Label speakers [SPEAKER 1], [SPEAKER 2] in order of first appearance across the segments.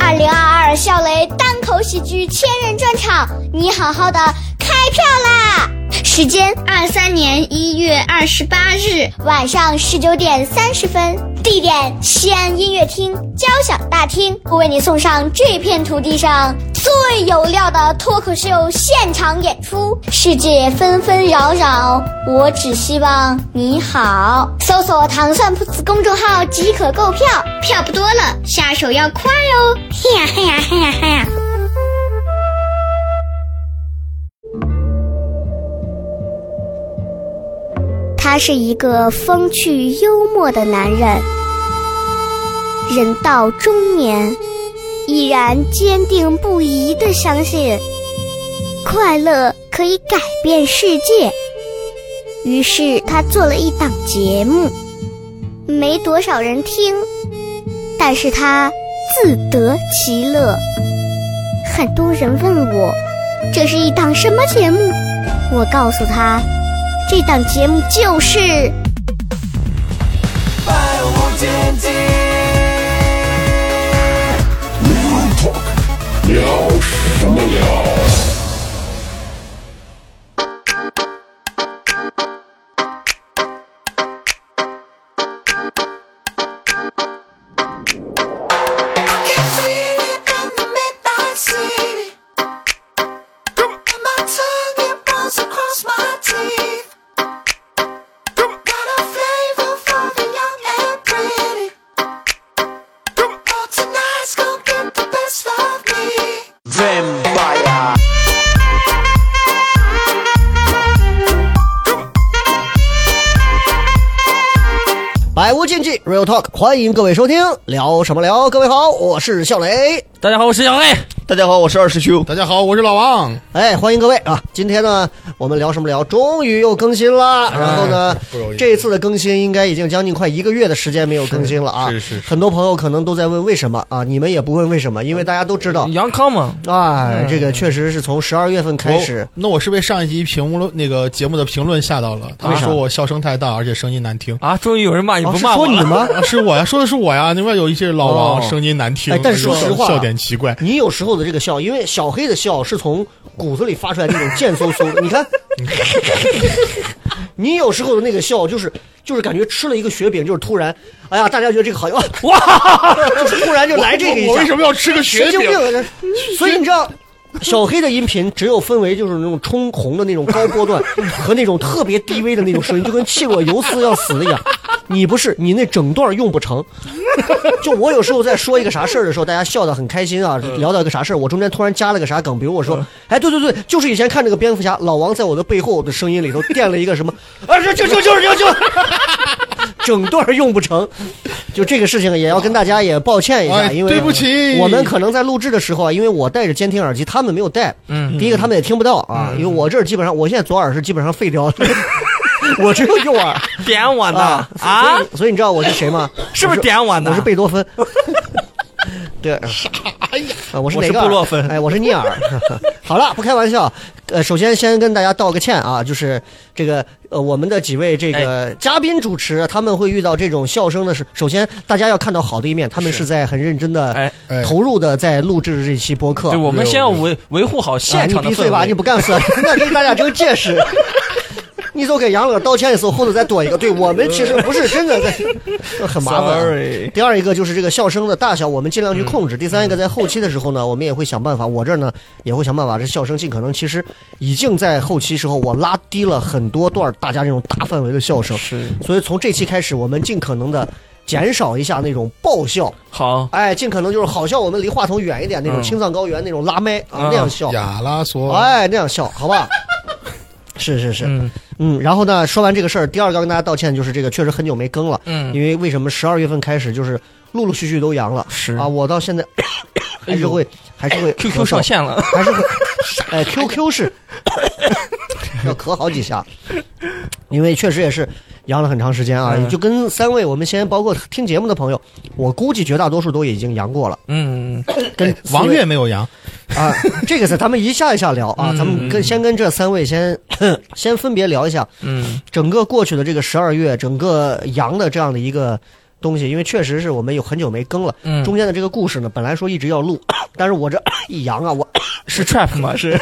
[SPEAKER 1] 二零二二笑雷单口喜剧千人专场，你好好的开票啦！时间二三年一月二十八日晚上十九点三十分，地点西安音乐厅交响大厅，为你送上这片土地上最有料的脱口秀现场演出。世界纷纷扰扰，我只希望你好。搜索“糖蒜铺子”公众号即可购票，票不多了，下手要快哦！嘿呀嘿呀嘿呀嘿呀！他是一个风趣幽默的男人，人到中年，依然坚定不移地相信快乐可以改变世界。于是他做了一档节目，没多少人听，但是他自得其乐。很多人问我，这是一档什么节目？我告诉他，这档节目就是。
[SPEAKER 2] 百无禁忌。Across my teeth. Got a flavor for the young and pretty. Oh, tonight's gonna get the best of me. Vampire.
[SPEAKER 3] 百无禁忌，Real Talk，欢迎各位收听，聊什么聊？各位好，我是笑雷，
[SPEAKER 4] 大家好，我是杨磊。
[SPEAKER 5] 大家好，我是二师兄。
[SPEAKER 6] 大家好，我是老王。
[SPEAKER 3] 哎，欢迎各位啊！今天呢，我们聊什么聊？终于又更新了，然后呢
[SPEAKER 6] 哎不容，易
[SPEAKER 3] 这次的更新应该已经将近快一个月的时间没有更新了啊！
[SPEAKER 6] 是是是
[SPEAKER 3] 很多朋友可能都在问为什么啊？你们也不问为什么，因为大家都知道。
[SPEAKER 4] 杨康嘛，
[SPEAKER 3] 哎，这个确实是从十二月份开始
[SPEAKER 6] 我，那我是被上一集评论那个节目的评论吓到了，他
[SPEAKER 3] 为啥
[SPEAKER 6] 说我笑声太大，而且声音难听。
[SPEAKER 4] 啊，终于有人骂你
[SPEAKER 3] 哦
[SPEAKER 4] 不
[SPEAKER 3] 是
[SPEAKER 4] 骂我
[SPEAKER 3] 说你
[SPEAKER 4] 了。
[SPEAKER 3] 吗？
[SPEAKER 6] 啊，是我呀，说的是我呀。另外有一些老王
[SPEAKER 4] 哦
[SPEAKER 6] 声音难听，
[SPEAKER 3] 哎但是说实话啊
[SPEAKER 6] 笑点奇怪。
[SPEAKER 3] 你有时候的这个笑，因为小黑的笑是从骨子里发出来那种贱嗖嗖 的，你看，你有时候的那个笑就是就是感觉吃了一个雪饼，就是突然，哎呀，大家觉得这个好笑，哇，就是突然就来这个一
[SPEAKER 6] 我我为
[SPEAKER 3] 下
[SPEAKER 6] 什，么要吃个雪
[SPEAKER 3] 神经
[SPEAKER 6] 饼
[SPEAKER 3] 病？啊！这所以你知道。小黑的音频只有分为就是那种冲红的那种高波 段和那种特别低微的那种声音，就跟气若游丝要死一样。你不是你那整段用不成，就我有时候在说一个啥事儿的时候，大家笑得很开心啊，聊到一个啥事儿，我中间突然加了个啥梗，比如我说，哎，对对对，就是以前看那个蝙蝠侠，老王在我的背后的声音里头垫了一个什么，啊，这就就就是就就， 整段用不成，就这个事情也要跟大家也抱歉一下，
[SPEAKER 6] 哎
[SPEAKER 3] 因为
[SPEAKER 6] 对不起
[SPEAKER 3] 我们可能在录制的时候啊，因为我戴着监听耳机，他们没有戴，
[SPEAKER 4] 嗯
[SPEAKER 3] 第一个他们也听不到啊，因为我这儿基本上，我现在左耳是基本上废掉了， 我只有右 耳。
[SPEAKER 4] 点我呢
[SPEAKER 3] 啊
[SPEAKER 4] 啊
[SPEAKER 3] 所！以所以你知道我是谁吗？
[SPEAKER 4] 是不是
[SPEAKER 3] 我
[SPEAKER 4] 点我呢
[SPEAKER 3] 我是贝 多芬。对，啥呀？啊，我是哪
[SPEAKER 4] 我
[SPEAKER 3] 个
[SPEAKER 4] 是
[SPEAKER 3] 耳？
[SPEAKER 4] 布洛芬
[SPEAKER 3] 哎，我是聂耳。 好了，不开玩笑。呃，首先先跟大家道个歉啊，就是这个呃，我们的几位这
[SPEAKER 4] 哎
[SPEAKER 3] 个嘉宾主持，他们会遇到这种笑声的是，首先大家要看到好的一面，他们是在很认真的
[SPEAKER 4] 哎、
[SPEAKER 6] 哎
[SPEAKER 3] 投入的在录制这期播客。
[SPEAKER 4] 对，我们先要维维护好
[SPEAKER 3] 啊
[SPEAKER 4] 现
[SPEAKER 3] 你
[SPEAKER 4] 场的
[SPEAKER 3] 闭嘴
[SPEAKER 4] 氛
[SPEAKER 3] 吧，
[SPEAKER 4] 围
[SPEAKER 3] 你。不干事，那给大家这个解释。 你走给杨乐道歉的时候，后头再多一个。对我们其实不是真的在，这很麻烦啊。
[SPEAKER 5] Sorry
[SPEAKER 3] 第二一个就是这个笑声的大小，我们尽量去控制。第三一个，在后期的时候呢，我们也会想办法，我这儿呢也会想办法，这笑声尽可能。其实已经在后期时候，我拉低了很多段大家这种大范围的笑声。
[SPEAKER 4] 是
[SPEAKER 3] 所以从这期开始，我们尽可能的减少一下那种爆笑，
[SPEAKER 4] 好，
[SPEAKER 3] 哎，尽可能就是好笑，我们离话筒远一点，那种
[SPEAKER 4] 嗯
[SPEAKER 3] 青藏高原那种拉麦啊
[SPEAKER 4] 啊
[SPEAKER 3] 那样笑。
[SPEAKER 6] 亚拉索，
[SPEAKER 3] 哎，那样笑，好吧？ 是是是，嗯
[SPEAKER 4] 哦嗯
[SPEAKER 3] 然后呢，说完这个事儿，第二个要跟大家道歉，就是这个确实很久没更了，
[SPEAKER 4] 嗯，
[SPEAKER 3] 因为为什么十二月份开始就是陆陆续续都阳了
[SPEAKER 4] 是哎
[SPEAKER 3] 啊，我到 现在还是会还是会咳嗽
[SPEAKER 4] QQ 上线了，
[SPEAKER 3] 还是会，哎，QQ 是要咳好几下，因为确实也是阳了很长时间啊，
[SPEAKER 4] 嗯
[SPEAKER 3] 就跟三位我们先包括听节目的朋友，我估计绝大多数都已经阳过了，
[SPEAKER 4] 嗯，
[SPEAKER 3] 跟
[SPEAKER 6] 王
[SPEAKER 3] 四位
[SPEAKER 6] 悦没有阳，
[SPEAKER 3] 啊，这个是咱们一下一下聊啊，
[SPEAKER 4] 嗯
[SPEAKER 3] 咱们跟先跟这三位先 先分别聊一下
[SPEAKER 4] 嗯
[SPEAKER 3] 整个过去的这个十二月，整个阳的这样的一个东西，因为确实是我们有很久没更了。
[SPEAKER 4] 嗯
[SPEAKER 3] 中间的这个故事呢，本来说一直要录， 但是我这一扬啊，我
[SPEAKER 4] 是 trap 吗？是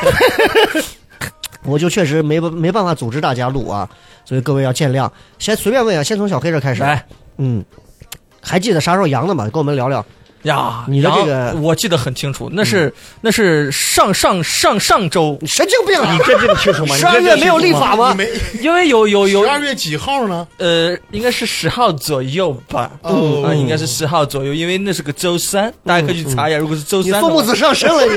[SPEAKER 3] 我就确实没办没办法组织大家录啊，所以各位要见谅。先随便问啊，先从小黑这开始。
[SPEAKER 4] 来
[SPEAKER 3] 嗯，还记得啥时候阳的吗？跟我们聊聊。
[SPEAKER 4] 呀，
[SPEAKER 3] 你的这个嗯
[SPEAKER 4] 然后我记得很清楚，那是那是上上上上周，
[SPEAKER 3] 神经病！啊
[SPEAKER 5] 你真这个清楚吗？你
[SPEAKER 3] 十二
[SPEAKER 5] 真
[SPEAKER 3] 月
[SPEAKER 5] 这个清楚吗
[SPEAKER 3] 没有立法吗
[SPEAKER 6] 你？没
[SPEAKER 4] 因为有有哦有
[SPEAKER 6] 十二月几号呢？
[SPEAKER 4] 呃，应该是十号左右吧。
[SPEAKER 3] 嗯
[SPEAKER 6] 哦
[SPEAKER 4] 啊，应该是十号左右，因为那是个周三，大家可以去查一下。如果是周
[SPEAKER 3] 嗯你
[SPEAKER 4] 三的
[SPEAKER 3] 父
[SPEAKER 4] 话，
[SPEAKER 3] 母子上身了你。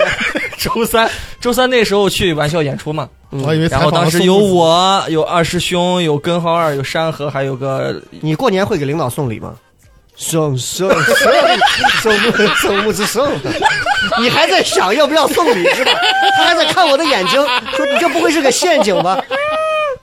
[SPEAKER 4] 周三，周三那时候去玩笑演出嘛，
[SPEAKER 3] 嗯
[SPEAKER 6] 我还以为采
[SPEAKER 4] 然
[SPEAKER 6] 访
[SPEAKER 4] 后
[SPEAKER 6] 了
[SPEAKER 4] 当时
[SPEAKER 6] 宋
[SPEAKER 4] 有
[SPEAKER 6] 公子，
[SPEAKER 4] 我，有二师兄，有根号二，有山河，还有个
[SPEAKER 3] 你过年会给领导送礼吗？送送送送送物资送，你还在想要不要送礼是吧？他还在看我的眼睛，说你这不会是个陷阱吧？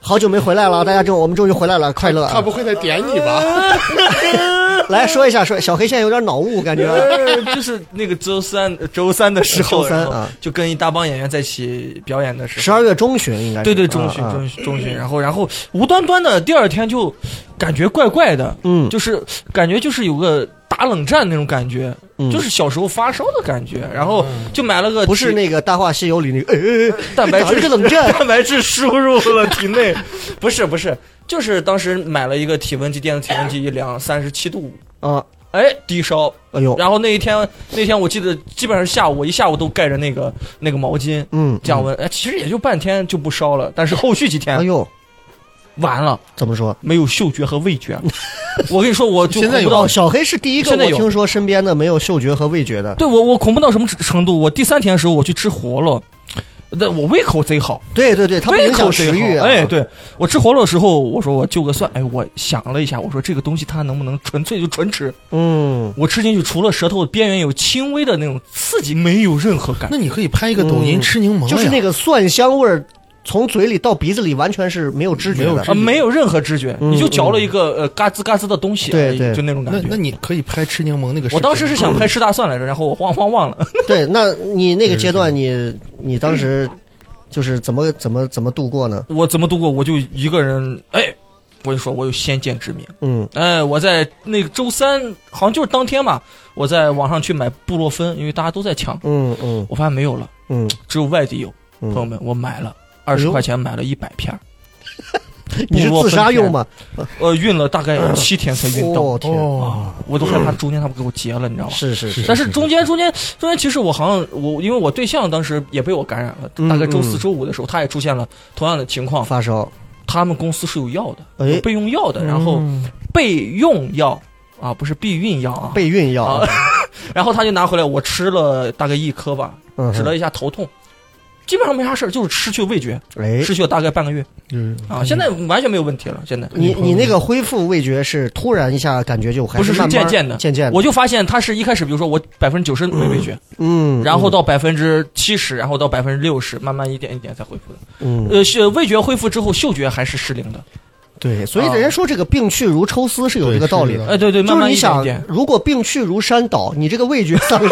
[SPEAKER 3] 好久没回来了，大家就我们终于回来了，快乐啊！
[SPEAKER 6] 他不会再点你吧？
[SPEAKER 3] 嗯来说一下，说小黑现在有点脑雾，感觉
[SPEAKER 4] 呃，就是那个周三，周三的时候，
[SPEAKER 3] 哎周三啊
[SPEAKER 4] 然后就跟一大帮演员在一起表演的时候，
[SPEAKER 3] 十二月中旬应该是
[SPEAKER 4] 对对，中旬
[SPEAKER 3] 啊啊
[SPEAKER 4] 中旬中旬，然后然后无端端的第二天就感觉怪怪的，
[SPEAKER 3] 嗯
[SPEAKER 4] 就是感觉就是有个打冷战那种感觉，
[SPEAKER 3] 嗯
[SPEAKER 4] 就是小时候发烧的感觉，然后就买了个
[SPEAKER 3] 不是
[SPEAKER 4] 体
[SPEAKER 3] 那个《大话西游》里那个哎哎哎
[SPEAKER 4] 蛋白
[SPEAKER 3] 打了
[SPEAKER 4] 质
[SPEAKER 3] 个冷战
[SPEAKER 4] 蛋白质输入了体内， 不是不是，就是当时买了一个体温计，电子体温计一量三十七度五，
[SPEAKER 3] 啊，
[SPEAKER 4] 哎，低烧，
[SPEAKER 3] 哎呦，
[SPEAKER 4] 然后那一天，那天我记得基本上下午，我一下午都盖着那个那个毛巾
[SPEAKER 3] 嗯，
[SPEAKER 4] 降温，哎，其实也就半天就不烧了，但是后续几
[SPEAKER 3] 哎
[SPEAKER 4] 天
[SPEAKER 3] 呦，
[SPEAKER 4] 完了，
[SPEAKER 3] 怎么说？
[SPEAKER 4] 没有嗅觉和味 觉。我跟你说，我就
[SPEAKER 6] 现在
[SPEAKER 4] 恐
[SPEAKER 6] 有
[SPEAKER 4] 怖到
[SPEAKER 3] 哦，小黑是第一个我
[SPEAKER 4] 现在有
[SPEAKER 3] 听说身边的没有嗅觉和味觉的，
[SPEAKER 4] 对我我恐怖到什么程度？我第三天的时候我去吃活络，那我胃口贼好，
[SPEAKER 3] 对对对，它不
[SPEAKER 4] 胃
[SPEAKER 3] 影
[SPEAKER 4] 口
[SPEAKER 3] 响
[SPEAKER 4] 贼
[SPEAKER 3] 食
[SPEAKER 4] 好
[SPEAKER 3] 欲、啊，
[SPEAKER 4] 哎，对我吃活络的时候，我说我就个蒜，哎，我想了一下，我说这个东西它能不能纯粹就纯吃？
[SPEAKER 3] 嗯，
[SPEAKER 4] 我吃进去，除了舌头边缘有轻微的那种刺激，没有任何感
[SPEAKER 6] 那。你可以拍一个抖音
[SPEAKER 3] 嗯
[SPEAKER 6] 吃柠檬呀，
[SPEAKER 3] 就是那个蒜香味儿从嘴里到鼻子里完全是没有知觉
[SPEAKER 6] 没有
[SPEAKER 3] 的
[SPEAKER 6] 知
[SPEAKER 4] 啊，，没有任何知觉，
[SPEAKER 3] 嗯
[SPEAKER 4] 你就嚼了一个呃嘎吱嘎吱的东西，
[SPEAKER 3] 对
[SPEAKER 4] 哎
[SPEAKER 3] 对
[SPEAKER 4] 就那种感
[SPEAKER 6] 那那
[SPEAKER 4] 觉。哦
[SPEAKER 6] 你可以拍吃柠檬那个视频。
[SPEAKER 4] 我当时是想拍吃大蒜来着，然后我慌慌忘了。
[SPEAKER 3] 对，那你那个阶段你你当时就是怎么怎么怎么度过呢？
[SPEAKER 4] 我怎么度过？我就一个人，哎，我就说我有先见之明。
[SPEAKER 3] 嗯，
[SPEAKER 4] 哎，我在那个周三，好像就是当天吧，我在网上去买布洛芬，因为大家都在抢，
[SPEAKER 3] 嗯嗯
[SPEAKER 4] 我发现没有了，
[SPEAKER 3] 嗯，
[SPEAKER 4] 只有外地有。
[SPEAKER 3] 嗯哎
[SPEAKER 4] 朋友们，我买了二十块钱买了一百片儿，
[SPEAKER 3] 你是自杀用吗？
[SPEAKER 4] 呃，运了大概七天才运到，
[SPEAKER 3] 嗯哦天，
[SPEAKER 6] 哦，
[SPEAKER 4] 我都害怕中间他们给我截了，你知道吗？
[SPEAKER 3] 是是是，
[SPEAKER 4] 但是中间中间中间，其实我好像我因为我对象当时也被我感染了，
[SPEAKER 3] 嗯
[SPEAKER 4] 大概周四
[SPEAKER 3] 嗯
[SPEAKER 4] 周五的时候，他也出现了同样的情况。
[SPEAKER 3] 发烧，
[SPEAKER 4] 他们公司是有药的，
[SPEAKER 3] 哎
[SPEAKER 4] 有备用药的，然后备用药啊，不是避孕药啊。
[SPEAKER 3] 备孕药
[SPEAKER 4] 啊，然后他就拿回来，我吃了大概一颗吧，
[SPEAKER 3] 嗯
[SPEAKER 4] 止了一下头痛，基本上没啥事儿，就是失去味觉，
[SPEAKER 3] 哎，
[SPEAKER 4] 失去了大概半个月
[SPEAKER 6] 嗯，
[SPEAKER 4] 啊，现在完全没有问题了。现在
[SPEAKER 3] 你你那个恢复味觉是突然一下感觉就还
[SPEAKER 4] 不是是
[SPEAKER 3] 慢慢
[SPEAKER 4] 渐渐的
[SPEAKER 3] 渐渐的，
[SPEAKER 4] 我就发现他是一开始，比如说我百分之九十没味觉，
[SPEAKER 3] 嗯，
[SPEAKER 4] 然后到百分之七十，然后到百分之六十，慢慢一点一点才恢复的。
[SPEAKER 3] 嗯，
[SPEAKER 4] 呃，是味觉恢复之后，嗅觉还是失灵的。
[SPEAKER 3] 对，所以人家说这个病去如抽丝是有这个道理的
[SPEAKER 6] 对是的。
[SPEAKER 4] 哎，啊对对，慢
[SPEAKER 3] 就是
[SPEAKER 4] 慢
[SPEAKER 3] 你
[SPEAKER 4] 一点一
[SPEAKER 3] 想
[SPEAKER 4] 点，。
[SPEAKER 3] 如果病去如山倒，你这个味觉丧失，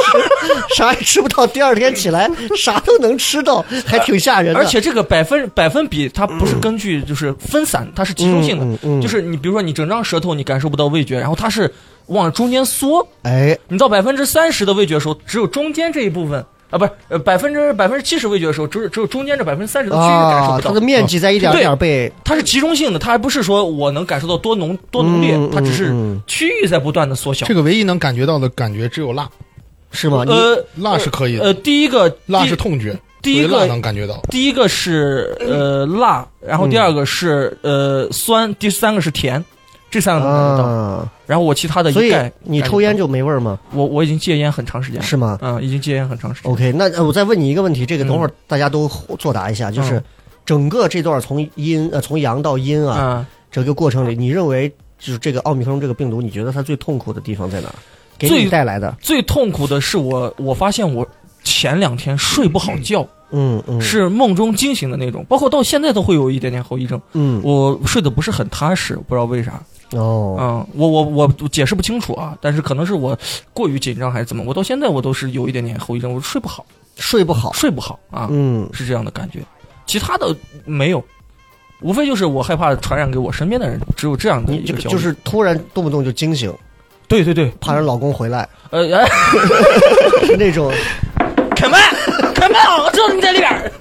[SPEAKER 3] 啥也吃不到，第二天起来啥都能吃到，还挺吓人的。
[SPEAKER 4] 而且这个百分百分比，它不是根据就是分散，它是集中性的。
[SPEAKER 3] 嗯嗯嗯
[SPEAKER 4] 就是你比如说你整张舌头你感受不到味觉，然后它是往中间缩，
[SPEAKER 3] 哎，
[SPEAKER 4] 你到百分之三十的味觉的时候，只有中间这一部分啊，不是呃百分之百分之七十味觉的时候，只有只有中间这百分之三十的区域感受
[SPEAKER 3] 啊，
[SPEAKER 4] 不
[SPEAKER 3] 它
[SPEAKER 4] 到。嗯
[SPEAKER 3] 的面积在一点
[SPEAKER 4] 对
[SPEAKER 3] 点被
[SPEAKER 4] 它是集中性的，它还不是说我能感受到多浓多浓烈，
[SPEAKER 3] 嗯嗯
[SPEAKER 4] 它只是
[SPEAKER 3] 嗯
[SPEAKER 4] 区域在不断的缩小
[SPEAKER 6] 这。个唯一能感觉到的感觉只有辣，
[SPEAKER 3] 是吗？你
[SPEAKER 4] 呃
[SPEAKER 6] 辣是可以的，
[SPEAKER 4] 呃，第一个
[SPEAKER 6] 辣
[SPEAKER 4] 第
[SPEAKER 6] 是痛觉，
[SPEAKER 4] 第一
[SPEAKER 6] 所以辣
[SPEAKER 4] 个
[SPEAKER 6] 能感觉到。
[SPEAKER 4] 第一个是呃
[SPEAKER 3] 嗯
[SPEAKER 4] 辣，然后第二个是、呃酸，第三个是甜，这三个能感觉到。
[SPEAKER 3] 啊，
[SPEAKER 4] 然后我其他的
[SPEAKER 3] 所
[SPEAKER 4] 嗯一
[SPEAKER 3] 以
[SPEAKER 4] 概
[SPEAKER 3] 你
[SPEAKER 4] 感觉
[SPEAKER 3] 抽
[SPEAKER 4] 不
[SPEAKER 3] 烟
[SPEAKER 4] 到
[SPEAKER 3] 就没味儿吗？
[SPEAKER 4] 我我已经戒烟很长时间了，
[SPEAKER 3] 是吗
[SPEAKER 4] 嗯，已经戒烟很长时间。
[SPEAKER 3] ？OK，那呃我再问你一个问题，这个等会儿大家都作答一下，就是
[SPEAKER 4] 嗯
[SPEAKER 3] 整个这段从阴呃从阳到阴啊，
[SPEAKER 4] 啊，
[SPEAKER 3] 这个过程里，你认为就是这个奥密克戎这个病毒，你觉得它最痛苦的地方在哪儿？给你
[SPEAKER 4] 最
[SPEAKER 3] 带来的，
[SPEAKER 4] 最痛苦的是我，我发现我前两天睡不好觉，
[SPEAKER 3] 嗯嗯，
[SPEAKER 4] 是梦中惊醒的那种，包括到现在都会有一点点后遗症。
[SPEAKER 3] 嗯
[SPEAKER 4] 我睡得不是很踏实，不知道为啥。
[SPEAKER 3] 哦，
[SPEAKER 4] 嗯，我我我解释不清楚啊，但是可能是我过于紧张还是怎么，我到现在我都是有一点点后遗症，我睡不好，
[SPEAKER 3] 睡不好，
[SPEAKER 4] 睡不好啊，
[SPEAKER 3] 嗯
[SPEAKER 4] 是这样的感觉。其他的没有，无非就是我害怕传染给我身边的人，只有这样的
[SPEAKER 3] 你
[SPEAKER 4] 一
[SPEAKER 3] 这
[SPEAKER 4] 个
[SPEAKER 3] 个
[SPEAKER 4] 焦虑
[SPEAKER 3] 就是突然动不动就惊醒，
[SPEAKER 4] 对对对，
[SPEAKER 3] 怕人老公回来
[SPEAKER 4] 呃，哎，
[SPEAKER 3] 那种。
[SPEAKER 4] 开麦，开麦啊！我知道你在里边儿，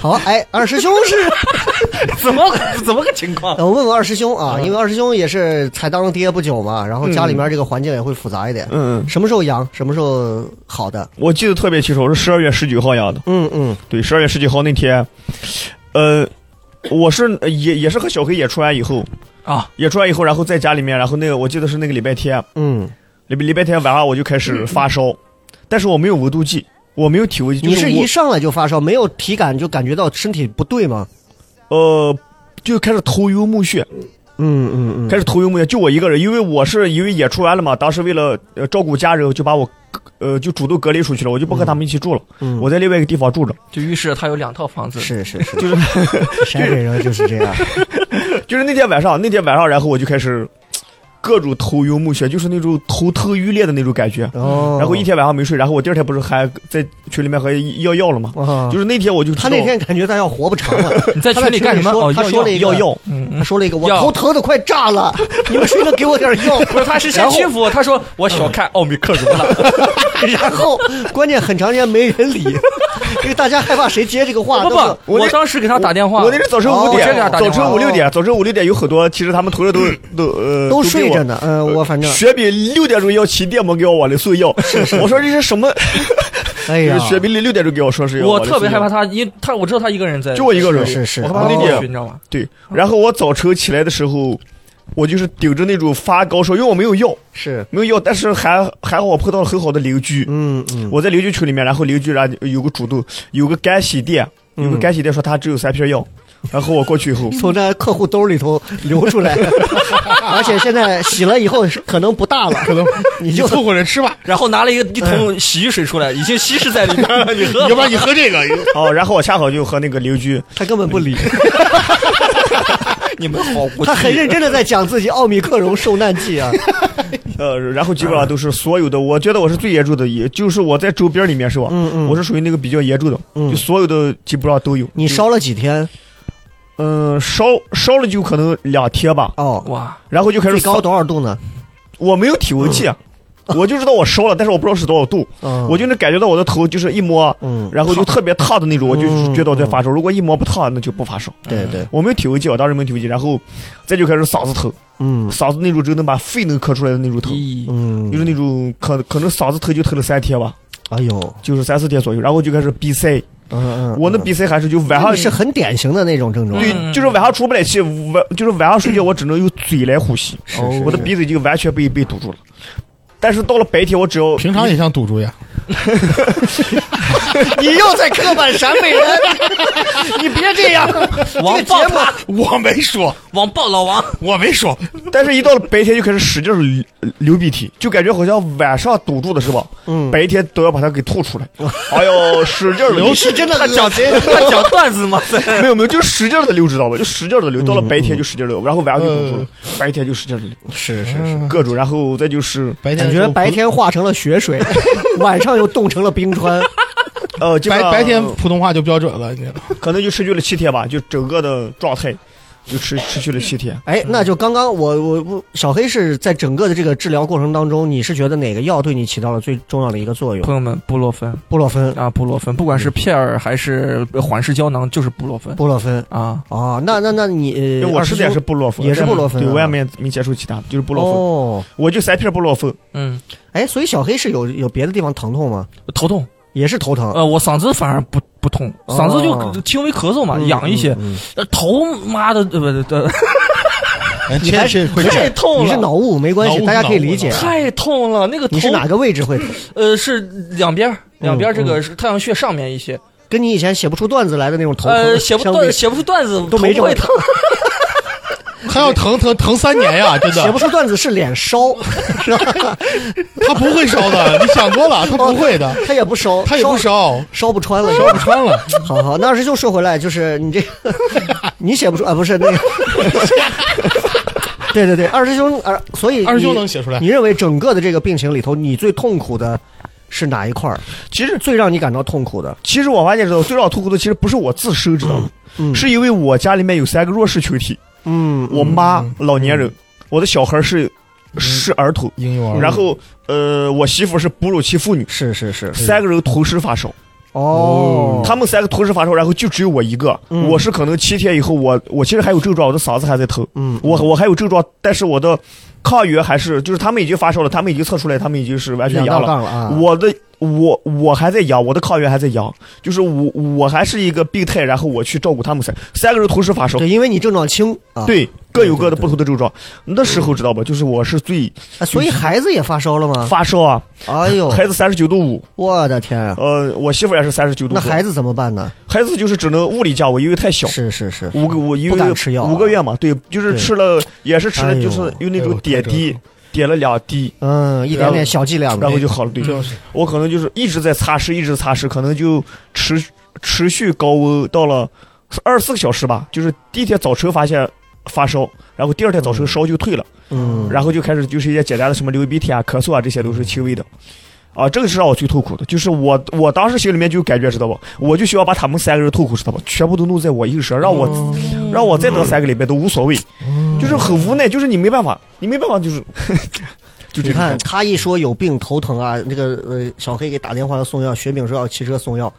[SPEAKER 3] 好，哎，二师兄是，
[SPEAKER 4] 怎么怎么个情况？
[SPEAKER 3] 呃我问问二师兄啊，因为二师兄也是才当爹不久嘛，然后家里面这个环境也会复杂一点。
[SPEAKER 5] 嗯，
[SPEAKER 3] 什么时候阳，什么时候好的？
[SPEAKER 5] 我记得特别清楚，我是十二月十九号养的。
[SPEAKER 3] 嗯嗯，
[SPEAKER 5] 对，十二月十九号那天，呃，我是呃也也是和小黑也出来以后，
[SPEAKER 4] 啊，
[SPEAKER 5] 也出来以后，然后在家里面，然后那个我记得是那个礼拜天，
[SPEAKER 3] 嗯，
[SPEAKER 5] 礼礼拜天晚上我就开始发烧，但是我没有温度计，我没有体温计，
[SPEAKER 3] 嗯你
[SPEAKER 5] 就是
[SPEAKER 3] 是
[SPEAKER 5] 我
[SPEAKER 3] 一上来就发烧，没有体感就感觉到身体不对吗？
[SPEAKER 5] 呃。就开始头晕目眩，
[SPEAKER 3] 嗯嗯嗯，
[SPEAKER 5] 开始头晕目眩，就我一个人，因为我是因为也出来了嘛，当时为了呃照顾家人，就把我呃就主动隔离出去了，我就不和他们一起住了，
[SPEAKER 3] 嗯
[SPEAKER 5] 我在另外一个地方住着，
[SPEAKER 4] 就预示他有两套房子。
[SPEAKER 3] 是是是，就是陕北人就是这样。
[SPEAKER 5] 就是那天晚上，那天晚上，然后我就开始各种头晕目眩，就是那种头疼欲裂的那种感觉。
[SPEAKER 3] 哦，
[SPEAKER 5] 然后一天晚上没睡，然后我第二天不是还在群里面和要药了吗？
[SPEAKER 3] 啊，
[SPEAKER 5] 就是那天我就知
[SPEAKER 3] 他
[SPEAKER 5] 道
[SPEAKER 3] 那天感觉他要活不长了。
[SPEAKER 4] 你在
[SPEAKER 3] 他
[SPEAKER 4] 群里干什么？
[SPEAKER 3] 说
[SPEAKER 4] 哦，
[SPEAKER 3] 他
[SPEAKER 4] 要
[SPEAKER 3] 说了一
[SPEAKER 5] 要
[SPEAKER 3] 个，
[SPEAKER 5] 药，
[SPEAKER 4] 嗯
[SPEAKER 3] 他
[SPEAKER 4] 嗯，
[SPEAKER 3] 说了一个，我
[SPEAKER 4] 药
[SPEAKER 3] 头疼的快炸了，你们谁能给我点药？
[SPEAKER 4] 不是，他是先
[SPEAKER 3] 然后
[SPEAKER 4] 屈服我，他说我小看奥密克戎了，
[SPEAKER 3] 然后关键很长时间没人理，因为大家害怕谁接这个话。
[SPEAKER 4] 不
[SPEAKER 3] 那么
[SPEAKER 4] 不，我当时给他打电话，
[SPEAKER 5] 我那是早晨
[SPEAKER 3] 哦
[SPEAKER 5] 五
[SPEAKER 3] 我
[SPEAKER 5] 点
[SPEAKER 3] 这给他，
[SPEAKER 4] 打
[SPEAKER 5] 早
[SPEAKER 4] 电话
[SPEAKER 5] 晨五六点，早晨五六点有很多，其实他们同事都都呃
[SPEAKER 3] 都
[SPEAKER 5] 给
[SPEAKER 3] 睡
[SPEAKER 5] 我
[SPEAKER 3] 着呢，嗯，我反正，
[SPEAKER 5] 雪饼六点钟要骑电摩给我往里送药，我说这是什么？
[SPEAKER 3] 哎呀，
[SPEAKER 5] 雪饼六点钟给我说是要
[SPEAKER 4] 我
[SPEAKER 5] 往里
[SPEAKER 4] 特别
[SPEAKER 5] 送
[SPEAKER 4] 害
[SPEAKER 5] 药
[SPEAKER 4] 怕他，因他我知道他一个人在，
[SPEAKER 5] 就我一个人，
[SPEAKER 3] 是是
[SPEAKER 5] 我害
[SPEAKER 4] 我
[SPEAKER 5] 怕
[SPEAKER 4] 那
[SPEAKER 5] 那
[SPEAKER 4] 点
[SPEAKER 5] 点
[SPEAKER 4] 你知道吗？
[SPEAKER 5] 对，然后我早晨起来的时候，我就是顶着那种发高烧，因为我没有药，
[SPEAKER 3] 是，
[SPEAKER 5] 没有药，但是还还好我碰到了很好的邻居。
[SPEAKER 3] 嗯嗯，
[SPEAKER 5] 我在邻居群里面，然后邻居然有个主动，有个干洗店，有个
[SPEAKER 3] 嗯，
[SPEAKER 5] 干洗店说他只有三片药，然后我过去以后
[SPEAKER 3] 从那客户兜里头流出来，而且现在洗了以后可能不大了，可能你
[SPEAKER 6] 你
[SPEAKER 3] 就
[SPEAKER 6] 凑合着吃吧，
[SPEAKER 4] 然后拿了一个一桶洗浴水出来，已经稀释在里边嗯 了，你喝吧
[SPEAKER 6] 要不然你喝这个，
[SPEAKER 5] 哦，然后我恰好就和那个邻居，
[SPEAKER 3] 他根本不理，
[SPEAKER 4] 你们好无
[SPEAKER 3] 他很认真的在讲自己奥密克戎受难记啊，
[SPEAKER 5] 呃，然后基本上都是所有的，我觉得我是最严重的，也就是我在周边里面是吧？
[SPEAKER 3] 嗯嗯
[SPEAKER 5] 我是属于那个比较严重的，
[SPEAKER 3] 嗯
[SPEAKER 5] 就所有的基本上都有。
[SPEAKER 3] 你
[SPEAKER 5] 就
[SPEAKER 3] 烧了几天？
[SPEAKER 5] 嗯烧烧了就可能两天吧，
[SPEAKER 3] 哦，
[SPEAKER 4] 哇，
[SPEAKER 5] 然后就开始
[SPEAKER 3] 最高
[SPEAKER 5] 发
[SPEAKER 3] 多少度呢？
[SPEAKER 5] 我没有体温计，啊我就知道我烧了，但是我不知道是多少度，
[SPEAKER 3] 嗯，
[SPEAKER 5] 我就能感觉到我的头就是一摸，
[SPEAKER 3] 嗯，
[SPEAKER 5] 然后就特别烫的那种，我就
[SPEAKER 3] 嗯
[SPEAKER 5] 觉得我在发烧。如果一摸不烫，那就不发烧。
[SPEAKER 3] 对对，
[SPEAKER 5] 我没有体温计，我当时没有体温计，然后再就开始嗓子疼，
[SPEAKER 3] 嗯
[SPEAKER 5] 嗓子那种只能把肺能咳出来的那种疼，
[SPEAKER 4] 咦，
[SPEAKER 3] 嗯，
[SPEAKER 5] 就是那种可可能嗓子疼就疼了三天吧，
[SPEAKER 3] 哎呦，
[SPEAKER 5] 就是三四天左右，然后就开始鼻塞，
[SPEAKER 3] 嗯嗯，
[SPEAKER 5] 我那鼻塞还是就晚
[SPEAKER 3] 那
[SPEAKER 5] 上
[SPEAKER 3] 你是很典型的那种症状，
[SPEAKER 5] 对，
[SPEAKER 4] 嗯
[SPEAKER 5] 就是晚上出不来气，晚就是晚上睡觉我只能用嘴来呼吸，
[SPEAKER 3] 是是
[SPEAKER 5] 我的鼻子已经完全被被堵住了。但是到了白天，我只要
[SPEAKER 6] 平常也像赌注呀。
[SPEAKER 3] 你又在刻板陕北人，你别这样。
[SPEAKER 4] 王
[SPEAKER 3] 这
[SPEAKER 4] 爆
[SPEAKER 3] 个节目
[SPEAKER 4] 他，
[SPEAKER 6] 我没说，
[SPEAKER 4] 王爆老王，
[SPEAKER 6] 我没说，
[SPEAKER 5] 但是，一到了白天就开始使劲儿流流鼻涕，就感觉好像晚上堵住的是吧？
[SPEAKER 3] 嗯
[SPEAKER 5] 白天都要把它给吐出来。 哎呦，使劲儿流
[SPEAKER 3] 你，是真的恶心，
[SPEAKER 4] 他讲段子吗？
[SPEAKER 5] 没有没有，就使劲的流，知道吧？就使劲的流，到了白天就使劲流，然后晚上就堵住了，白天就使劲的流，
[SPEAKER 3] 是是是，
[SPEAKER 5] 各种，然后再嗯哎就是
[SPEAKER 6] 白天
[SPEAKER 3] 感觉白天化成了雪水， 晚上又冻成了冰川。
[SPEAKER 5] 呃，基本
[SPEAKER 6] 白
[SPEAKER 5] 上
[SPEAKER 6] 白天普通话就标准了，你知道
[SPEAKER 5] 可能就持续了七天吧，就整个的状态就持持续了七天。
[SPEAKER 3] 哎，那就刚刚我我我小黑是在整个的这个治疗过程当中，你是觉得哪个药对你起到了最重要的一个作 用？
[SPEAKER 4] 朋友们，布洛芬
[SPEAKER 3] 布洛芬，
[SPEAKER 4] 啊，布洛芬，不管是片儿还是缓释胶囊，就是布洛芬
[SPEAKER 3] 布洛芬。
[SPEAKER 4] 啊。
[SPEAKER 3] 哦，那那那你
[SPEAKER 5] 因为我吃的也是布洛芬，
[SPEAKER 3] 也是布洛芬啊
[SPEAKER 5] 对，我也没没接触其他的，就是布
[SPEAKER 3] 布
[SPEAKER 5] 洛芬，
[SPEAKER 3] 哦，
[SPEAKER 5] 我就三片布洛芬，
[SPEAKER 4] 嗯，
[SPEAKER 3] 哎，所以小黑是有有别的地方疼痛吗？
[SPEAKER 4] 头痛，
[SPEAKER 3] 也是头疼，
[SPEAKER 4] 呃，我嗓子反而不不痛，
[SPEAKER 3] 哦
[SPEAKER 4] 嗓子就轻微咳嗽嘛，
[SPEAKER 3] 嗯
[SPEAKER 4] 痒一些。
[SPEAKER 3] 嗯嗯
[SPEAKER 4] 呃头妈的，呃不 对，
[SPEAKER 6] 吗？
[SPEAKER 3] 你还
[SPEAKER 6] 切切回去
[SPEAKER 4] 太痛
[SPEAKER 3] 你是
[SPEAKER 4] 了，
[SPEAKER 3] 脑雾没关系，
[SPEAKER 6] 脑雾
[SPEAKER 3] 大家可以理
[SPEAKER 6] 脑
[SPEAKER 3] 解啊
[SPEAKER 6] 雾。
[SPEAKER 4] 太痛了。那个头
[SPEAKER 3] 你是哪个位置会疼？
[SPEAKER 4] 呃，是两边儿，两边儿
[SPEAKER 3] 嗯
[SPEAKER 4] 这个是太阳穴上面一些。
[SPEAKER 3] 跟你以前写不出段子来的那种头疼
[SPEAKER 4] 呃，写不
[SPEAKER 3] 相
[SPEAKER 4] 段
[SPEAKER 3] 比
[SPEAKER 4] 写不出段子
[SPEAKER 3] 都没
[SPEAKER 4] 头
[SPEAKER 3] 这
[SPEAKER 4] 不
[SPEAKER 3] 么
[SPEAKER 4] 会疼。
[SPEAKER 6] 他要疼疼疼三年呀，真
[SPEAKER 3] 写不
[SPEAKER 6] 的，
[SPEAKER 3] 出段子是脸烧， 是吧？
[SPEAKER 6] 他不会烧的，你想多了，他不会的，
[SPEAKER 3] 他也不烧，
[SPEAKER 6] 他也不
[SPEAKER 3] 烧，
[SPEAKER 6] 烧，
[SPEAKER 3] 烧不穿了，
[SPEAKER 6] 烧不穿了。
[SPEAKER 3] 好好，那二师兄说回来，就是你这，你写不出啊，不是那个，对对对，二师兄，二所以
[SPEAKER 6] 二师兄
[SPEAKER 3] 你
[SPEAKER 6] 能写出来
[SPEAKER 3] 你认为整个的这个病情里头，你最痛苦的是哪一块儿？
[SPEAKER 5] 其实
[SPEAKER 3] 最让你感到痛苦的？
[SPEAKER 5] 其实我发现知道，最让我痛苦的其实不是我自身，知道
[SPEAKER 3] 嗯
[SPEAKER 5] 吗？是因为我家里面有三个弱势群体，
[SPEAKER 3] 嗯，嗯
[SPEAKER 5] 我妈、老年人，我的小孩是是儿童，
[SPEAKER 6] 婴幼儿，
[SPEAKER 5] 然后呃，我媳妇是哺乳期妇女，
[SPEAKER 3] 是是是，
[SPEAKER 5] 三个人同时发烧，
[SPEAKER 3] 哦，
[SPEAKER 5] 他们三个同时发烧，然后就只有我一个，
[SPEAKER 3] 嗯
[SPEAKER 5] 我是可能七天以后，我我其实还有症状，我的嗓子还在疼，
[SPEAKER 3] 嗯
[SPEAKER 5] 我我还有症状，但是我的抗原还是就是他们已经发烧了，他们已经测出来，他们已经是完全
[SPEAKER 3] 两道
[SPEAKER 5] 阳了，
[SPEAKER 3] 杠了啊，
[SPEAKER 5] 我的。我我还在阳，我的抗原还在阳，就是我我还是一个病态，然后我去照顾他们三三个人同时发烧，
[SPEAKER 3] 对，因为你症状轻啊，
[SPEAKER 5] 对，各有各
[SPEAKER 3] 对
[SPEAKER 5] 的
[SPEAKER 3] 对对
[SPEAKER 5] 不同的症状。那时候知道吧？就是我是最
[SPEAKER 3] 啊，所以孩子也发烧了吗？
[SPEAKER 5] 发烧啊，
[SPEAKER 3] 哎呦，
[SPEAKER 5] 孩子三十九度五，
[SPEAKER 3] 我的天啊！
[SPEAKER 5] 呃，我媳妇也是三十九度
[SPEAKER 3] 那
[SPEAKER 5] 多。
[SPEAKER 3] 孩子怎么办呢？
[SPEAKER 5] 孩子就是只能物理降，我因为太小，
[SPEAKER 3] 是是是，
[SPEAKER 5] 五个我因
[SPEAKER 3] 不
[SPEAKER 5] 为
[SPEAKER 3] 敢吃药啊
[SPEAKER 5] 五个月嘛，对，就是
[SPEAKER 3] 对
[SPEAKER 5] 吃了也是吃
[SPEAKER 3] 哎
[SPEAKER 5] 了，
[SPEAKER 3] 呦
[SPEAKER 5] 就是用那
[SPEAKER 6] 哎
[SPEAKER 5] 种
[SPEAKER 6] 呦
[SPEAKER 5] 点滴
[SPEAKER 6] 太，
[SPEAKER 5] 点了两滴，
[SPEAKER 3] 嗯，一点点小剂量呗，
[SPEAKER 5] 然后就好了。对，
[SPEAKER 6] 就是
[SPEAKER 5] 我可能就是一直在擦拭，一直擦拭，可能就持持续高温到了二十四个小时吧，就是第一天早晨发现发烧，然后第二天早晨烧就退了。
[SPEAKER 3] 嗯，
[SPEAKER 5] 然后就开始就是一些简单的什么流鼻涕啊、咳嗽啊，这些都是轻微的。啊，这个是让我最痛苦的，就是我我当时心里面就有感觉知道吧，我就需要把他们三个人痛苦知道吧，全部都弄在我一个身上，让我、
[SPEAKER 1] 嗯
[SPEAKER 5] 让我在那三个里面都无所谓，就是很无奈，就是你没办法，你没办法，就是 就这
[SPEAKER 3] 你
[SPEAKER 5] 种
[SPEAKER 3] 看
[SPEAKER 5] 感觉。
[SPEAKER 3] 他一说有病头疼啊，这个呃小黑给打电话要送药，雪饼说要骑车送药，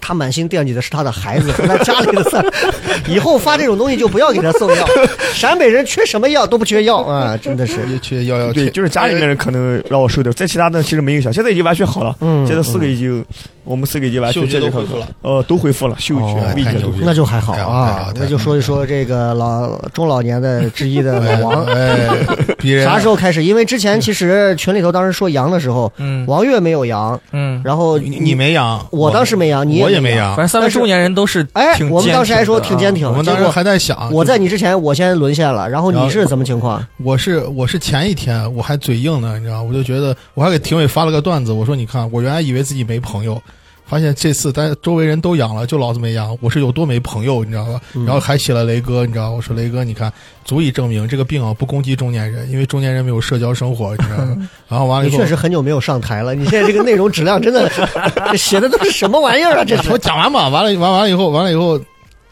[SPEAKER 3] 他满心惦记的是他的孩 子和他家里的事儿，以后发这种东西就不要给他送药。陕北人缺什么药都不缺药啊，真的是。
[SPEAKER 6] 也去幺幺
[SPEAKER 5] 对，
[SPEAKER 6] 七，
[SPEAKER 5] 就是家里面人可能让我受点，在其他的其实没影响。现在已经完全好了，
[SPEAKER 3] 嗯
[SPEAKER 5] 现在四个已经，我们四个已经完全
[SPEAKER 6] 嗅觉
[SPEAKER 5] 健
[SPEAKER 6] 都
[SPEAKER 5] 康
[SPEAKER 6] 恢复了，
[SPEAKER 5] 呃，都恢复了，嗅
[SPEAKER 3] 哦
[SPEAKER 5] 觉、味
[SPEAKER 6] 太
[SPEAKER 5] 觉
[SPEAKER 6] 牛
[SPEAKER 5] 都
[SPEAKER 6] 逼了
[SPEAKER 5] 恢复。
[SPEAKER 3] 那就还好
[SPEAKER 6] 太好太
[SPEAKER 3] 啊
[SPEAKER 6] 好，嗯
[SPEAKER 3] 那就说一说这个老中老年的 之一的老王，
[SPEAKER 6] 哎，别人
[SPEAKER 3] 啥时候开始？因为之前其实群里头当时说阳的时候，
[SPEAKER 4] 嗯
[SPEAKER 3] 王月没有阳，
[SPEAKER 4] 嗯，
[SPEAKER 3] 然后
[SPEAKER 6] 你你没阳，
[SPEAKER 3] 我当时没阳，你
[SPEAKER 6] 我也
[SPEAKER 3] 没
[SPEAKER 6] 没阳
[SPEAKER 4] 反，正三位中年人都是
[SPEAKER 3] 哎
[SPEAKER 4] 挺，
[SPEAKER 3] 我们当时还说挺坚
[SPEAKER 4] 挺
[SPEAKER 3] 挺，
[SPEAKER 6] 啊我们
[SPEAKER 3] 结
[SPEAKER 6] 当时
[SPEAKER 3] 果
[SPEAKER 6] 还在想，
[SPEAKER 3] 我在你之前我先沦陷了，然后
[SPEAKER 6] 然
[SPEAKER 3] 你
[SPEAKER 6] 后
[SPEAKER 3] 是什么情况？
[SPEAKER 6] 我是我是前一天我还嘴硬呢，你知道，我就觉得我还给评委发了个段子，我说你看，我原来以为自己没朋友，发现这次大家周围人都阳了，就老子没阳，我是有多没朋友，你知道吧？
[SPEAKER 3] 嗯
[SPEAKER 6] 然后还写了雷哥，你知道，我说雷哥，你看，足以证明这个病啊不攻击中年人，因为中年人没有社交生活，你知道吗？ 然后完了
[SPEAKER 3] 你
[SPEAKER 6] 以后
[SPEAKER 3] 确，实很久没有上台了，你现在这个内容质量 真的这写的都是什么玩意儿啊？ 这是
[SPEAKER 6] 我讲完吧，完了完完了以后，完了以后。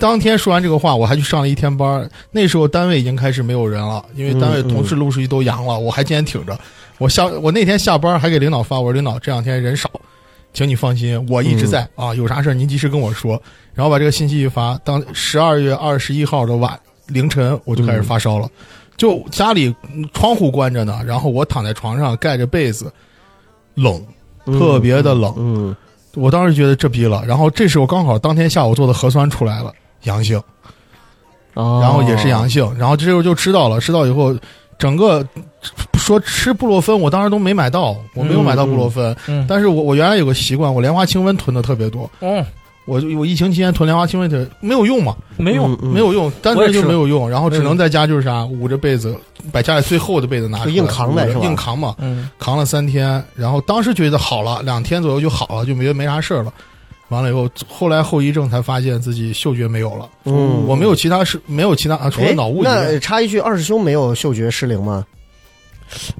[SPEAKER 6] 当天说完这个话，我还去上了一天班儿。那时候单位已经开始没有人了，因为单位同事陆续都阳了，我还坚挺着。我下我那天下班还给领导发，我说领导这两天人少，请你放心，我一直在、啊，有啥事儿您及时跟我说。然后把这个信息一发，当十二月二十一号的晚凌晨，我就开始发烧了，就家里嗯窗户关着呢，然后我躺在床上盖着被子，冷，特别的冷。
[SPEAKER 3] 嗯，
[SPEAKER 6] 我当时觉得这逼了，然后这时候刚好当天下午做的核酸出来了，阳性，然
[SPEAKER 3] 然
[SPEAKER 6] 后也是阳性，然后这时候就知道了，知道以后，整个说吃布洛芬，我当时都没买到，我没有买到布洛芬，
[SPEAKER 4] 嗯嗯
[SPEAKER 6] 但是我我原来有个习惯，我莲花清瘟囤的特别多，
[SPEAKER 4] 嗯，
[SPEAKER 6] 我我疫情期间囤莲花清瘟的没有用嘛，
[SPEAKER 4] 没
[SPEAKER 3] 嗯
[SPEAKER 4] 用，
[SPEAKER 6] 没有用，单
[SPEAKER 4] 我也
[SPEAKER 6] 纯就是没有用，然后只
[SPEAKER 4] 没有
[SPEAKER 6] 能在家就是啥，捂着被子，把家里最厚的被子拿出来，
[SPEAKER 3] 就硬扛呗
[SPEAKER 6] 捂着
[SPEAKER 3] 是吧
[SPEAKER 6] 硬扛嘛，
[SPEAKER 4] 嗯，
[SPEAKER 6] 扛了三天，然后当时觉得好了，两天左右就好了，就没没啥事儿了。完了以后，后来后遗症才发现自己嗅觉没有了，
[SPEAKER 3] 嗯
[SPEAKER 6] 我没有其他是没有其他啊，除了
[SPEAKER 3] 哎
[SPEAKER 6] 脑雾以外
[SPEAKER 3] 那，插一句，二师兄没有嗅觉失灵吗？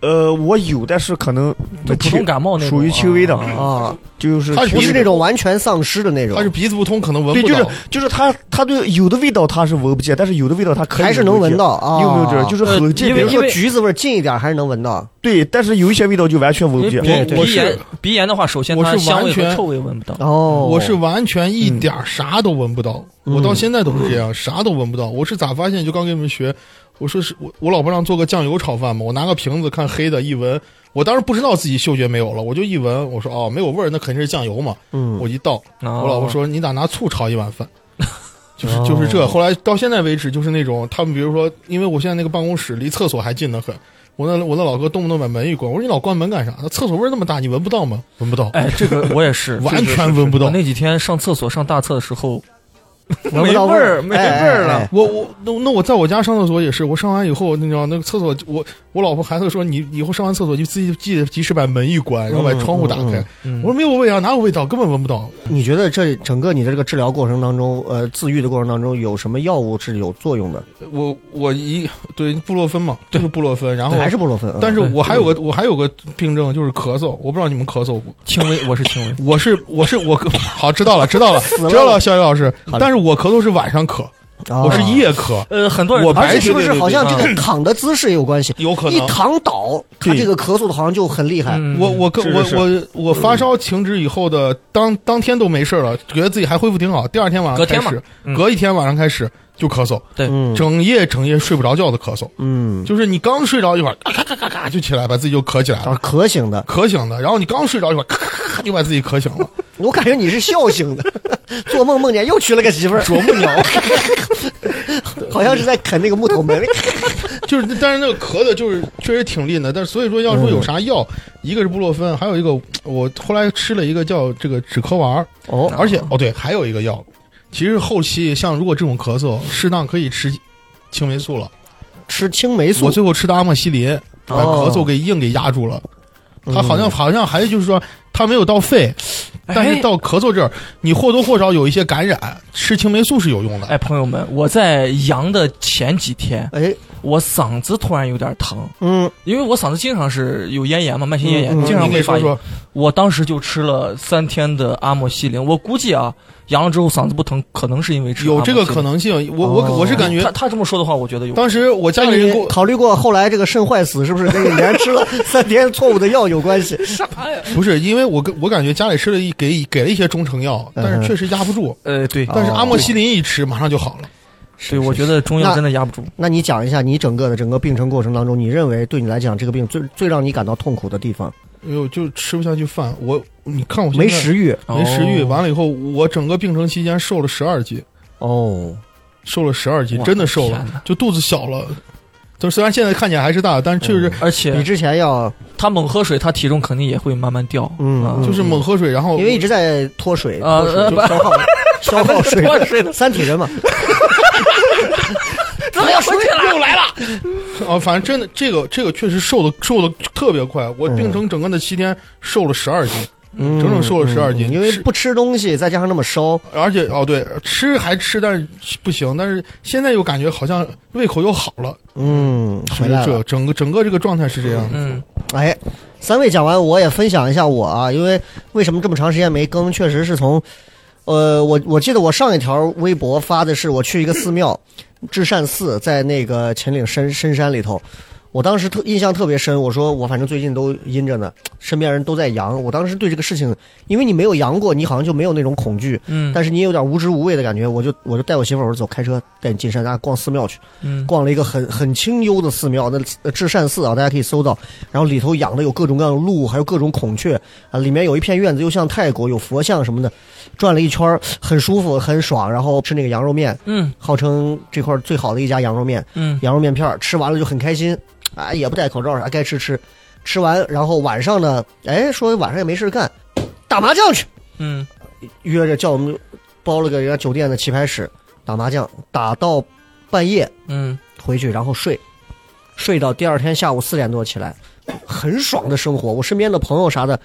[SPEAKER 5] 呃，我有，但是可能
[SPEAKER 4] 就普通感冒那种
[SPEAKER 5] 属于嗯轻微的
[SPEAKER 4] 啊
[SPEAKER 6] 嗯
[SPEAKER 3] 啊，
[SPEAKER 5] 就是
[SPEAKER 6] 他
[SPEAKER 3] 不
[SPEAKER 5] 轻微
[SPEAKER 3] 是
[SPEAKER 5] 的
[SPEAKER 3] 那种完全丧失的那种
[SPEAKER 6] 他是，鼻子不通，可能闻
[SPEAKER 5] 对，
[SPEAKER 6] 不
[SPEAKER 5] 就是
[SPEAKER 6] 到。
[SPEAKER 5] 就是它它对有的味道它是闻不见，但是有的味道它可以
[SPEAKER 3] 还是能闻到啊？
[SPEAKER 5] 你有没有觉得就是
[SPEAKER 4] 呃
[SPEAKER 5] 很近
[SPEAKER 4] 因
[SPEAKER 3] 比
[SPEAKER 4] 为
[SPEAKER 3] 如
[SPEAKER 5] 的？
[SPEAKER 3] 说橘子味儿近一点还是能闻到？
[SPEAKER 5] 对，但是有一些味道就完全
[SPEAKER 4] 因
[SPEAKER 5] 闻不
[SPEAKER 4] 为
[SPEAKER 5] 见。
[SPEAKER 4] 鼻
[SPEAKER 3] 对对
[SPEAKER 4] 鼻炎
[SPEAKER 6] 是
[SPEAKER 4] 鼻炎的话，首先
[SPEAKER 6] 我
[SPEAKER 4] 它
[SPEAKER 6] 是
[SPEAKER 4] 香味和
[SPEAKER 6] 完全
[SPEAKER 4] 臭味闻不到，
[SPEAKER 3] 哦，
[SPEAKER 6] 我是完全一点儿啥都闻不到，我到现在都是这样，啥都闻不到。我是咋发现？就刚跟你们学，我说是我我老婆让做个酱油炒饭嘛，我拿个瓶子看黑的，一闻，我当时不知道自己嗅觉没有了，我就一闻，我说哦没有味儿，那肯定是酱油嘛。
[SPEAKER 3] 嗯，
[SPEAKER 6] 我一倒，
[SPEAKER 4] 哦
[SPEAKER 6] 我老婆说你咋拿醋炒一碗饭？就是就是这，后来到现在为止，就是那种他们比如说，因为我现在那个办公室离厕所还近得很，我那我那老哥动不动把门一关，我说你老关门干啥？那厕所味儿那么大，你闻不到吗？闻不到，，
[SPEAKER 4] 哎，这个我也是
[SPEAKER 6] 完全闻不
[SPEAKER 4] 我
[SPEAKER 6] 到。
[SPEAKER 4] 那几天上厕所上大厕的时候，
[SPEAKER 3] 闻不
[SPEAKER 4] 没
[SPEAKER 3] 到
[SPEAKER 4] 味儿，
[SPEAKER 3] 儿，
[SPEAKER 4] 没味
[SPEAKER 3] 哎
[SPEAKER 4] 儿。
[SPEAKER 3] 哎
[SPEAKER 4] 了
[SPEAKER 3] 哎。
[SPEAKER 6] 我我那那我在我家上厕所也是，我上完以后，你知道那个厕所，我我老婆孩子说你以后上完厕所就自己记得及时把门一关，然后把窗户打开。
[SPEAKER 4] 嗯
[SPEAKER 6] 我说没有味啊，哪有味道，根本闻不到。
[SPEAKER 3] 你觉得这整个你的这个治疗过程当中，呃，自愈的过程当中，有什么药物是有作用的？
[SPEAKER 6] 我我一对布洛芬嘛，就是布洛芬，然后
[SPEAKER 3] 还是布洛芬？嗯
[SPEAKER 6] 但是我还有个我还有个病症就是咳嗽，我不知道你们咳嗽不？
[SPEAKER 4] 轻微，我是轻微。
[SPEAKER 6] 我是我是我咳好知道了知道了知道了，逍遥老师
[SPEAKER 3] 了，
[SPEAKER 6] 但是我咳嗽是晚上咳，我是夜科，
[SPEAKER 4] 呃，很多人
[SPEAKER 6] 我
[SPEAKER 3] 而
[SPEAKER 6] 白
[SPEAKER 3] 且是不
[SPEAKER 6] 对
[SPEAKER 3] 是
[SPEAKER 6] 对对
[SPEAKER 3] 好啊像这
[SPEAKER 6] 对
[SPEAKER 3] 个躺的姿势也有关系？
[SPEAKER 6] 有可
[SPEAKER 3] 一
[SPEAKER 6] 能。
[SPEAKER 3] 躺倒，他
[SPEAKER 5] 对
[SPEAKER 3] 这个咳嗽的好像就很厉害。
[SPEAKER 4] 嗯
[SPEAKER 6] 我我跟
[SPEAKER 5] 是
[SPEAKER 6] 我
[SPEAKER 5] 是
[SPEAKER 6] 我我发烧停止以后的当当天都没事了，觉得自己还恢复挺好。第二天晚上
[SPEAKER 4] 隔
[SPEAKER 6] 开
[SPEAKER 4] 天嘛
[SPEAKER 6] 始，
[SPEAKER 4] 嗯
[SPEAKER 6] 隔一天晚上开始就咳嗽，
[SPEAKER 3] 嗯
[SPEAKER 6] 整夜整夜睡不着觉的咳嗽，
[SPEAKER 3] 嗯，
[SPEAKER 6] 就是你刚睡着一会儿，咔咔咔咔咔就起来，把自己就咳起来
[SPEAKER 3] 啊
[SPEAKER 6] 了，，
[SPEAKER 3] 咳醒的，
[SPEAKER 6] 咳醒的。然后你刚睡着一会儿，咔咔咔咔就把自己咳醒 了。
[SPEAKER 3] 我感觉你是笑醒的， 做梦梦见又娶了个媳妇儿，啄木鸟，好像是在啃那个木头门。
[SPEAKER 6] 就是，但是那个咳的，就是确实挺厉害的。但是所以说，要说有啥药，一个是布洛芬，还有一个我后来吃了一个叫这个止咳丸儿，
[SPEAKER 3] 哦
[SPEAKER 6] 而且哦对，还有一个药，其实后期像如果这种咳嗽，适当可以吃青霉素了。
[SPEAKER 3] 吃青霉
[SPEAKER 6] 我
[SPEAKER 3] 素，
[SPEAKER 6] 最后吃的阿莫西林，把
[SPEAKER 3] 哦
[SPEAKER 6] 咳嗽给硬给压住了。它好像好像还就是说，它没有到肺，
[SPEAKER 4] 哎
[SPEAKER 6] 但是到咳嗽这儿，你或多或少有一些感染，吃青霉素是有用的。
[SPEAKER 4] 哎，朋友们，我在阳的前几天，
[SPEAKER 3] 哎，
[SPEAKER 4] 我嗓子突然有点疼，
[SPEAKER 3] 嗯，
[SPEAKER 4] 因为我嗓子经常是有咽炎嘛，慢性咽炎，
[SPEAKER 3] 嗯嗯
[SPEAKER 4] 经常
[SPEAKER 6] 你可
[SPEAKER 4] 会
[SPEAKER 6] 以
[SPEAKER 4] 发
[SPEAKER 6] 说
[SPEAKER 4] 炎。
[SPEAKER 6] 说，
[SPEAKER 4] 我当时就吃了三天的阿莫西林，我估计啊，阳了之后嗓子不疼，可能是因为吃
[SPEAKER 6] 有这个可
[SPEAKER 4] 能。
[SPEAKER 6] 能性。我我我是感觉
[SPEAKER 4] 他他这么说的话，我觉得有。
[SPEAKER 6] 当时我家
[SPEAKER 3] 那
[SPEAKER 6] 里人给
[SPEAKER 3] 你
[SPEAKER 6] 我，
[SPEAKER 3] 考虑过后来这个肾坏死是不是跟你连吃了三天错误的药有关系？
[SPEAKER 6] 不是因为我跟我感觉家里吃了一给给了一些中成药，
[SPEAKER 3] 嗯哼
[SPEAKER 6] 但是确实压不住。
[SPEAKER 4] 呃，对，
[SPEAKER 3] 哦
[SPEAKER 6] 但是阿莫西林一吃，马上就好了。
[SPEAKER 4] 对，我觉得中药真的压不住。
[SPEAKER 3] 那你讲一下你整个的整个病程过程当中，你认为对你来讲这个病最最让你感到痛苦的地方？
[SPEAKER 6] 哎呦，就吃不下去饭。我你看我现在
[SPEAKER 3] 没食欲
[SPEAKER 6] 没食欲，
[SPEAKER 4] 哦
[SPEAKER 6] 完了以后，我整个病程期间瘦了十二斤，
[SPEAKER 3] 哦，
[SPEAKER 6] 瘦了十二斤，
[SPEAKER 4] 哇
[SPEAKER 6] 真的瘦
[SPEAKER 4] 天哪
[SPEAKER 6] 了，就肚子小了。就虽然现在看起来还是大，但是确实
[SPEAKER 4] 而
[SPEAKER 3] 你
[SPEAKER 4] 且
[SPEAKER 3] 之前要
[SPEAKER 4] 他猛喝水，他体重肯定也会慢慢掉。
[SPEAKER 3] 嗯
[SPEAKER 4] 啊
[SPEAKER 3] 嗯
[SPEAKER 6] 就是猛喝水，然后
[SPEAKER 3] 因为一直在脱水，
[SPEAKER 4] 呃
[SPEAKER 3] 脱水就
[SPEAKER 4] 呃
[SPEAKER 3] 消耗消耗水
[SPEAKER 4] 脱水
[SPEAKER 3] 分，
[SPEAKER 4] 的
[SPEAKER 3] 三体人嘛，
[SPEAKER 4] 怎么要出去了？又来了。
[SPEAKER 6] 啊，反正真的这个这个确实瘦的瘦的特别快。
[SPEAKER 3] 嗯
[SPEAKER 6] 我病程整个的七天瘦了十二斤，
[SPEAKER 3] 整
[SPEAKER 6] 整整瘦了12斤
[SPEAKER 3] 嗯因为
[SPEAKER 6] 吃
[SPEAKER 3] 不吃东西，再加上那么烧，
[SPEAKER 6] 而且哦对，吃还吃，但是不行。但是现在又感觉好像胃口又好了，
[SPEAKER 3] 嗯，
[SPEAKER 6] 是
[SPEAKER 3] 回来了
[SPEAKER 6] 这。整个整个这个状态是这样的。
[SPEAKER 4] 嗯，
[SPEAKER 3] 哎，三位讲完，我也分享一下我啊，因为为什么这么长时间没更，确实是从，呃，我我记得我上一条微博发的是我去一个寺庙，至善寺，在那个秦岭深深山里头。我当时特印象特别深，我说我反正最近都阴着呢，身边人都在阳，我当时对这个事情，因为你没有阳过，你好像就没有那种恐惧，
[SPEAKER 4] 嗯
[SPEAKER 3] 但是你也有点无知无畏的感觉，我就我就带我媳妇儿，我说走，开车带你进山，咱啊俩逛寺庙去。
[SPEAKER 4] 嗯，
[SPEAKER 3] 逛了一个很很清幽的寺庙，那呃至善寺啊，大家可以搜到。然后里头养的有各种各样的鹿，还有各种孔雀啊。里面有一片院子，又像泰国，有佛像什么的。转了一圈儿，很舒服，很爽。然后吃那个羊肉面，
[SPEAKER 4] 嗯
[SPEAKER 3] 号称这块儿最好的一家羊肉面，
[SPEAKER 4] 嗯
[SPEAKER 3] 羊肉面片儿吃完了就很开心，啊，也不戴口罩啥，该吃吃。吃完，然后晚上呢，哎，说晚上也没事干，打麻将去。
[SPEAKER 4] 嗯，
[SPEAKER 3] 约着叫我们包了个人家酒店的棋牌室打麻将，打到半夜。
[SPEAKER 4] 嗯，
[SPEAKER 3] 回去然后睡，睡到第二天下午四点多起来，很爽的生活。我身边的朋友啥的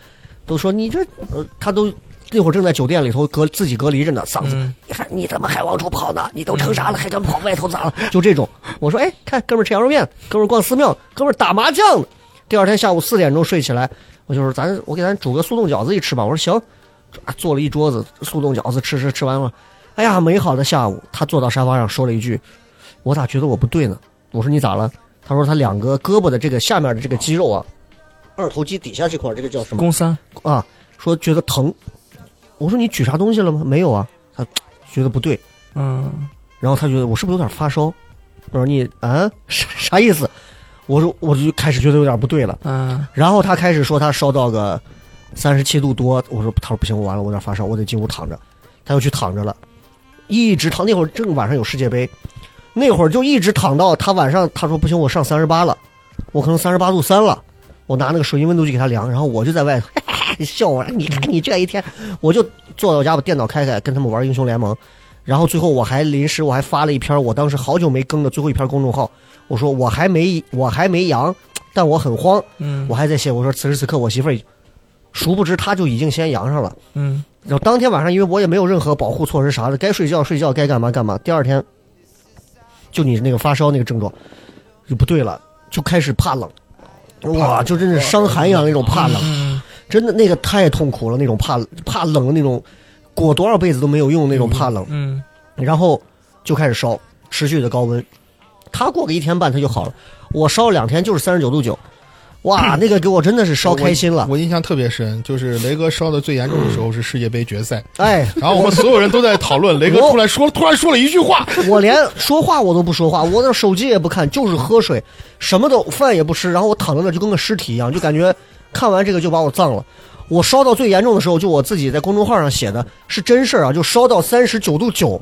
[SPEAKER 3] 都说你这，呃，他都那会儿正在酒店里头隔自己隔离着呢，嗓子，
[SPEAKER 4] 嗯
[SPEAKER 3] 你看你怎么还往出跑呢？你都成啥了，还想跑外头咋了？就这种，我说哎，看哥们儿吃羊肉面，哥们儿逛寺庙，哥们儿打麻将呢。第二天下午四点钟睡起来，我就说咱我给咱煮个速冻饺子一吃吧。我说行，啊做了一桌子速冻饺子吃吃吃完了，哎呀，美好的下午。他坐到沙发上说了一句：“我咋觉得我不对呢？”我说：“你咋了？”他说：“他两个胳膊的这个下面的这个肌肉啊，二头肌底下这块儿这个叫什么
[SPEAKER 4] 宫嗯三，
[SPEAKER 3] 啊？说觉得疼。”我说：“你举啥东西了吗？”没有啊。他觉得不对，
[SPEAKER 4] 嗯
[SPEAKER 3] 然后他觉得我是不是有点发烧？我说：“你啊，啥啥意思？”我说：“我就开始觉得有点不对了。”
[SPEAKER 4] 嗯
[SPEAKER 3] 然后他开始说他烧到个三十七度多，我说他说不行，我完了，我有点发烧，我得进屋躺着。他又去躺着了，一直躺。那会儿正晚上有世界杯，那会儿就一直躺到他晚上，他说不行，我上三十八了，我可能三十八度三了。我拿那个水银温度计给他量，然后我就在外 头笑我，你看你这一天，我就坐到我家把电脑开开，跟他们玩英雄联盟。然后最后我还临时我还发了一篇我当时好久没更的最后一篇公众号，我说我还没我还没阳，但我很慌，
[SPEAKER 4] 嗯
[SPEAKER 3] 我还在写，我说此时此刻我媳妇儿已，殊不知她就已经先阳上了。
[SPEAKER 4] 嗯
[SPEAKER 3] 然后当天晚上，因为我也没有任何保护措施啥的，该睡觉睡觉，该干嘛干嘛。第二天，就你那个发烧那个症状，就不对了，就开始怕冷，哇，就真是伤寒一样那种怕冷，
[SPEAKER 4] 嗯，
[SPEAKER 3] 真的那个太痛苦了，那种怕怕冷的那种，裹多少被子都没有用那种怕冷。
[SPEAKER 4] 嗯
[SPEAKER 3] 然后就开始烧，持续的高温。他过个一天半他就好了，我烧了两天就是三十九度九， 哇，那个给我真的是烧开心了
[SPEAKER 6] 我。。我印象特别深，就是雷哥烧的最严重的时候是世界杯 决赛，
[SPEAKER 3] 哎，
[SPEAKER 6] 然后我们所有人都在讨论，雷哥出来说，突然说了一句 话，
[SPEAKER 3] 我连说话我都不说话，我那手机也不看，就是喝水，什么都饭也不吃，然后我躺在那儿就跟个尸体一样，就感觉看完这个就把我葬了。我烧到最严重的时候，就我自己在公众号上写的是真事儿啊，就烧到三十九度九。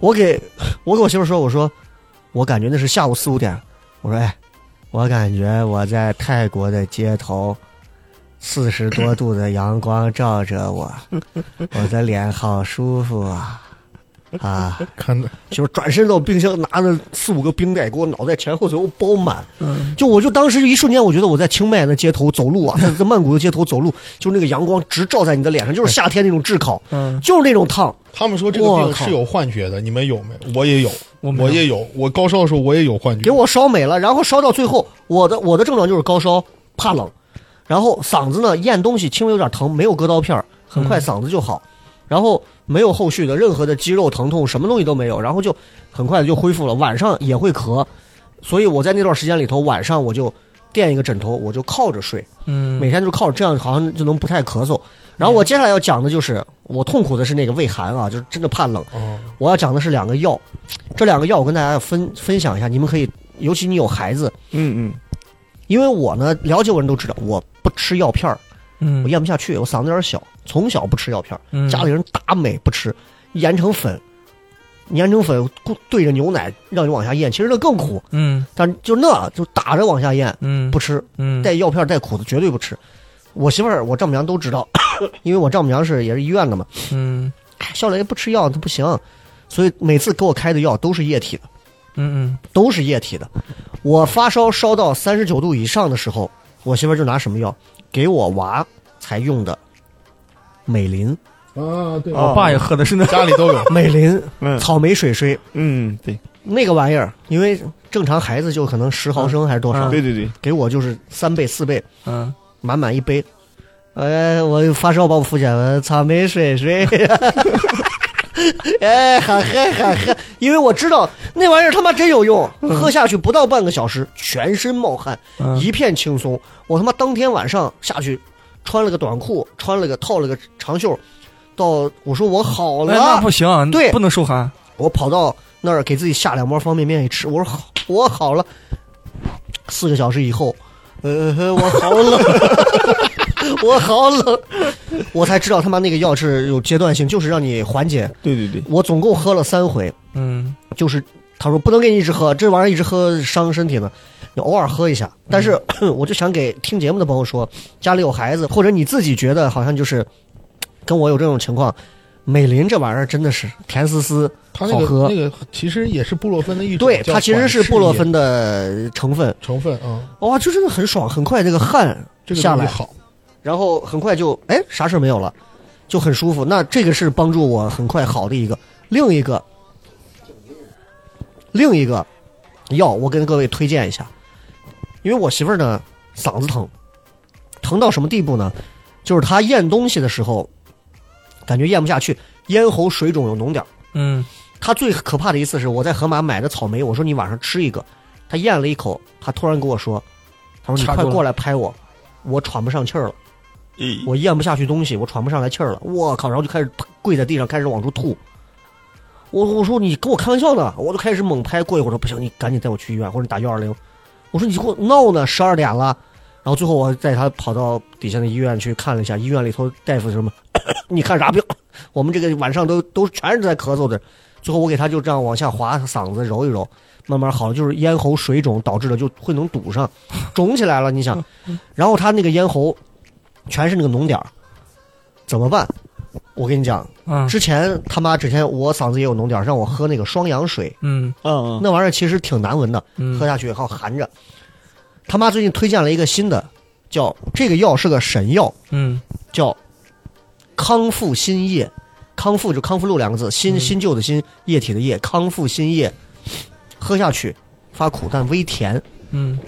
[SPEAKER 3] 我给我给我媳妇儿说，我说我感觉那是下午四五点，我说哎，我感觉我在泰国的街头，四十多度的阳光照着我，我的脸好舒服啊啊！
[SPEAKER 6] 看的
[SPEAKER 3] 就是转身到冰箱拿着四五个冰袋，给我脑袋前后左右包满。就我就当时一瞬间，我觉得我在清迈那街头走路啊，在在曼谷的街头走路，就是那个阳光直照在你的脸上，就是夏天那种炙烤，
[SPEAKER 4] 嗯
[SPEAKER 3] 就是那种烫。
[SPEAKER 6] 他们说这个
[SPEAKER 3] 我
[SPEAKER 6] 病
[SPEAKER 3] 靠
[SPEAKER 6] 是有幻觉的，你们有没有？我也有，
[SPEAKER 4] 我没有
[SPEAKER 6] 我也有，我高烧的时候我也有幻觉。
[SPEAKER 3] 给我烧没了，然后烧到最后，我的我的症状就是高烧、怕冷，然后嗓子呢咽东西轻微有点疼，没有割刀片儿，很快嗓子就好，然后没有后续的任何的肌肉疼痛，什么东西都没有，然后就很快就恢复了。晚上也会咳，所以我在那段时间里头，晚上我就垫一个枕头，我就靠着睡，
[SPEAKER 4] 嗯
[SPEAKER 3] 每天就靠着，这样好像就能不太咳嗽。然后我接下来要讲的就是，我痛苦的是那个畏寒啊，就是真的怕冷。
[SPEAKER 6] 哦，
[SPEAKER 3] 我要讲的是两个药，这两个药我跟大家分分享一下，你们可以，尤其你有孩子，
[SPEAKER 5] 嗯嗯，
[SPEAKER 3] 因为我呢了解我人都知道，我不吃药片儿，我
[SPEAKER 4] 嗯
[SPEAKER 3] 咽不下去，我嗓子有点小，从小不吃药片儿，
[SPEAKER 4] 嗯，
[SPEAKER 3] 家里人打美不吃，研成粉，研成粉固兑着牛奶让你往下咽，其实那更苦，
[SPEAKER 4] 嗯
[SPEAKER 3] 但就那就打着往下咽，
[SPEAKER 4] 嗯
[SPEAKER 3] 不吃，
[SPEAKER 4] 嗯
[SPEAKER 3] 带药片儿带苦的绝对不吃。我媳妇儿我丈母娘都知道， 因为我丈母娘是也是医院的嘛，哎
[SPEAKER 4] 嗯
[SPEAKER 3] 笑雷不吃药她不行，所以每次给我开的药都是液体的。
[SPEAKER 4] 嗯
[SPEAKER 3] 都是液体的。我发烧烧到三十九度以上的时候，我媳妇儿就拿什么药给我娃才用的美林，
[SPEAKER 6] 啊，对，
[SPEAKER 4] 嗯，
[SPEAKER 5] 哦
[SPEAKER 4] 爸也喝的是 那，
[SPEAKER 6] 家里都有。
[SPEAKER 3] 美林
[SPEAKER 5] 嗯
[SPEAKER 3] 草莓水水
[SPEAKER 5] 嗯，对
[SPEAKER 3] 那个玩意儿，因为正常孩子就可能十毫升还是多少，
[SPEAKER 5] 对对对，
[SPEAKER 3] 给我就是三倍四倍，
[SPEAKER 4] 嗯
[SPEAKER 3] 满满一杯。哎，我发烧把我扶起来了，草莓水 水。哎，哈嘿哈嘿，因为我知道那玩意儿他妈真有用，喝下去不到半个小时，全身冒汗，
[SPEAKER 4] 嗯
[SPEAKER 3] 一片轻松。我他妈当天晚上下去，穿了个短裤，穿了个套了个长袖，到我说我好
[SPEAKER 4] 哎那
[SPEAKER 3] 了
[SPEAKER 4] 不，行，
[SPEAKER 3] 对
[SPEAKER 4] 不能受寒。
[SPEAKER 3] 我跑到那儿给自己下两包方便面一吃，我说好，我好了。四个小时以后，呃，我好冷，我好冷， 我才知道他妈那个药是有阶段性，就是让你缓解。
[SPEAKER 5] 对对对，
[SPEAKER 3] 我总共喝了三回，
[SPEAKER 4] 嗯
[SPEAKER 3] 就是他说不能给你一直喝，这玩意儿一直喝伤身体的，你偶尔喝一下。但是、
[SPEAKER 6] 嗯
[SPEAKER 3] 我就想给听节目的朋友说，家里有孩子，或者你自己觉得好像就是跟我有这种情况，美林这玩意儿真的是甜丝丝，
[SPEAKER 6] 它
[SPEAKER 3] 好
[SPEAKER 6] 那
[SPEAKER 3] 喝
[SPEAKER 6] 个那个其实也是布洛芬的一种，
[SPEAKER 3] 对，
[SPEAKER 6] 叫
[SPEAKER 3] 它其实是
[SPEAKER 6] 缓释
[SPEAKER 3] 布洛
[SPEAKER 6] 液
[SPEAKER 3] 芬的成分。
[SPEAKER 6] 成分啊，
[SPEAKER 3] 哇，就真的很爽，很快这个汗
[SPEAKER 6] 这个
[SPEAKER 3] 下
[SPEAKER 6] 东西
[SPEAKER 3] 来，
[SPEAKER 6] 好。
[SPEAKER 3] 然后很快就哎啥事儿没有了，就很舒服。那这个是帮助我很快好的一个。另一个，另一个药我跟各位推荐一下，因为我媳妇儿呢嗓子疼，疼到什么地步呢？就是她咽东西的时候，感觉咽不下去，咽喉水肿有脓点儿。
[SPEAKER 4] 嗯
[SPEAKER 3] 他最可怕的一次是我在河马买的草莓，我说你晚上吃一个，他咽了一口，他突然跟我说，他说你
[SPEAKER 4] 掐住
[SPEAKER 3] 快
[SPEAKER 4] 了
[SPEAKER 3] 过来拍我，我喘不上气儿了，
[SPEAKER 5] 咦
[SPEAKER 3] 我咽不下去东西，我喘不上来气儿了，我靠，然后就开始跪在地上开始往出吐。我我说你跟我开玩笑呢，我就开始猛拍。过一会儿说不行，你赶紧带我去医院，或者你打幺二零。我说你给我闹呢，十二点了。然后最后我带他跑到底下的医院去看了一下，医院里头大夫什么， 你看啥病？ 我们这个晚上都都全是在咳嗽的。最后我给他就这样往下滑嗓子揉一揉，慢慢好了，就是咽喉水肿导致的，就会能堵上，肿起来了。你想，然后他那个咽喉全是那个脓点儿，怎么办？我跟你讲，
[SPEAKER 4] 啊
[SPEAKER 3] 之前他妈之前我嗓子也有脓点儿，让我喝那个双氧水，
[SPEAKER 4] 嗯
[SPEAKER 5] 嗯嗯，
[SPEAKER 3] 那玩意儿其实挺难闻的，
[SPEAKER 4] 嗯，
[SPEAKER 3] 喝下去以后含着。他妈最近推荐了一个新的，叫这个药是个神药，
[SPEAKER 4] 嗯
[SPEAKER 3] 叫康复新液，康复就康复露两个字，新
[SPEAKER 4] 嗯
[SPEAKER 3] 新旧的新，液体的液，康复新液，喝下去发苦但微甜，
[SPEAKER 4] 嗯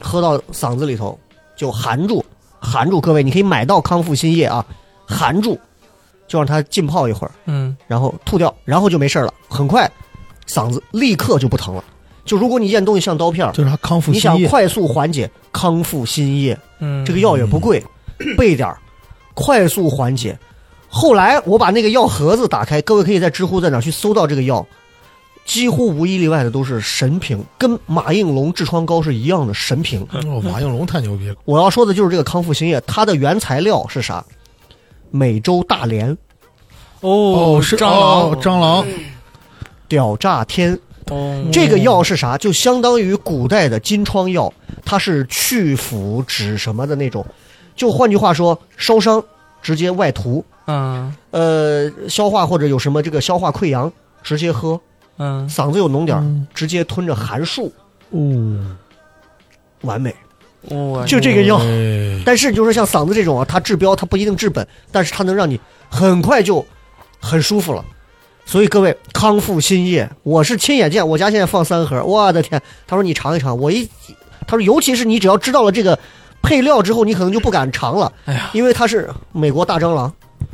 [SPEAKER 3] 喝到嗓子里头就含住，含住，各位你可以买到康复新液啊，含住，就让它浸泡一会儿，
[SPEAKER 4] 嗯
[SPEAKER 3] 然后吐掉，然后就没事儿了，很快嗓子立刻就不疼了。就如果你咽东西像刀片儿，
[SPEAKER 6] 就是他康复
[SPEAKER 3] 你
[SPEAKER 6] 新
[SPEAKER 3] 想
[SPEAKER 6] 液，
[SPEAKER 3] 快速缓解，康复新液，
[SPEAKER 4] 嗯，
[SPEAKER 3] 这个药也不贵，备点儿，快速缓解。后来我把那个药盒子打开，各位可以在知乎在哪儿去搜到这个药，几乎无一例外的都是神平，跟马应龙痔疮膏是一样的神平。
[SPEAKER 6] 哦马应龙太牛逼了，
[SPEAKER 3] 我要说的就是这个康复新液，它的原材料是啥？美洲大蠊、
[SPEAKER 4] 哦
[SPEAKER 6] 是
[SPEAKER 4] 蟑
[SPEAKER 6] 哦
[SPEAKER 4] 螂，
[SPEAKER 6] 蟑螂，
[SPEAKER 3] 屌炸天，
[SPEAKER 4] 哦
[SPEAKER 3] 这个药是啥？就相当于古代的金疮药，它是去腐止什么的那种。就换句话说，烧伤直接外涂，
[SPEAKER 4] 嗯
[SPEAKER 3] 呃，消化或者有什么这个消化溃疡直接喝，
[SPEAKER 4] 嗯，
[SPEAKER 3] 嗓子有脓点儿直接吞着含漱，
[SPEAKER 6] 哦，
[SPEAKER 3] 完美。
[SPEAKER 4] 我
[SPEAKER 3] 就这个药，
[SPEAKER 4] 嗯
[SPEAKER 6] 哎
[SPEAKER 3] 但是就是像嗓子这种啊，它治标它不一定治本，但是它能让你很快就很舒服了。所以各位，康复新液，我是亲眼见，我家现在放三盒，我的天！他说你尝一尝，我一，他说尤其是你只要知道了这个配料之后，你可能就不敢尝了，
[SPEAKER 4] 哎呀，
[SPEAKER 3] 因为它是美国大蟑 螂，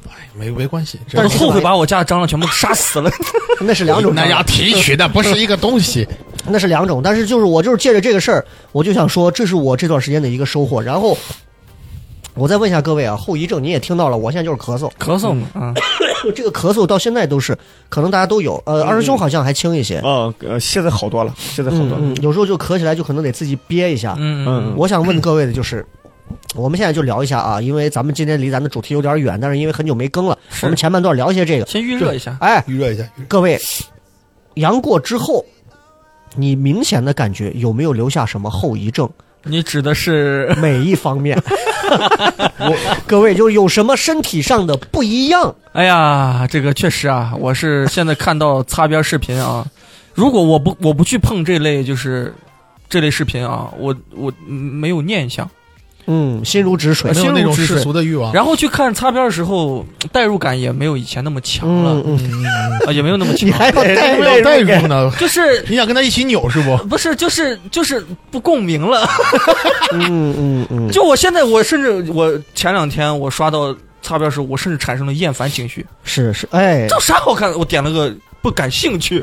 [SPEAKER 6] 哎没没关系，
[SPEAKER 3] 但
[SPEAKER 4] 我
[SPEAKER 3] 是
[SPEAKER 4] 都
[SPEAKER 6] 这
[SPEAKER 4] 后悔把我家的蟑螂全部杀死了。
[SPEAKER 3] 那是两种蟑
[SPEAKER 6] 那
[SPEAKER 3] 螂
[SPEAKER 6] 要，提取的不是一个东西，
[SPEAKER 3] 那是两种。但是就是我就是借着这个事儿，我就想说，这是我这段时间的一个收获。然后我再问一下各位啊，后遗症你也听到了，我现在就是咳嗽，
[SPEAKER 4] 咳嗽嘛，嗯，
[SPEAKER 3] 这个咳嗽到现在都是，可能大家都有。呃，二师兄好像还轻一些，
[SPEAKER 5] 啊、呃，现在好多了，现在好
[SPEAKER 3] 嗯
[SPEAKER 5] 多了。
[SPEAKER 3] 嗯，有时候就咳起来就可能得自己憋一下。
[SPEAKER 4] 嗯
[SPEAKER 5] 嗯
[SPEAKER 3] 我想问各位的就是，我们现在就聊一下啊，因为咱们今天离咱的主题有点远，但是因为很久没更了，
[SPEAKER 4] 是嗯
[SPEAKER 3] 我们前半段聊一些这个。
[SPEAKER 4] 先预热一下。
[SPEAKER 3] 哎，
[SPEAKER 6] 预热一下，预热
[SPEAKER 3] 各位，阳过之后，你明显的感觉有没有留下什么后遗症？
[SPEAKER 4] 你指的是
[SPEAKER 3] 每一方面，我各位就有什么身体上的不一样？
[SPEAKER 4] 哎呀，这个确实啊，我是现在看到擦边视频啊，如果我不我不去碰这类就是这类视频啊，我我嗯没有念想，
[SPEAKER 3] 嗯，心如止水
[SPEAKER 6] 没。有那种世
[SPEAKER 4] 水
[SPEAKER 6] 俗的欲望，
[SPEAKER 4] 然后去看擦边的时候，代入感也没有以前那么强了
[SPEAKER 3] 嗯，嗯，
[SPEAKER 4] 啊，也没有那么强
[SPEAKER 3] 你，还要带
[SPEAKER 6] 哎
[SPEAKER 3] 入
[SPEAKER 6] 没有代入呢，
[SPEAKER 4] 就是
[SPEAKER 6] 你想跟他一起 扭是不？
[SPEAKER 4] 不是就是就是不共鸣了。
[SPEAKER 3] 嗯嗯嗯，
[SPEAKER 4] 就我现在，我甚至我前两天我刷到擦边时候，我甚至产生了厌烦情绪，
[SPEAKER 3] 是是，哎
[SPEAKER 4] 这，有啥好看的？我点了个不感兴趣，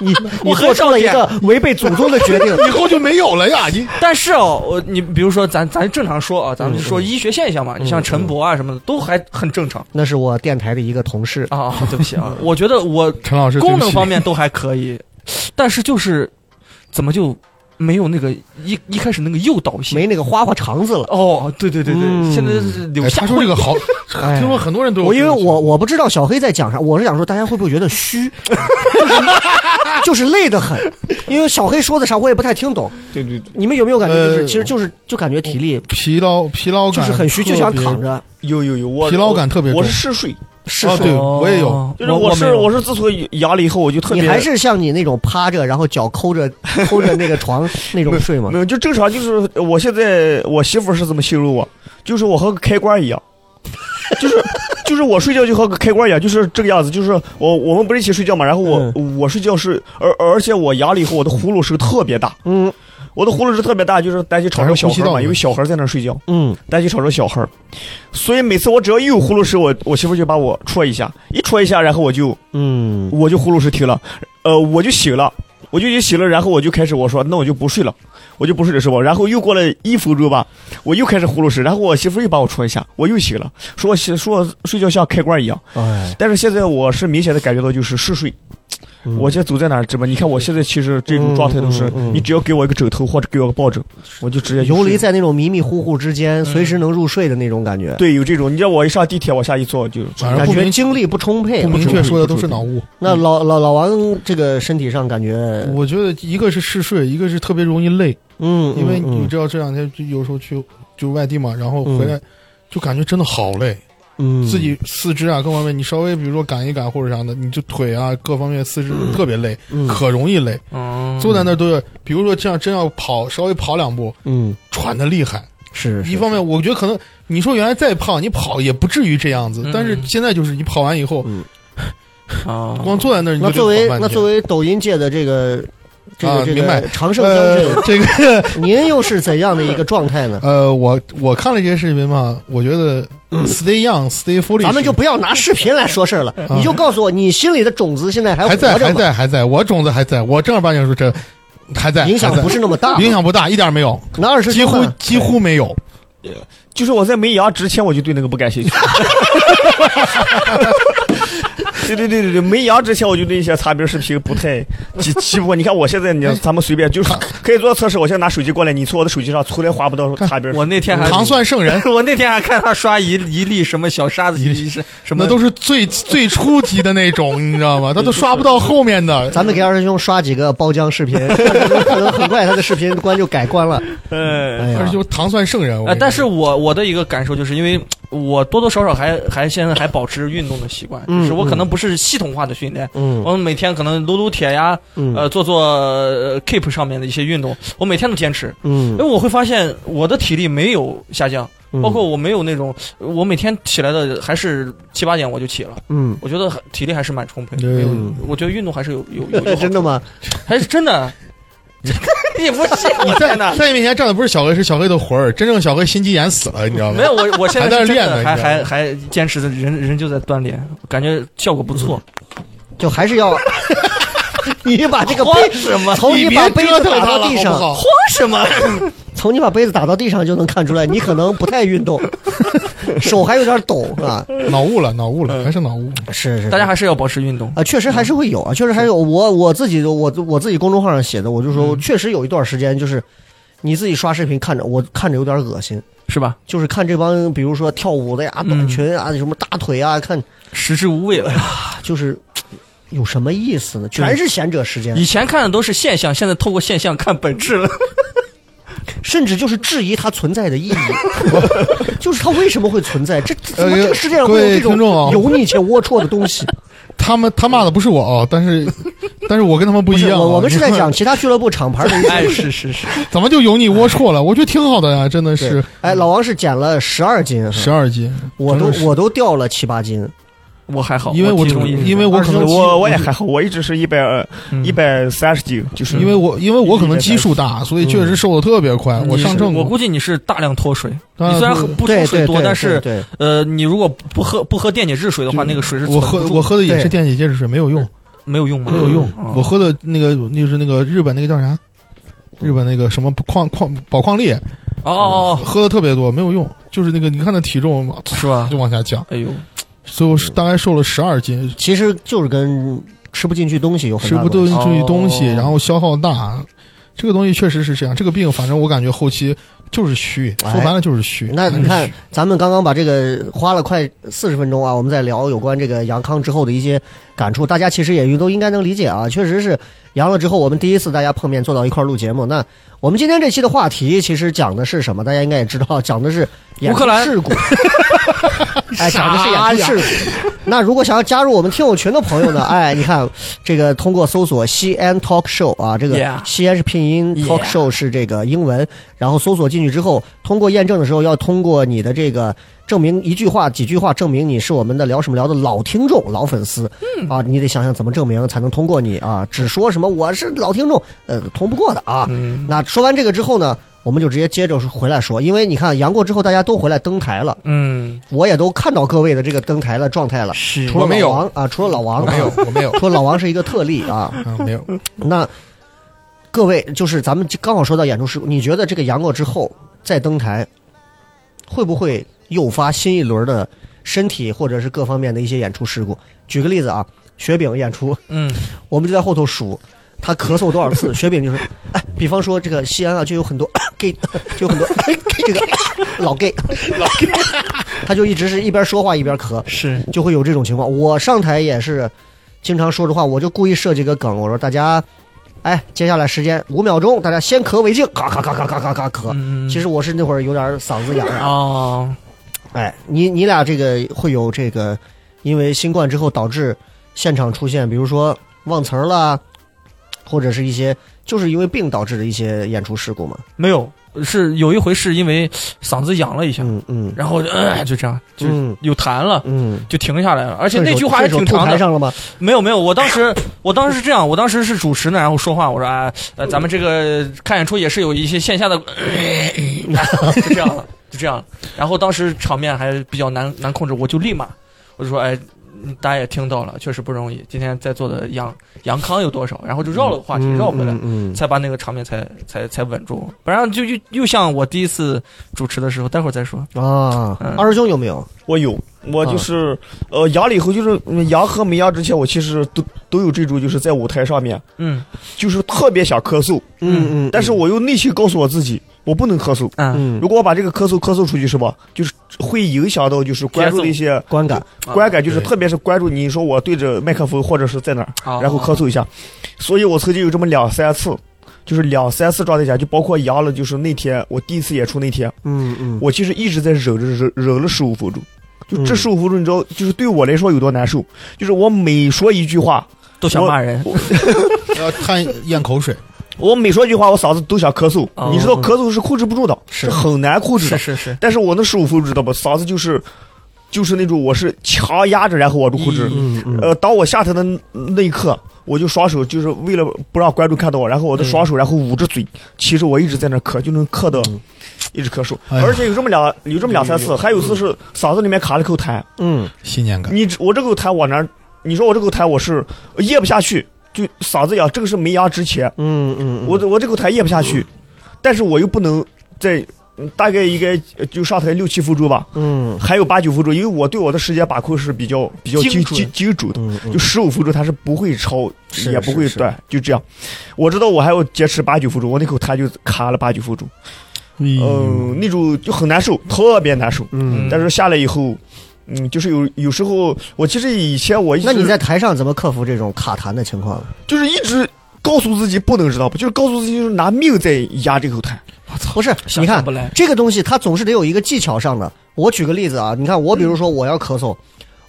[SPEAKER 3] 你
[SPEAKER 4] 我
[SPEAKER 3] 你
[SPEAKER 4] 很
[SPEAKER 3] 做出了一
[SPEAKER 4] 少
[SPEAKER 3] 个违背祖宗的决 定。
[SPEAKER 6] 以后就没有了呀！ 你
[SPEAKER 4] 但是哦，我你比如说咱咱正常说啊，咱们就说医学现象嘛，你像陈博啊什么的都还很正常
[SPEAKER 3] 那是我电台的一个同事，
[SPEAKER 4] 啊。对不起啊，我觉得我
[SPEAKER 6] 陈老师
[SPEAKER 4] 功能方面都还可以，但是就是怎么就没有那个一一开始那个诱导性？
[SPEAKER 3] 没那个花花肠子了。
[SPEAKER 4] 哦，对对对对，
[SPEAKER 3] 嗯
[SPEAKER 4] 现在是
[SPEAKER 6] 对
[SPEAKER 4] 柳
[SPEAKER 6] 不起，
[SPEAKER 4] 下
[SPEAKER 6] 哎他说
[SPEAKER 4] 惠
[SPEAKER 6] 这个好，
[SPEAKER 3] 哎
[SPEAKER 6] 啊听说很多人都有
[SPEAKER 3] 我
[SPEAKER 6] 这
[SPEAKER 3] 因为
[SPEAKER 6] 个情况，
[SPEAKER 3] 我我不知道小黑在讲啥，我是想说大家会不会觉得虚， 就是累得很，因为小黑说的啥我也不太听懂。
[SPEAKER 5] 对对对，
[SPEAKER 3] 你们有没有感觉就是
[SPEAKER 6] 呃
[SPEAKER 3] 其实就是就感觉体力
[SPEAKER 6] 疲劳疲劳
[SPEAKER 3] 就
[SPEAKER 6] 感
[SPEAKER 3] 是很虚，就想躺
[SPEAKER 6] 着。
[SPEAKER 3] 着。
[SPEAKER 5] 有有有，我
[SPEAKER 6] 疲劳感特别重
[SPEAKER 5] 我是嗜睡，
[SPEAKER 3] 是
[SPEAKER 6] 啊
[SPEAKER 3] 是
[SPEAKER 6] 对我也有
[SPEAKER 5] 就是
[SPEAKER 4] 哦我
[SPEAKER 5] 是我是自从阳了以后，我就特
[SPEAKER 3] 你
[SPEAKER 5] 别
[SPEAKER 3] 还是像你那种趴着，然后脚抠 着抠着那个床那种睡吗
[SPEAKER 5] 没？有就正常，就是我现在我媳妇是这么形容我，就是我和个开关一样， 就是。就是我睡觉就和个开关一样，就是这个样子。就是我我们不是一起睡觉嘛，然后我、
[SPEAKER 3] 嗯
[SPEAKER 5] 我睡觉是，而而且我阳了以后，我的葫芦声特别大，
[SPEAKER 3] 嗯
[SPEAKER 5] 我的葫芦声特别大，就是担心吵着
[SPEAKER 6] 还是
[SPEAKER 5] 小
[SPEAKER 6] 呼吸
[SPEAKER 5] 孩
[SPEAKER 6] 道
[SPEAKER 5] 嘛，
[SPEAKER 6] 的
[SPEAKER 5] 因为小孩在那儿睡觉。
[SPEAKER 3] 嗯，
[SPEAKER 5] 担心吵着小孩儿，所以每次我只要一有呼噜声，我我媳妇就把我戳一下，一戳一下，然后我就
[SPEAKER 3] 嗯，
[SPEAKER 5] 我就呼噜声停了，呃，我就醒了，我就已经醒了，然后我就开始我说那我就不睡了，我就不睡了是吧？然后又过了一分钟吧，我又开始呼噜声，然后我媳妇又把我戳一下，我又醒了，说我洗说我睡觉像开关一样，
[SPEAKER 3] 哎，
[SPEAKER 5] 但是现在我是明显的感觉到就是嗜睡，
[SPEAKER 3] 嗯
[SPEAKER 5] 我现在走在哪儿直播，你看我现在其实这种状态都是
[SPEAKER 3] 嗯嗯嗯，
[SPEAKER 5] 你只要给我一个枕头或者给我个抱枕，我就直接就
[SPEAKER 3] 游
[SPEAKER 5] 睡
[SPEAKER 3] 离
[SPEAKER 5] 了。
[SPEAKER 3] 在那种迷迷糊糊之间，随
[SPEAKER 6] 嗯
[SPEAKER 3] 时能入睡的那种感觉。
[SPEAKER 5] 对，有这种，你叫我一上地铁往下一坐就。
[SPEAKER 6] 反正
[SPEAKER 3] 感
[SPEAKER 6] 不
[SPEAKER 3] 觉
[SPEAKER 6] 明
[SPEAKER 3] 精力不充沛
[SPEAKER 6] 不。明确说的都
[SPEAKER 5] 不
[SPEAKER 6] 是
[SPEAKER 5] 注意
[SPEAKER 6] 脑雾。
[SPEAKER 3] 那老老老王这个身体上感觉，
[SPEAKER 6] 我觉得一个是嗜睡，一个是特别容易累，
[SPEAKER 3] 嗯，
[SPEAKER 6] 因为
[SPEAKER 3] 嗯
[SPEAKER 6] 你知道这两天就有时候去就外地嘛，然后回来就感觉真的好累，
[SPEAKER 3] 嗯
[SPEAKER 6] 自己四肢啊各方面，你稍微比如说赶一赶或者啥的，你就腿啊各方面四肢特别累，
[SPEAKER 3] 嗯
[SPEAKER 6] 可容易累。
[SPEAKER 4] 嗯
[SPEAKER 6] 坐在那儿都要，比如说这样真要跑，稍微跑两步，
[SPEAKER 3] 嗯
[SPEAKER 6] 喘的厉害。
[SPEAKER 3] 是
[SPEAKER 6] 一方面，我觉得可能你说原来再胖，你跑也不至于这样子
[SPEAKER 4] 嗯，
[SPEAKER 6] 但是现在就是你跑完以后，
[SPEAKER 3] 嗯
[SPEAKER 4] 啊，
[SPEAKER 6] 光坐在那儿，你
[SPEAKER 3] 那
[SPEAKER 6] 就
[SPEAKER 3] 作为
[SPEAKER 6] 得跑半
[SPEAKER 3] 那
[SPEAKER 6] 天
[SPEAKER 3] 作为抖音界的这个这个
[SPEAKER 6] 啊
[SPEAKER 3] 这
[SPEAKER 6] 明白
[SPEAKER 3] 个长盛将
[SPEAKER 6] 呃
[SPEAKER 3] 军，，
[SPEAKER 6] 这个
[SPEAKER 3] 您又是怎样的一个状态呢？
[SPEAKER 6] 呃，我我看了这些视频嘛，我觉得
[SPEAKER 3] 嗯
[SPEAKER 6] stay young, stay foolish，
[SPEAKER 3] 咱们就不要拿视频来说事儿了，你就告诉我，你心里的种子现在还
[SPEAKER 6] 嗯还在
[SPEAKER 3] 活着
[SPEAKER 6] 还
[SPEAKER 3] 吗？
[SPEAKER 6] 在还在，我种子还在，我正儿八经说这还在，
[SPEAKER 3] 影响
[SPEAKER 6] 还在
[SPEAKER 3] 不是那么大，
[SPEAKER 6] 影响不大，一点没有，
[SPEAKER 3] 那二十
[SPEAKER 6] 几乎几乎没有。
[SPEAKER 5] 就是我在没牙之前，我就对那个不感兴趣。对对对对对，没牙之前我就对一些擦边视频不太记记不过。你看我现在，你咱们随便就是可以做测试，我现在拿手机过来，你从我的手机上从来划不到擦边。
[SPEAKER 4] 我那
[SPEAKER 3] 哎
[SPEAKER 4] 天还，
[SPEAKER 6] 糖蒜圣人
[SPEAKER 4] 我那天还看他刷一一粒什么小沙子，一粒是什么
[SPEAKER 6] 那都是最最初级的那种，你知 道吗？他都刷不到后面的。
[SPEAKER 3] 咱们给二师兄刷几个包浆视频，可能很快他的视频关就改观了。
[SPEAKER 5] 嗯，
[SPEAKER 3] 哎
[SPEAKER 6] 而
[SPEAKER 3] 呀
[SPEAKER 6] 且，就糖蒜圣人，我
[SPEAKER 3] 啊
[SPEAKER 4] 呃，
[SPEAKER 6] 跟你
[SPEAKER 4] 但
[SPEAKER 6] 说
[SPEAKER 4] 是我我的一个感受就是因为我多多少少还还现在还保持运动的习惯，
[SPEAKER 3] 嗯
[SPEAKER 4] 就是我可
[SPEAKER 3] 嗯
[SPEAKER 4] 能不是系统化的训练，
[SPEAKER 3] 嗯
[SPEAKER 4] 我每天可能撸撸铁呀，
[SPEAKER 3] 嗯
[SPEAKER 4] 呃，做做呃 keep 上面的一些运动，我每天都坚持，
[SPEAKER 6] 呃
[SPEAKER 4] 因为
[SPEAKER 3] 嗯，
[SPEAKER 4] 我会发现我的体力没有下降，
[SPEAKER 3] 嗯
[SPEAKER 4] 包括我没有那种我每天起来的还是七八点我就起了，
[SPEAKER 3] 嗯，
[SPEAKER 4] 我觉得还体力还是蛮充沛的，
[SPEAKER 6] 对
[SPEAKER 4] 没有
[SPEAKER 3] 嗯
[SPEAKER 4] 我觉得运动还是有有有 有
[SPEAKER 3] 真的吗？
[SPEAKER 4] 还是真 的，啊你不信？
[SPEAKER 6] 你
[SPEAKER 4] 我
[SPEAKER 6] 在
[SPEAKER 4] 天哪！
[SPEAKER 6] 在你面前站的不是小黑，是小黑的魂儿。真正小黑心肌炎死了，你知道吗
[SPEAKER 4] 没？有，我我现在
[SPEAKER 6] 还在
[SPEAKER 4] 是真
[SPEAKER 6] 练呢
[SPEAKER 4] 的还
[SPEAKER 6] 你知道
[SPEAKER 4] 还
[SPEAKER 6] 吗
[SPEAKER 4] 还坚持的人人就在锻炼，感觉效果不错。
[SPEAKER 6] 嗯
[SPEAKER 3] 就还是 要，你把这个杯什么？从
[SPEAKER 6] 你
[SPEAKER 3] 你
[SPEAKER 6] 别
[SPEAKER 3] 把杯
[SPEAKER 6] 折
[SPEAKER 3] 子
[SPEAKER 6] 腾
[SPEAKER 3] 打
[SPEAKER 6] 他了，
[SPEAKER 3] 到地
[SPEAKER 6] 好不
[SPEAKER 3] 上，
[SPEAKER 6] 好？
[SPEAKER 4] 什么？
[SPEAKER 3] 从你把杯子打到地上就能看出来，你可能不太运 动，手还有点抖啊。
[SPEAKER 6] 脑雾了，脑雾
[SPEAKER 3] 嗯
[SPEAKER 6] 了，还是脑雾。
[SPEAKER 3] 是是，
[SPEAKER 4] 大家还是要保持运动。
[SPEAKER 3] 啊，确实还是会有啊，确实还有
[SPEAKER 6] 嗯
[SPEAKER 3] 我我自己我我自己公众号上写的，我就说确实有一段时间就是你自己刷视频看着我看着有点恶心，
[SPEAKER 4] 是吧？
[SPEAKER 3] 就是看这帮比如说跳舞的呀、
[SPEAKER 6] 嗯
[SPEAKER 3] 短裙啊、什么大腿啊，看
[SPEAKER 4] 食之无味了。
[SPEAKER 3] 就是有什么意思呢？全是闲者时间
[SPEAKER 4] 以，前看的都是现象，现在透过现象看本质了。
[SPEAKER 3] 甚至就是质疑它存在的意义， 就是它为什么会存在？这这怎么
[SPEAKER 6] 呃
[SPEAKER 3] 这个世界上
[SPEAKER 6] 各
[SPEAKER 3] 会
[SPEAKER 6] 位
[SPEAKER 3] 有这种
[SPEAKER 6] 听众啊
[SPEAKER 3] 油腻且龌龊的东西？
[SPEAKER 6] 他们他骂的不是我啊，但是 但是我跟他们不
[SPEAKER 3] 不
[SPEAKER 6] 一
[SPEAKER 3] 是，
[SPEAKER 6] 样啊。
[SPEAKER 3] 我我们是在
[SPEAKER 6] 你
[SPEAKER 3] 讲
[SPEAKER 6] 看，
[SPEAKER 3] 其他俱乐部厂牌的一些
[SPEAKER 4] 哎，是是是，
[SPEAKER 6] 怎么就油腻龌龊了？我觉得挺好的呀，真的
[SPEAKER 3] 对
[SPEAKER 6] 是
[SPEAKER 3] 哎，老王是减了十二斤，啊
[SPEAKER 6] 十二斤，
[SPEAKER 3] 我都
[SPEAKER 6] 真的是
[SPEAKER 3] 我都掉了七八斤。
[SPEAKER 4] 我还好，
[SPEAKER 6] 因为
[SPEAKER 4] 我
[SPEAKER 6] 我
[SPEAKER 4] 体重一直
[SPEAKER 6] 因为我可能
[SPEAKER 5] 我我也还好，我一直是一百
[SPEAKER 4] 嗯
[SPEAKER 5] 一百三十斤，就是
[SPEAKER 6] 因为我因为我可能基数大，所以确实瘦的特别快。
[SPEAKER 4] 嗯你
[SPEAKER 6] 我上秤
[SPEAKER 4] 我
[SPEAKER 6] 过，
[SPEAKER 4] 估计你是大量脱水。
[SPEAKER 6] 啊
[SPEAKER 4] 你虽然喝不出水多，
[SPEAKER 3] 嗯对对对
[SPEAKER 4] 但是
[SPEAKER 3] 对
[SPEAKER 4] 呃，你如果不喝不喝电解质水的话，那个水是
[SPEAKER 6] 我
[SPEAKER 4] 存
[SPEAKER 6] 喝
[SPEAKER 4] 不住
[SPEAKER 6] 我喝的也
[SPEAKER 3] 对
[SPEAKER 6] 是电解质水，没有用，
[SPEAKER 4] 没有用吗？
[SPEAKER 6] 没有用。
[SPEAKER 4] 啊
[SPEAKER 6] 我喝的那个就是那个日本那个叫啥？日本那个什么矿矿宝矿力，
[SPEAKER 4] 哦哦
[SPEAKER 6] 喝的特别多，没有用。就是那个你看那体重
[SPEAKER 4] 哦，是吧
[SPEAKER 6] 就？往下降，
[SPEAKER 4] 哎呦，
[SPEAKER 6] 所以我是大概瘦了十二斤，
[SPEAKER 3] 其实就是跟吃不进去东西有很
[SPEAKER 6] 吃
[SPEAKER 3] 大
[SPEAKER 6] 不
[SPEAKER 3] 的关
[SPEAKER 6] 进
[SPEAKER 3] 系。
[SPEAKER 6] 去东西，
[SPEAKER 4] 哦
[SPEAKER 6] 然后消耗大，这个东西确实是这样。这个病，反正我感觉后期就是虚，说
[SPEAKER 3] 哎
[SPEAKER 6] 白了就是虚。
[SPEAKER 3] 那
[SPEAKER 4] 嗯
[SPEAKER 3] 你
[SPEAKER 6] 还是
[SPEAKER 3] 看
[SPEAKER 6] 虚，，
[SPEAKER 3] 咱们刚刚把这个花了快四十分钟啊，我们在聊有关这个阳康之后的一些感触，大家其实也都应该能理解啊。确实是阳了之后，我们第一次大家碰面坐到一块儿录节目。那我们今天这期的话题其实讲的是什么？大家应该也知道，讲的是演
[SPEAKER 4] 乌克兰
[SPEAKER 3] 出 事故。 哎，讲的是演出事故。那如果想要加入我们听友群的朋友呢？哎，你看这个通过搜索西安 talk show 啊，这个
[SPEAKER 4] Yeah
[SPEAKER 3] 西安是拼音
[SPEAKER 4] Yeah
[SPEAKER 3] talk show 是这个英文，然后搜索进去之后，通过验证的时候要通过你的这个证明一句话、几句话证明你是我们的聊什么聊的老听众、老粉丝，
[SPEAKER 6] 嗯
[SPEAKER 3] 啊，你得想想怎么证明才能通过你啊，只说什么我是老听众，呃，通不过的啊。
[SPEAKER 4] 嗯
[SPEAKER 3] 那说完这个之后呢，我们就直接接着回来说，因为你看杨过之后大家都回来登台了，
[SPEAKER 4] 嗯，
[SPEAKER 3] 我也都看到各位的这个登台的状态了，
[SPEAKER 4] 是
[SPEAKER 3] 除
[SPEAKER 6] 我没
[SPEAKER 3] 了
[SPEAKER 6] 有
[SPEAKER 3] 老王啊，除了老王
[SPEAKER 6] 我没有
[SPEAKER 3] 啊，
[SPEAKER 6] 我没有，
[SPEAKER 3] 除了老王是一个特例啊。
[SPEAKER 6] 嗯， 没有。
[SPEAKER 3] 那各位，就是咱们刚好说到演出事故，你觉得这个杨过之后再登台，会不会诱发新一轮的身体或者是各方面的一些演出事故？举个例子啊，雪饼演出，
[SPEAKER 4] 嗯，
[SPEAKER 3] 我们就在后头数。他咳嗽多少次？雪饼就是，哎，比方说这个西安啊，就有很多 gay，就有很多 这个老 gay，老 gay，他就一直是一边说话一边咳，
[SPEAKER 6] 嗯
[SPEAKER 4] 是
[SPEAKER 3] 就会有这种情况。我上台也是经常说的话，我就故意设计个梗，我说大家，哎，接下来时间五秒钟，大家先咳为敬，咔咔咔咔咔咔咔咳。
[SPEAKER 4] 嗯
[SPEAKER 3] 其实我是那会儿有点嗓子痒，啊
[SPEAKER 4] 哦，
[SPEAKER 3] 哎，你你俩这个会有这个，因为新冠之后导致现场出现，比如说忘词儿啦，或者是一些就是因为病导致的一些演出事故嘛？
[SPEAKER 4] 没有，是有一回是因为嗓子痒了一下，
[SPEAKER 3] 嗯嗯
[SPEAKER 4] 然后就、呃、就这样就
[SPEAKER 3] 嗯
[SPEAKER 4] 有痰了。
[SPEAKER 3] 嗯，
[SPEAKER 4] 就停下来了，而
[SPEAKER 3] 而
[SPEAKER 4] 且那句话还挺长的。
[SPEAKER 3] 上了吗？
[SPEAKER 4] 没有没有，我当时我当时是这样，我当时是主持呢，然后说话，我说啊，呃，咱们这个看演出也是有一些线下的， 就这样了，就这样了。然后当时场面还比较难难控制，我就立马我就说，哎，大家也听到了，确实不容易。今天在座的杨杨康有多少？然后就绕了个话题，绕回来。
[SPEAKER 3] 嗯，
[SPEAKER 4] 才把那个场面才才才稳住，不然就又又像我第一次主持的时候，待会儿再说。
[SPEAKER 3] 啊，
[SPEAKER 4] 嗯
[SPEAKER 3] 二师兄有没有？
[SPEAKER 5] 我有，我就是、呃，阳了以后就是嗯阳和没阳之前，我其实都都有这种，就是在舞台上面，
[SPEAKER 4] 嗯
[SPEAKER 5] 就是特别想咳嗽，
[SPEAKER 3] 嗯嗯，
[SPEAKER 5] 但是我又内心告诉我自己，我不能咳嗽。
[SPEAKER 4] 嗯，
[SPEAKER 3] 嗯
[SPEAKER 5] 如果我把这个咳嗽咳嗽出去，是吧？就是会影响到就是观众的一些
[SPEAKER 3] 观感，
[SPEAKER 4] 啊
[SPEAKER 5] 观感，就是
[SPEAKER 6] 对
[SPEAKER 5] 特别是观众，你说我对着麦克风或者是在哪儿，
[SPEAKER 4] 啊，
[SPEAKER 5] 然后咳嗽一下，所以我曾经有这么两三次，就是两三次状态下，就包括阳了，就是那天我第一次演出那天，
[SPEAKER 3] 嗯 嗯，
[SPEAKER 5] 我其实一直在忍着忍忍了十五分钟，就这
[SPEAKER 3] 嗯
[SPEAKER 5] 十五分钟，你知道，就是对我来说有多难受，就是我每说一句话，
[SPEAKER 4] 都想骂人，
[SPEAKER 6] 要叹咽口水，
[SPEAKER 5] 我每说一句话，我嗓子都想咳嗽，
[SPEAKER 4] 哦
[SPEAKER 5] 你知道咳嗽是控制不住的，
[SPEAKER 4] 是
[SPEAKER 5] 很难控制
[SPEAKER 4] 是
[SPEAKER 5] 的，
[SPEAKER 4] 是是，
[SPEAKER 5] 但是我那十五分钟知道吧，嗓子就是就是那种我是强压着，然后往出控制。
[SPEAKER 3] 嗯嗯
[SPEAKER 5] 呃，当我下台的那一刻，我就双手就是为了不让观众看到我，然后我的双
[SPEAKER 3] 嗯
[SPEAKER 5] 手，然后捂着嘴，其实我一直在那咳，就能咳的，一直咳嗽，
[SPEAKER 6] 哎呀
[SPEAKER 5] 而且有这么两有这么两三次，还有一次是嗓子里面卡了口痰，
[SPEAKER 3] 嗯
[SPEAKER 6] 新年感。
[SPEAKER 5] 你只我这口痰往哪儿？你说我这口痰我是咽不下去，就嗓子痒，这个是没压之前，
[SPEAKER 3] 嗯嗯，
[SPEAKER 5] 我我这口痰咽不下去，但是我又不能在嗯大概应该呃就上台六七分钟吧，
[SPEAKER 3] 嗯
[SPEAKER 5] 还有八九分钟，因为我对我的时间把控是比较比较
[SPEAKER 4] 精
[SPEAKER 5] 精
[SPEAKER 4] 准
[SPEAKER 5] 精精准的，
[SPEAKER 3] 嗯
[SPEAKER 5] 就十五分钟它是不会超，
[SPEAKER 3] 是
[SPEAKER 5] 也不会
[SPEAKER 3] 是是
[SPEAKER 5] 断，就这样。我知道我还要坚持八九分钟，我那口痰就卡了八九分钟，
[SPEAKER 6] 哎
[SPEAKER 5] 嗯、那种就很难受，特别难受。
[SPEAKER 3] 嗯。
[SPEAKER 5] 但是下来以后，嗯，就是有有时候我其实以前我一直
[SPEAKER 3] 那你在台上怎么克服这种卡痰的情况？
[SPEAKER 5] 就是一直告诉自己不能知道吧，就是告诉自己就是拿命在压这口痰。
[SPEAKER 3] 不是，
[SPEAKER 4] 想
[SPEAKER 3] 你看
[SPEAKER 4] 象不来
[SPEAKER 3] 这个东西，它总是得有一个技巧上的。我举个例子啊，你看我，比如说我要咳嗽，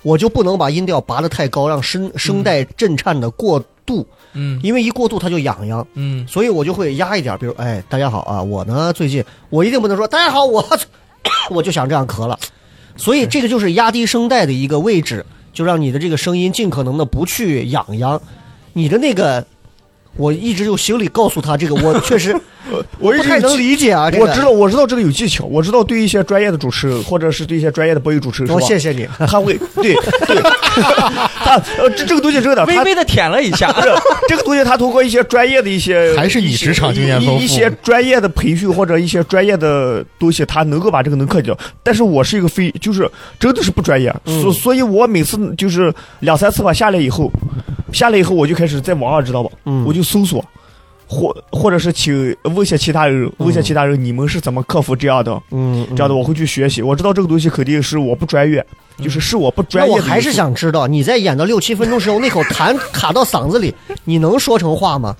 [SPEAKER 3] 我就不能把音调拔得太高，让声声带震颤的过度，
[SPEAKER 4] 嗯
[SPEAKER 3] 因为一过度它就痒痒，
[SPEAKER 4] 嗯，
[SPEAKER 3] 所以我就会压一点。比如，哎，大家好啊，我呢最近我一定不能说大家好，我 我就想这样咳了，所以这个就是压低声带的一个位置，就让你的这个声音尽可能的不去痒痒，你的那个。我一直用心里告诉他这个，我 确实
[SPEAKER 5] 我一
[SPEAKER 3] 不
[SPEAKER 5] 直
[SPEAKER 3] 太能理解啊。这个
[SPEAKER 5] 我知道，我知道这个有技巧，我知道对一些专业的主持人，或者是对一些专业的播音主持人，
[SPEAKER 3] 哦，
[SPEAKER 5] 是吧
[SPEAKER 3] 谢谢你。
[SPEAKER 5] 他会 对对，他呃这这个东西真的，
[SPEAKER 4] 微
[SPEAKER 5] 他
[SPEAKER 4] 微的舔了一 下，
[SPEAKER 5] 不是这个东西，他通过一些专业的一些，
[SPEAKER 6] 还是你
[SPEAKER 5] 一些
[SPEAKER 6] 职场经验丰富
[SPEAKER 5] 一一些专业的培训或者一些专业的东西，他能够把这个能克掉。但是我是一个非就是真的是不专业，啊
[SPEAKER 6] 嗯
[SPEAKER 5] 所、所以我每次就是两三次吧下来以后，下来以后我就开始在网上知道吧，
[SPEAKER 3] 嗯
[SPEAKER 5] 我就搜索。或或者是请问一下其他人，问一
[SPEAKER 6] 嗯
[SPEAKER 5] 下其他人，你们是怎么克服这样的？
[SPEAKER 3] 嗯，
[SPEAKER 5] 这样的我会去学习。我知道这个东西肯定是我不专业，就是是我不
[SPEAKER 3] 嗯那
[SPEAKER 5] 专业
[SPEAKER 3] 我
[SPEAKER 5] 的因素。
[SPEAKER 3] 还是想知道，你在演到六七分钟时候，那口痰卡到嗓子里，你能说成话吗？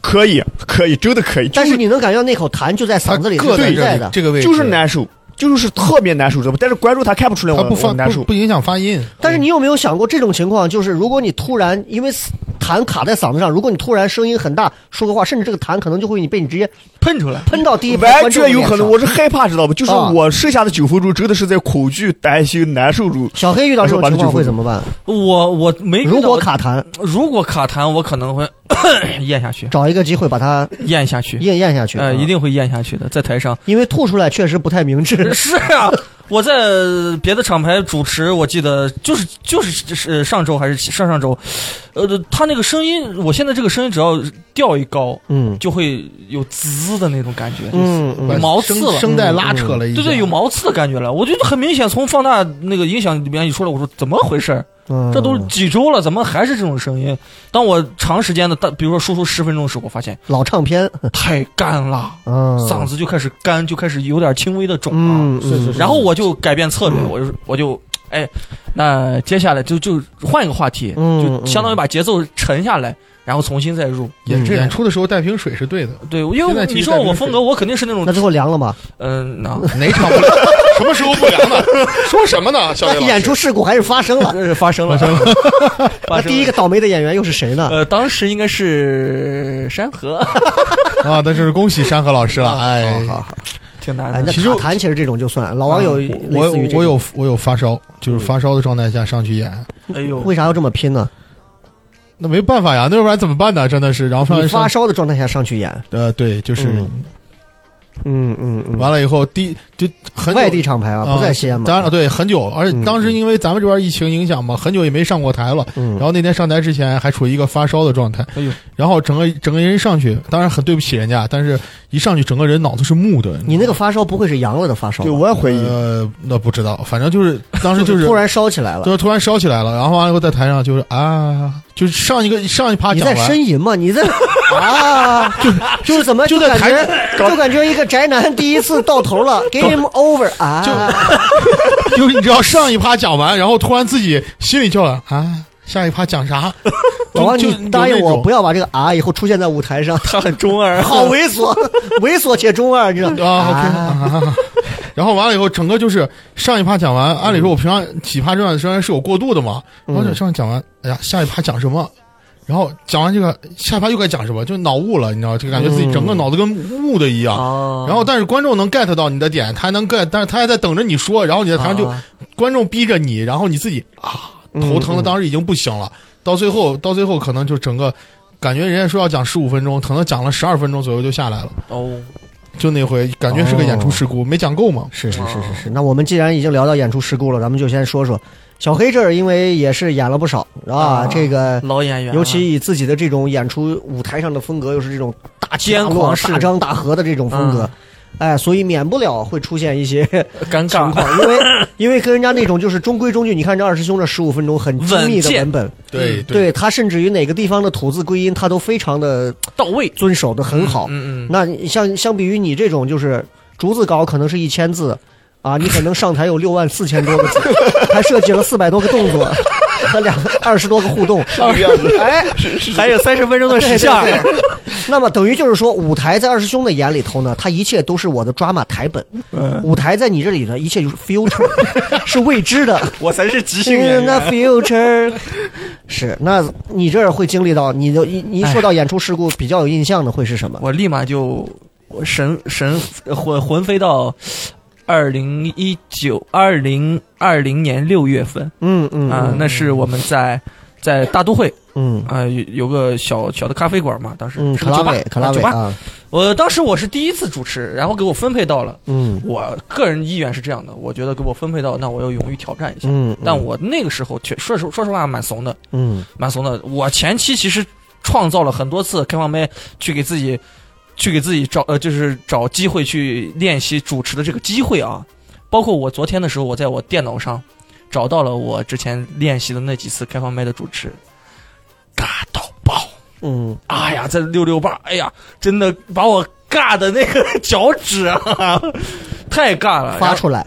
[SPEAKER 5] 可以，可以，真的可以。
[SPEAKER 3] 但
[SPEAKER 5] 就是
[SPEAKER 3] 你能感觉到那口痰就在
[SPEAKER 6] 他
[SPEAKER 3] 嗓子里是
[SPEAKER 6] 硌在
[SPEAKER 3] 存在
[SPEAKER 6] 这
[SPEAKER 3] 的
[SPEAKER 6] 里，这个位置，
[SPEAKER 5] 就是难受，就是特别难受，知道吧？但是观众他看不出来
[SPEAKER 6] 他
[SPEAKER 5] 我
[SPEAKER 6] 不
[SPEAKER 5] 我
[SPEAKER 6] 发
[SPEAKER 5] 难
[SPEAKER 6] 不
[SPEAKER 5] 受。
[SPEAKER 6] 不影响发音。
[SPEAKER 3] 但是你有没有想过这种情况？就是如果你突然因为痰卡在嗓子上，如果你突然声音很大说个话，甚至这个痰可能就会你被你直接
[SPEAKER 4] 喷出来，
[SPEAKER 3] 喷到第一排
[SPEAKER 5] 完
[SPEAKER 3] 观众的
[SPEAKER 5] 全有
[SPEAKER 3] 脸
[SPEAKER 5] 可能，
[SPEAKER 3] 上
[SPEAKER 5] 我是害怕，知道吧？就是
[SPEAKER 3] 啊
[SPEAKER 5] 我剩下的九分钟真的是在恐惧、担心、难受中。
[SPEAKER 3] 小黑遇到这种情况会怎么办？
[SPEAKER 4] 我我没遇到
[SPEAKER 3] 如果卡痰，
[SPEAKER 4] 如果卡痰，我可能会 咽下去，
[SPEAKER 3] 找一个机会把它
[SPEAKER 4] 咽下去，
[SPEAKER 3] 咽咽下去。
[SPEAKER 4] 呃，
[SPEAKER 3] 啊
[SPEAKER 4] 一，定会咽下去的，在台上
[SPEAKER 3] 因为吐出来确实不太明智。
[SPEAKER 4] 是啊。我在别的厂牌主持，我记得就是就是是上周还是上上周，呃，他那个声音，我现在这个声音只要调一高，
[SPEAKER 3] 嗯
[SPEAKER 4] 就会有滋的那种感觉，
[SPEAKER 3] 嗯嗯
[SPEAKER 6] 把
[SPEAKER 4] 毛刺
[SPEAKER 6] 声
[SPEAKER 4] 了
[SPEAKER 6] 声带拉扯了一下，
[SPEAKER 4] 对对，有毛刺的感觉了。我觉得很明显，从放大那个音响里面一出来，我说怎么回事儿？
[SPEAKER 3] 嗯，
[SPEAKER 4] 这都几周了，怎么还是这种声音？当我长时间的，当比如说输出十分钟的时候，我发现
[SPEAKER 3] 老唱片，
[SPEAKER 4] 太干了，
[SPEAKER 3] 嗯，
[SPEAKER 4] 嗓子就开始干，就开始有点轻微的肿啊。
[SPEAKER 3] 嗯，嗯
[SPEAKER 4] 然后我就改变策略，我就我就哎，那接下来就就换一个话题，
[SPEAKER 3] 嗯
[SPEAKER 4] 就相当于把节奏沉下来，然后重新再入。
[SPEAKER 6] 演
[SPEAKER 3] 嗯
[SPEAKER 6] 演出的时候带瓶水是对的，
[SPEAKER 4] 对，因
[SPEAKER 6] 现
[SPEAKER 4] 为
[SPEAKER 6] 在其实
[SPEAKER 4] 你说
[SPEAKER 6] 戴
[SPEAKER 4] 我
[SPEAKER 6] 冰
[SPEAKER 4] 风
[SPEAKER 6] 水
[SPEAKER 4] 格，我肯定是那种
[SPEAKER 3] 那最后凉了吗？
[SPEAKER 4] 嗯，那
[SPEAKER 6] 哪场不什么时候不良呢？说什么呢？小
[SPEAKER 3] 那
[SPEAKER 6] 伟老
[SPEAKER 3] 演
[SPEAKER 6] 师，
[SPEAKER 3] 出事故还是 发生 了。
[SPEAKER 4] 呃发生了，发生了，
[SPEAKER 3] 那第一个倒霉的演员又是谁呢？
[SPEAKER 4] 呃，当时应该是山 河，
[SPEAKER 6] 啊，但是恭喜山河老师了， 哎，
[SPEAKER 3] 好好，
[SPEAKER 4] 挺
[SPEAKER 3] 哎
[SPEAKER 4] 难
[SPEAKER 3] 那
[SPEAKER 4] 的。
[SPEAKER 6] 其实
[SPEAKER 3] 卡弹其实这种就算，老王有类
[SPEAKER 6] 我
[SPEAKER 3] 似于这
[SPEAKER 6] 我
[SPEAKER 3] 种，
[SPEAKER 6] 有我有发烧，就是发烧的状态下上去演，
[SPEAKER 4] 哎呦，
[SPEAKER 3] 为啥要这么拼呢？
[SPEAKER 6] 那没办法呀，那要不然怎么办呢？真的是，然后上
[SPEAKER 3] 你
[SPEAKER 6] 完
[SPEAKER 3] 发
[SPEAKER 6] 上
[SPEAKER 3] 烧的状态下上去演，
[SPEAKER 6] 呃，对，就是
[SPEAKER 3] 嗯嗯嗯嗯，
[SPEAKER 6] 完了以后，第就很久
[SPEAKER 3] 外地厂牌啊，不在西安嘛。
[SPEAKER 6] 当然了，对，很久，而
[SPEAKER 3] 嗯
[SPEAKER 6] 且当时因为咱们这边疫情影响嘛，很久也没上过台了。
[SPEAKER 3] 嗯
[SPEAKER 6] 然后那天上台之前还处于一个发烧的状态，
[SPEAKER 4] 哎呦，
[SPEAKER 6] 然后整个整个人上去，当然很对不起人家，但是一上去整个人脑子是木的。
[SPEAKER 3] 你那个发烧不会是阳了的发烧吧？
[SPEAKER 5] 对，我也怀疑。
[SPEAKER 6] 呃，那不知道，反正就是当时就 是
[SPEAKER 3] 突然烧起来了。
[SPEAKER 6] 就是突然烧起来了，然后完了以后在台上就是啊，就是上一个上一趴
[SPEAKER 3] 你
[SPEAKER 6] 讲
[SPEAKER 3] 在呻
[SPEAKER 6] 完，
[SPEAKER 3] 吟吗？你 在啊？就就怎么
[SPEAKER 6] 就在
[SPEAKER 3] 感
[SPEAKER 6] 台
[SPEAKER 3] 觉就感觉一个宅男第一次到头 了，game over 啊！
[SPEAKER 6] 就是你知道上一趴讲完，然后突然自己心里叫了啊，下一趴 讲啥？
[SPEAKER 3] 老王，
[SPEAKER 6] 就
[SPEAKER 3] 你答应我不
[SPEAKER 6] 要
[SPEAKER 3] 要把这个啊以后出现在舞台上，
[SPEAKER 4] 他很中二，
[SPEAKER 3] 好猥琐， 猥琐且中二，你知道吗？
[SPEAKER 6] 啊，OK 啊。 然后完了以后，整个就是上一趴讲完，按理说我平常几趴这样虽然是有过渡的嘛，然
[SPEAKER 3] 嗯
[SPEAKER 6] 后就上讲完，哎呀，下一趴讲什么？然后讲完这个，下一趴又该讲什么？就脑雾了，你知道，就感觉自己
[SPEAKER 3] 嗯
[SPEAKER 6] 整个脑子跟木的一样。
[SPEAKER 3] 哦
[SPEAKER 4] 啊
[SPEAKER 6] 然后，但是观众能 get 到你的点，他能 get，但是他还在等着你说，然后
[SPEAKER 3] 哦
[SPEAKER 6] 你在台上就、
[SPEAKER 4] 啊
[SPEAKER 6] 观众逼着你，然后你自己啊
[SPEAKER 3] 嗯
[SPEAKER 6] 头疼的，当时已经不行了，到最后到最后可能就整个感觉人家说要讲十五分钟，可能讲了十二分钟左右就下来了，
[SPEAKER 4] 哦，
[SPEAKER 6] 就那回感觉是个演出事故，没讲够嘛。
[SPEAKER 3] 是是
[SPEAKER 4] 哦
[SPEAKER 3] 是是是。那我们既然已经聊到演出事故了，咱们就先说说小黑这儿，因为也是演了不少啊，
[SPEAKER 4] 啊
[SPEAKER 3] 这个。
[SPEAKER 4] 老演员了，
[SPEAKER 3] 尤其以自己的这种演出舞台上的风格，又是这种大起
[SPEAKER 4] 坚
[SPEAKER 3] 大落、
[SPEAKER 4] 狂式嗯
[SPEAKER 3] 大张大合的这种风格，哎，所以免不了会出现一些
[SPEAKER 4] 尴
[SPEAKER 3] 情
[SPEAKER 4] 尬，
[SPEAKER 3] 况，因为因为跟人家那种就是中规中矩。你看这二师兄这十五分钟很精密的文本，
[SPEAKER 6] 嗯对
[SPEAKER 3] 对他甚至于哪个地方的吐字归音，他都非常的
[SPEAKER 4] 到位，
[SPEAKER 3] 遵守的很好。
[SPEAKER 4] 嗯嗯，
[SPEAKER 3] 那你像相比于你这种就是竹子稿可能是一千字，啊，你可能上台有六万四千多个字， 还设计了四百多个动作和两二十多个互动，哎，
[SPEAKER 4] 还有三十分 钟的时下，
[SPEAKER 3] 对对对那么等于就是说，舞台在二师兄的眼里头呢，他一切都是我的 drama 台本；舞台在你这里呢，一切就是 future，是 未知的。
[SPEAKER 5] 我才是即
[SPEAKER 3] In the future，是那你这儿会经历到，你就一你一
[SPEAKER 4] 哎
[SPEAKER 3] 说到演出事故，比较有印象的会是什么？
[SPEAKER 4] 我立马就我神神呃魂魂飞到二零一九二零二零年六月份
[SPEAKER 3] 嗯嗯
[SPEAKER 4] 啊、那是我们在在大都会
[SPEAKER 3] 嗯
[SPEAKER 4] 啊、有有个小小的咖啡馆嘛，当时
[SPEAKER 3] 嗯，
[SPEAKER 4] 是
[SPEAKER 3] 卡
[SPEAKER 4] 个
[SPEAKER 3] 拉
[SPEAKER 4] 酒吧
[SPEAKER 3] 伟，卡拉
[SPEAKER 4] 啊
[SPEAKER 3] 伟
[SPEAKER 4] 酒吧。
[SPEAKER 3] 啊，
[SPEAKER 4] 我当时我是第一次主持，然后给我分配到了。
[SPEAKER 3] 嗯
[SPEAKER 4] 我个人意愿是这样的，我觉得给我分配到，那我要勇于挑战一下。
[SPEAKER 3] 嗯，
[SPEAKER 4] 但我那个时候确说实说实话蛮怂的，
[SPEAKER 3] 嗯
[SPEAKER 4] 蛮怂的。我前期其实创造了很多次开放麦，去给自己去给自己找呃，就是找机会去练习主持的这个机会啊。包括我昨天的时候，我在我电脑上找到了我之前练习的那几次开放麦的主持，尬到爆！
[SPEAKER 3] 嗯，
[SPEAKER 4] 哎呀，这六六八，哎呀，真的把我尬的那个 脚趾啊， 太尬了。然
[SPEAKER 3] 发
[SPEAKER 4] 后
[SPEAKER 3] 出来，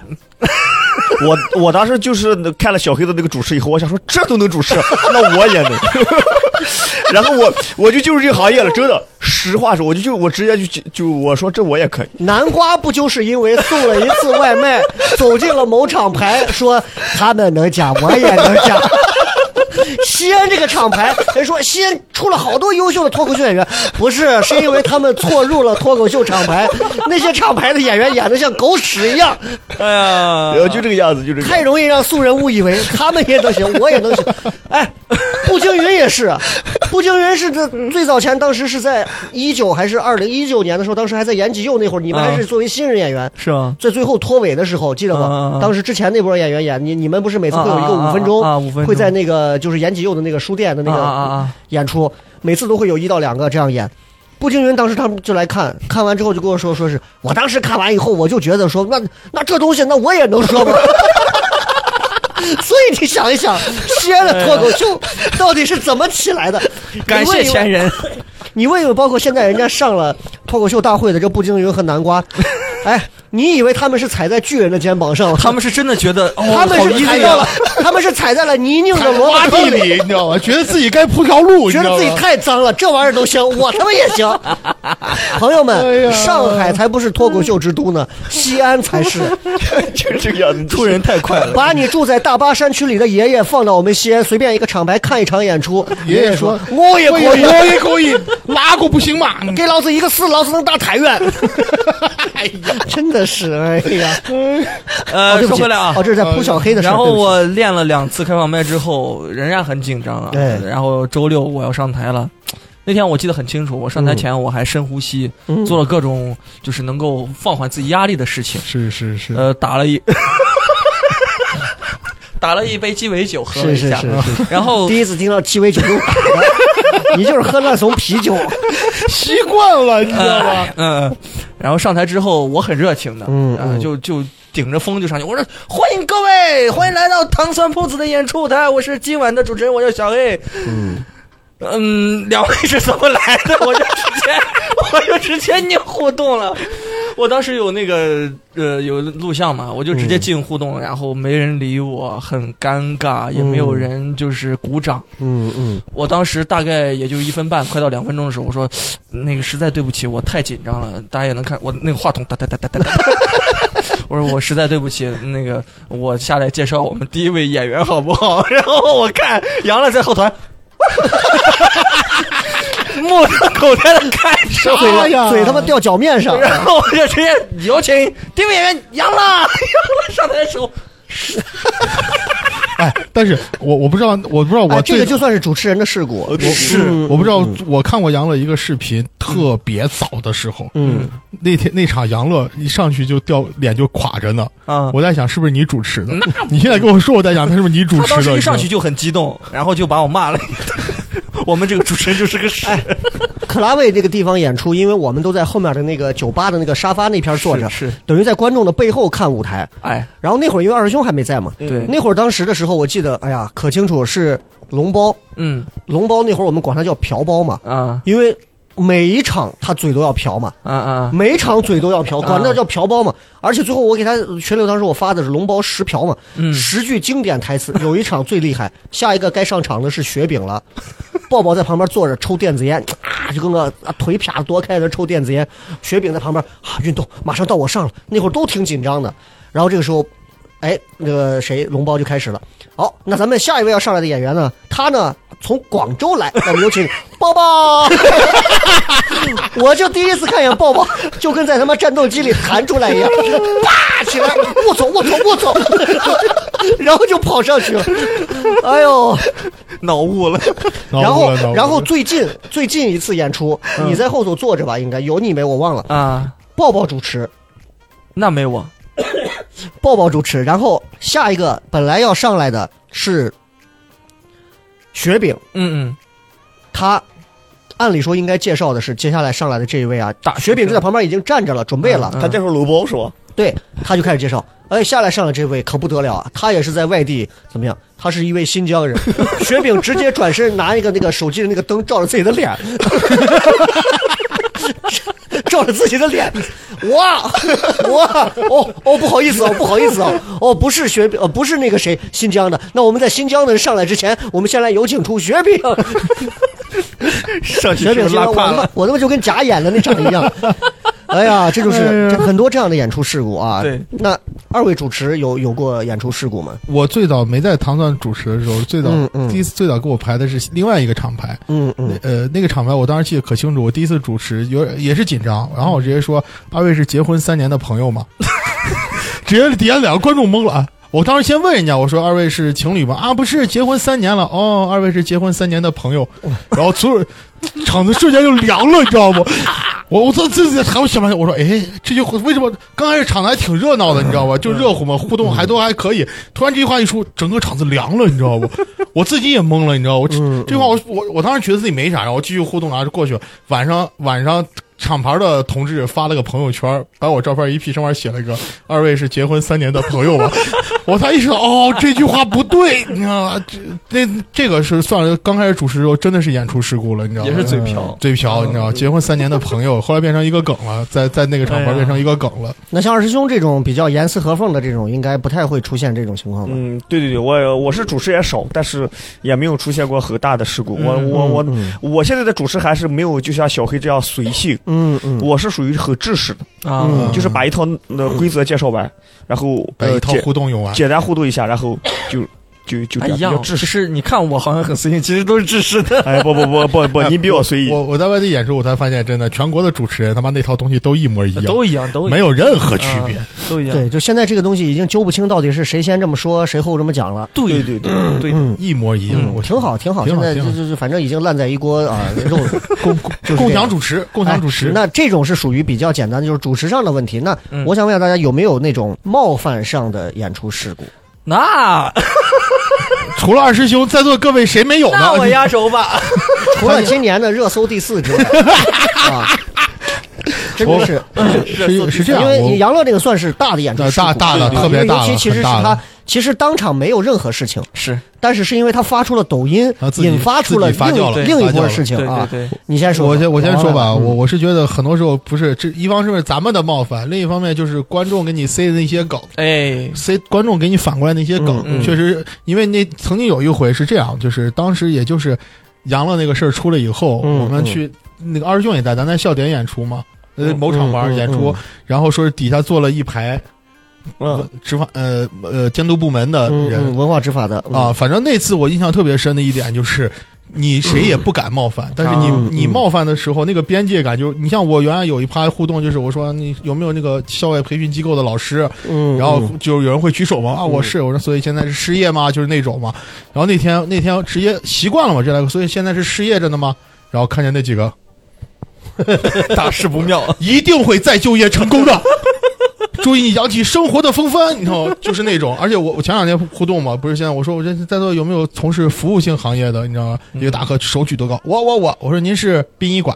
[SPEAKER 5] 我我当时就是看了小黑的那个主持以后，我想说这都能主持，那我也能。 然后我我就进入这个行业了，真的，实话说，我就就我直接就就我说这我也可以。
[SPEAKER 3] 南瓜不就是因为送了一次外卖，走进了某厂牌，说他们能讲，我也能讲。西安这个厂牌，人说西安出了好多优秀的脱口秀演员，不是，是因为他们错入了脱口秀厂牌，那些厂牌的演员演的像狗屎一样，
[SPEAKER 4] 哎呀，
[SPEAKER 5] 然后就这个样子，就这个样子。
[SPEAKER 3] 太容易让素人误 以为他们也能行，我也能行。哎，步惊云也是，啊，步惊云是这最早前，当时是在一九还是二零一九年的时候，当时还在延吉右那会儿，你们还是作为新人演员，
[SPEAKER 4] 啊是啊吗？
[SPEAKER 3] 在最后脱尾的时候，记得吗
[SPEAKER 4] 嗯嗯？嗯
[SPEAKER 3] 当时之前那波演员演你，你们不是每次会有一个
[SPEAKER 4] 啊啊啊
[SPEAKER 3] 五分钟，
[SPEAKER 4] 啊五分钟
[SPEAKER 3] 会在那个就是延吉右的那个书店的那
[SPEAKER 4] 啊啊
[SPEAKER 3] 个
[SPEAKER 4] 啊
[SPEAKER 3] 演出，每次都会有一到两个这样演。步惊云当时他们就来看，看完之后就跟我说，说是我当时看完以后，我就觉得说，那那这东西，那我也能说吗？所以你想一想，西安的脱
[SPEAKER 6] 哎
[SPEAKER 3] 口秀到底是怎么起来的？
[SPEAKER 4] 感谢前人。
[SPEAKER 3] 你问问，包括现在人家上了脱口秀大会的这步惊云和南瓜，哎，你以为他们是踩在巨人的肩膀上，
[SPEAKER 4] 他们是真的觉得，哦，
[SPEAKER 3] 他们
[SPEAKER 4] 好
[SPEAKER 3] 是
[SPEAKER 4] 厉
[SPEAKER 3] 踩
[SPEAKER 4] 害
[SPEAKER 3] 到
[SPEAKER 4] 呀
[SPEAKER 3] 了，，他们是踩在了泥泞的萝卜
[SPEAKER 6] 啊挖
[SPEAKER 3] 坑
[SPEAKER 6] 地里，你知道吗？觉得自己该铺条路，你
[SPEAKER 3] 觉
[SPEAKER 6] 知
[SPEAKER 3] 得
[SPEAKER 6] 道吗
[SPEAKER 3] 自己太脏了，这玩意儿都行，我他妈也 行。朋友
[SPEAKER 6] 哎呀
[SPEAKER 3] 们，上海才不是脱口秀之都呢，西安才 是。
[SPEAKER 5] 就是这个样子。
[SPEAKER 4] 出人太快了。
[SPEAKER 3] 把你住在大巴山区里的爷爷放到我们西安随便一个厂牌看一场演出，
[SPEAKER 6] 爷
[SPEAKER 3] 爷
[SPEAKER 6] 爷说
[SPEAKER 3] 我也
[SPEAKER 6] 我
[SPEAKER 3] 可
[SPEAKER 6] 也
[SPEAKER 3] 以，
[SPEAKER 6] 我也可以，拉过不行吗？
[SPEAKER 3] 给老子一个四，老子能打太原。哎呀， 真的是，哎呀，哦
[SPEAKER 4] 呃，
[SPEAKER 3] 对不
[SPEAKER 4] 说
[SPEAKER 3] 起
[SPEAKER 4] 回来啊
[SPEAKER 3] 哦，，这是在扑小黑的事儿。
[SPEAKER 4] 然后
[SPEAKER 3] 对不起
[SPEAKER 4] 我练了两次开放麦之后，仍然很紧张啊
[SPEAKER 3] 对。
[SPEAKER 4] 然后周六我要上台了，那天我记得很清楚，我上台前我还深呼吸，
[SPEAKER 3] 嗯
[SPEAKER 4] 做了各种就是能够放缓自己压力的事情。
[SPEAKER 6] 是是是，
[SPEAKER 4] 呃，打了一打了一杯鸡尾酒喝了
[SPEAKER 3] 是
[SPEAKER 4] 一
[SPEAKER 3] 是
[SPEAKER 4] 下，
[SPEAKER 3] 是是，
[SPEAKER 4] 然后
[SPEAKER 3] 第一次听到鸡尾酒 跟打的，你就是喝那怂啤 酒。
[SPEAKER 6] 习惯了，你知道吗？
[SPEAKER 4] 嗯、嗯然后上台之后我很热情的，
[SPEAKER 3] 嗯
[SPEAKER 4] 啊
[SPEAKER 3] 嗯
[SPEAKER 4] 就就顶着风就上去，我说欢迎各位，欢迎来到糖蒜铺子的演出台，我是今晚的主持人，我叫小 A。
[SPEAKER 3] 嗯
[SPEAKER 4] 嗯，两位是怎么来的？ 我就直接，我就直接进互动了。我当时有那个呃有录像嘛，我就直接
[SPEAKER 3] 嗯
[SPEAKER 4] 进互动，然后没人理我，很尴尬，也没有人就是鼓掌。
[SPEAKER 3] 嗯嗯，
[SPEAKER 4] 我当时大概也就一分半，快到两分钟的时候，我说 那个实在对不起，我太紧张了，大家也能看我那个话筒哒哒哒哒哒 哒。我说我实在对不起，那个我下来介绍我们第一位演员好不好？ 然后我看杨乐在后 台，目瞪口呆的看着我，
[SPEAKER 6] 哎呀，
[SPEAKER 3] 嘴他妈掉脚面上。
[SPEAKER 4] 然后我就直接有请第一位演员杨乐。杨乐上台的时候，
[SPEAKER 6] 哎，但是我我不知道，我不知道我
[SPEAKER 3] 哎，这
[SPEAKER 6] 最
[SPEAKER 3] 个就嗯算是主持人的事故，
[SPEAKER 6] 是我不知道，我看过杨乐一个视频，特别早的时候，
[SPEAKER 3] 嗯，
[SPEAKER 6] 那天那场杨乐一上去就掉脸就垮着呢，
[SPEAKER 4] 啊，
[SPEAKER 6] 我在想是不是你主持的
[SPEAKER 4] 那？
[SPEAKER 6] 你现在跟我说，我在想他是不是你主
[SPEAKER 4] 他
[SPEAKER 6] 持
[SPEAKER 4] 当时
[SPEAKER 6] 的？
[SPEAKER 4] 一上去就很激动，然后就把我骂了。 我们这个主持人就是
[SPEAKER 6] 哎
[SPEAKER 4] 个屎。
[SPEAKER 3] 克拉维这个地方演出，因为我们都在后面的那个酒吧的那个沙发那片坐着，
[SPEAKER 4] 是是
[SPEAKER 3] 等于在观众的背后看舞台。
[SPEAKER 4] 哎，
[SPEAKER 3] 然后那会儿因为二师兄还没在嘛，
[SPEAKER 4] 对
[SPEAKER 3] 那会儿当时的时候，我记得，哎呀，可清楚是龙包，
[SPEAKER 4] 嗯
[SPEAKER 3] 龙包那会儿我们管他叫瓢包嘛，
[SPEAKER 4] 啊
[SPEAKER 3] 因为每一场他嘴都要瓢嘛，
[SPEAKER 4] 啊啊，
[SPEAKER 3] 每一场嘴都要瓢，管他
[SPEAKER 4] 啊
[SPEAKER 3] 叫瓢包嘛。而且最后我给他群里头当时我发的是龙包十瓢嘛，
[SPEAKER 4] 嗯
[SPEAKER 3] 十句经典台词，有一场最厉害，下一个该上场的是雪饼了。抱抱在旁边坐着抽电子烟，啊，就跟个啊腿啪多开在那抽电子烟。雪饼在旁边啊运动，马上到我上了，那会儿都挺紧张的。然后这个时候，哎，那个谁龙包就开始了。好，那咱们下一位要上来的演员呢，他呢从广州来，我们有请抱抱。 我就第一次看见抱抱，就跟在他妈战斗机里弹出来一样，啪起来，我走我走我走， 然后就跑上去了，哎呦，
[SPEAKER 4] 脑雾了。
[SPEAKER 3] 然后
[SPEAKER 6] 脑补了
[SPEAKER 3] 然后最近最近一次演出，你在后头坐着吧，应该有你没我忘了，
[SPEAKER 4] 啊，
[SPEAKER 3] 抱抱主持，
[SPEAKER 4] 那没我
[SPEAKER 3] 抱抱主持，然后下一个本来要上来的是雪饼，
[SPEAKER 4] 嗯嗯，
[SPEAKER 3] 他按理说应该介绍的是接下来上来的这一位啊，
[SPEAKER 4] 大
[SPEAKER 3] 雪饼就在旁边已经站着了，准备了，
[SPEAKER 5] 他这时候楼包是吧？
[SPEAKER 3] 对，他就开始介绍。哎，下来上来这位可不得了啊！他也是在外地，怎么样？他是一位新疆人。雪饼直接转身拿一个那个手机的那个灯照着自己的脸， 照着自己的脸，哇哇哦哦，不好意思哦，不好意思哦，哦不是雪饼，呃不是那个谁新疆的。那我们在新疆的上来之前，我们先来有请出雪饼。
[SPEAKER 5] 上去
[SPEAKER 3] 雪
[SPEAKER 5] 是不
[SPEAKER 3] 饼
[SPEAKER 5] 是
[SPEAKER 3] 新
[SPEAKER 5] 拉
[SPEAKER 3] 疆，我
[SPEAKER 5] 胯
[SPEAKER 3] 他妈
[SPEAKER 5] 了？
[SPEAKER 3] 我他妈就跟假演的那场一样。哎呀，这就是这很多这样的演出事故啊。
[SPEAKER 4] 对，
[SPEAKER 3] 那二位主持有有过演出事故吗？
[SPEAKER 6] 我最早没在糖蒜主持的时候，最早
[SPEAKER 3] 嗯嗯
[SPEAKER 6] 第一次最早给我排的是另外一个厂牌，
[SPEAKER 3] 嗯嗯
[SPEAKER 6] 呃，那个厂牌我当时记得可清楚，我第一次主持有也是紧张，然后我直接说：“二位是结婚三年的朋友吗？”直接底下两个观众懵了。啊我当时先问人家，我说：“二位是情侣吗？”啊，不是，结婚三年了。哦，二位是结婚三年的朋友。然后所有人场子瞬间就凉了，你知道不？我我这这这还有想半天，我说：“哎，这句话为什么刚开始场子还挺热闹的，你知道吧？就热乎嘛，互动还都还可以。突然这句话一出，整个场子凉了，你知道不？我自己也懵了，你知道吗我这这句话我我我当时觉得自己没啥，然后继续互动，然后就过去了。晚上晚上厂牌的同志发了个朋友圈，把我照片一 P 上面写了一个“二位是结婚三年的朋友吗？” 我才意识到，哦，这句话不对，你知道吗？这那这个是算了，刚开始主持的时候真的是演出事故了，你知道吗？嗯
[SPEAKER 4] 也是嘴瓢。
[SPEAKER 6] 嘴瓢，你知道吗？结婚三年的朋友，后来变成一个梗了，在在那个厂牌变成一个梗了。
[SPEAKER 3] 那像二师兄这种比较严丝合缝的这种，应该不太会出现这种情况吧？
[SPEAKER 5] 嗯，对对对，我我是主持也少，但是也没有出现过很大的事故。我我我、
[SPEAKER 3] 嗯
[SPEAKER 5] 我现在的主持还是没有就像小黑这样随性，
[SPEAKER 3] 嗯嗯，
[SPEAKER 5] 我是属于很制式的，
[SPEAKER 4] 啊，
[SPEAKER 6] 嗯
[SPEAKER 5] 就是把一套呃规则介绍完，然后
[SPEAKER 6] 把
[SPEAKER 5] 呃
[SPEAKER 6] 一套
[SPEAKER 5] 简
[SPEAKER 6] 互动用完，
[SPEAKER 5] 简单互动一下，然后就就就
[SPEAKER 4] 哎
[SPEAKER 5] 这
[SPEAKER 4] 一
[SPEAKER 5] 样
[SPEAKER 4] 样，
[SPEAKER 5] 比较
[SPEAKER 4] 只
[SPEAKER 5] 制式。
[SPEAKER 4] 是你看我好像很随性，其实都是制式的。
[SPEAKER 5] 哎，不不不不不，您比较随意。
[SPEAKER 6] 我我在外地演出，我才发现，真的全国的主持人他妈那套东西都一模一样，
[SPEAKER 4] 都一样，都一样
[SPEAKER 6] 没有任何区别。
[SPEAKER 4] 啊都一样。
[SPEAKER 3] 对，就现在这个东西已经揪不清到底是谁先这么说，谁后这么讲了。
[SPEAKER 5] 对对对，
[SPEAKER 4] 对
[SPEAKER 3] 嗯，
[SPEAKER 6] 一模一样，我
[SPEAKER 3] 挺好，挺好，
[SPEAKER 6] 挺
[SPEAKER 3] 现
[SPEAKER 6] 好
[SPEAKER 3] 在
[SPEAKER 6] 挺
[SPEAKER 3] 就
[SPEAKER 6] 好
[SPEAKER 3] 就是反正已经烂在一锅啊肉了。共共
[SPEAKER 6] 共享主持，共享主持，
[SPEAKER 3] 哎那这种是属于比较简单的，就是主持上的问题。那
[SPEAKER 4] 嗯
[SPEAKER 3] 我想问一下大家，有没有那种冒犯上的演出事 故？
[SPEAKER 4] 那
[SPEAKER 6] 除了二师兄，在座各位谁没有
[SPEAKER 4] 那我
[SPEAKER 6] 呢？
[SPEAKER 4] 压轴吧。
[SPEAKER 3] 除了今年的热搜第四之外，啊，真的是
[SPEAKER 6] 是是这样，
[SPEAKER 3] 因为
[SPEAKER 6] 我
[SPEAKER 3] 杨乐这个算是大的演出
[SPEAKER 6] 对
[SPEAKER 3] 事故，
[SPEAKER 6] 大大的
[SPEAKER 3] 啊
[SPEAKER 6] 特别大了
[SPEAKER 3] 尤其其实是
[SPEAKER 6] 很大
[SPEAKER 3] 他
[SPEAKER 6] 了，
[SPEAKER 3] 其实当场没有任何事情，
[SPEAKER 4] 是
[SPEAKER 3] 但是是因为他发出了抖音
[SPEAKER 6] 啊，自己
[SPEAKER 3] 引发出了
[SPEAKER 6] 自己发酵了
[SPEAKER 3] 另另一
[SPEAKER 6] 发酵
[SPEAKER 3] 波
[SPEAKER 6] 了
[SPEAKER 3] 事情
[SPEAKER 4] 对对
[SPEAKER 3] 啊。
[SPEAKER 4] 对，
[SPEAKER 3] 你先说吧，
[SPEAKER 6] 我先我先说吧，
[SPEAKER 3] 王老嗯师
[SPEAKER 6] 我我是觉得很多时候不是这一方面是咱们的冒犯，另一方面就是观众给你塞的那些梗。
[SPEAKER 4] 哎，
[SPEAKER 6] 塞观众给你反过来那些梗，
[SPEAKER 4] 嗯嗯
[SPEAKER 6] 确实，因为那曾经有一回是这样，就是当时也就是杨乐那个事儿出了以后，
[SPEAKER 3] 嗯
[SPEAKER 6] 我们去、那个二师兄也在，咱在笑点演出嘛，呃，
[SPEAKER 4] 嗯
[SPEAKER 6] 某场玩
[SPEAKER 3] 嗯嗯
[SPEAKER 6] 演出，
[SPEAKER 3] 嗯
[SPEAKER 6] 然后说是底下坐了一排
[SPEAKER 5] 嗯，
[SPEAKER 6] 执法呃呃监督部门的
[SPEAKER 3] 嗯
[SPEAKER 6] 人、
[SPEAKER 3] 嗯，文化执法的
[SPEAKER 6] 啊，，反正那次我印象特别深的一点就是。你谁也不敢冒犯，但是你、
[SPEAKER 3] 嗯
[SPEAKER 6] 你
[SPEAKER 3] 嗯
[SPEAKER 6] 冒犯的时候，那个边界感就是，你像我原来有一趴互动，就是我说你有没有那个校外培训机构的老师，
[SPEAKER 3] 嗯，嗯
[SPEAKER 6] 然后就有人会举手
[SPEAKER 4] 嗯
[SPEAKER 6] 嘛，啊，我是，我说所以现在是失业吗？就是那种嘛。然后那天那天直接习惯了嘛，这来个，所以现在是失业着呢吗？然后看见那几个
[SPEAKER 4] 大事不妙。
[SPEAKER 6] 一定会再就业成功的， 注意你扬起生活的风帆，你知道吗？就是那种。而且我我前两天互动嘛，不是现在我说我这在座有没有从事服务性行业的？你知道吗？
[SPEAKER 4] 嗯
[SPEAKER 6] 一个大哥手举多高，我我我，我说您是殡仪馆，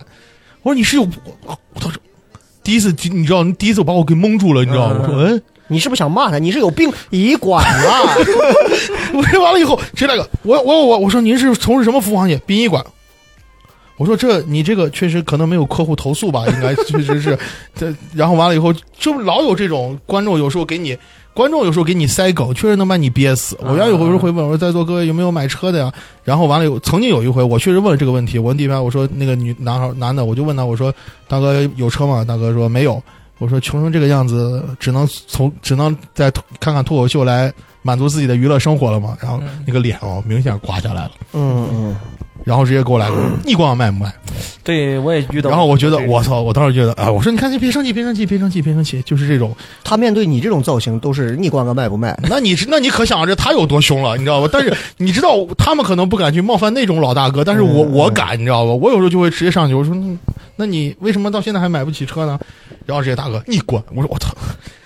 [SPEAKER 6] 我说你是有，我我当时第一次你知道，第一次把我给蒙住了，你知道吗？我说嗯。
[SPEAKER 3] 你是不是想骂他？你是有病，医馆 啊？
[SPEAKER 6] 我说完了以后，谁来个？我我我我说您是从事什么服务行业？殡仪馆。我说这你这个确实可能没有客户投诉吧，应该确实是。 这然后完了以后，就老有这种观众有时候给你，观众有时候给你塞狗，确实能把你憋死。我原来有回会问我说在座各位有没有买车的呀？然后完了有曾经有一回我确实问了这个问题，我问地盘我说那个女男孩男的我就问他我说大哥有车吗？大哥说没有。我说穷成这个样子，只能从只能再看看脱口秀来满足自己的娱乐生活了嘛。然后那个脸哦，明显刮下来了，
[SPEAKER 3] 嗯嗯，
[SPEAKER 6] 然后直接给我来个，你光想卖不卖？
[SPEAKER 4] 对，我也遇到过这个。
[SPEAKER 6] 然后我觉得我操，我当时觉得啊，我说你看，别生气，别生气，别生气，别生气，就是这种。
[SPEAKER 3] 他面对你这种造型都是你管个卖不卖？
[SPEAKER 6] 那你那你可想而知他有多凶了，你知道吧？但是你知道他们可能不敢去冒犯那种老大哥，但是我
[SPEAKER 3] 嗯
[SPEAKER 6] 我敢，你知道吧？我有时候就会直接上去，我说那那你为什么到现在还买不起车呢？然后这些大哥你滚！我说我操，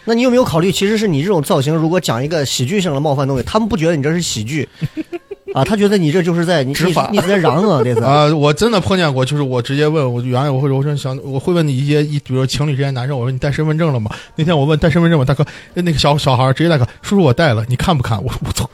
[SPEAKER 3] 那你有没有考虑，其实是你这种造型，如果讲一个喜剧性的冒犯东西，他们不觉得你这是喜剧， 啊，他觉得你这就是在你
[SPEAKER 6] 执法
[SPEAKER 3] 你你在嚷啊， 这次
[SPEAKER 6] 啊、我真的碰见过，就是我直接问，我就原来我会我说想我会问你一些一，比如说情侣之间男生，我说你带身份证了吗？那天我问带身份证吗？大哥，那个小小孩儿直接大哥，叔叔我带了，你看不看？我说我操，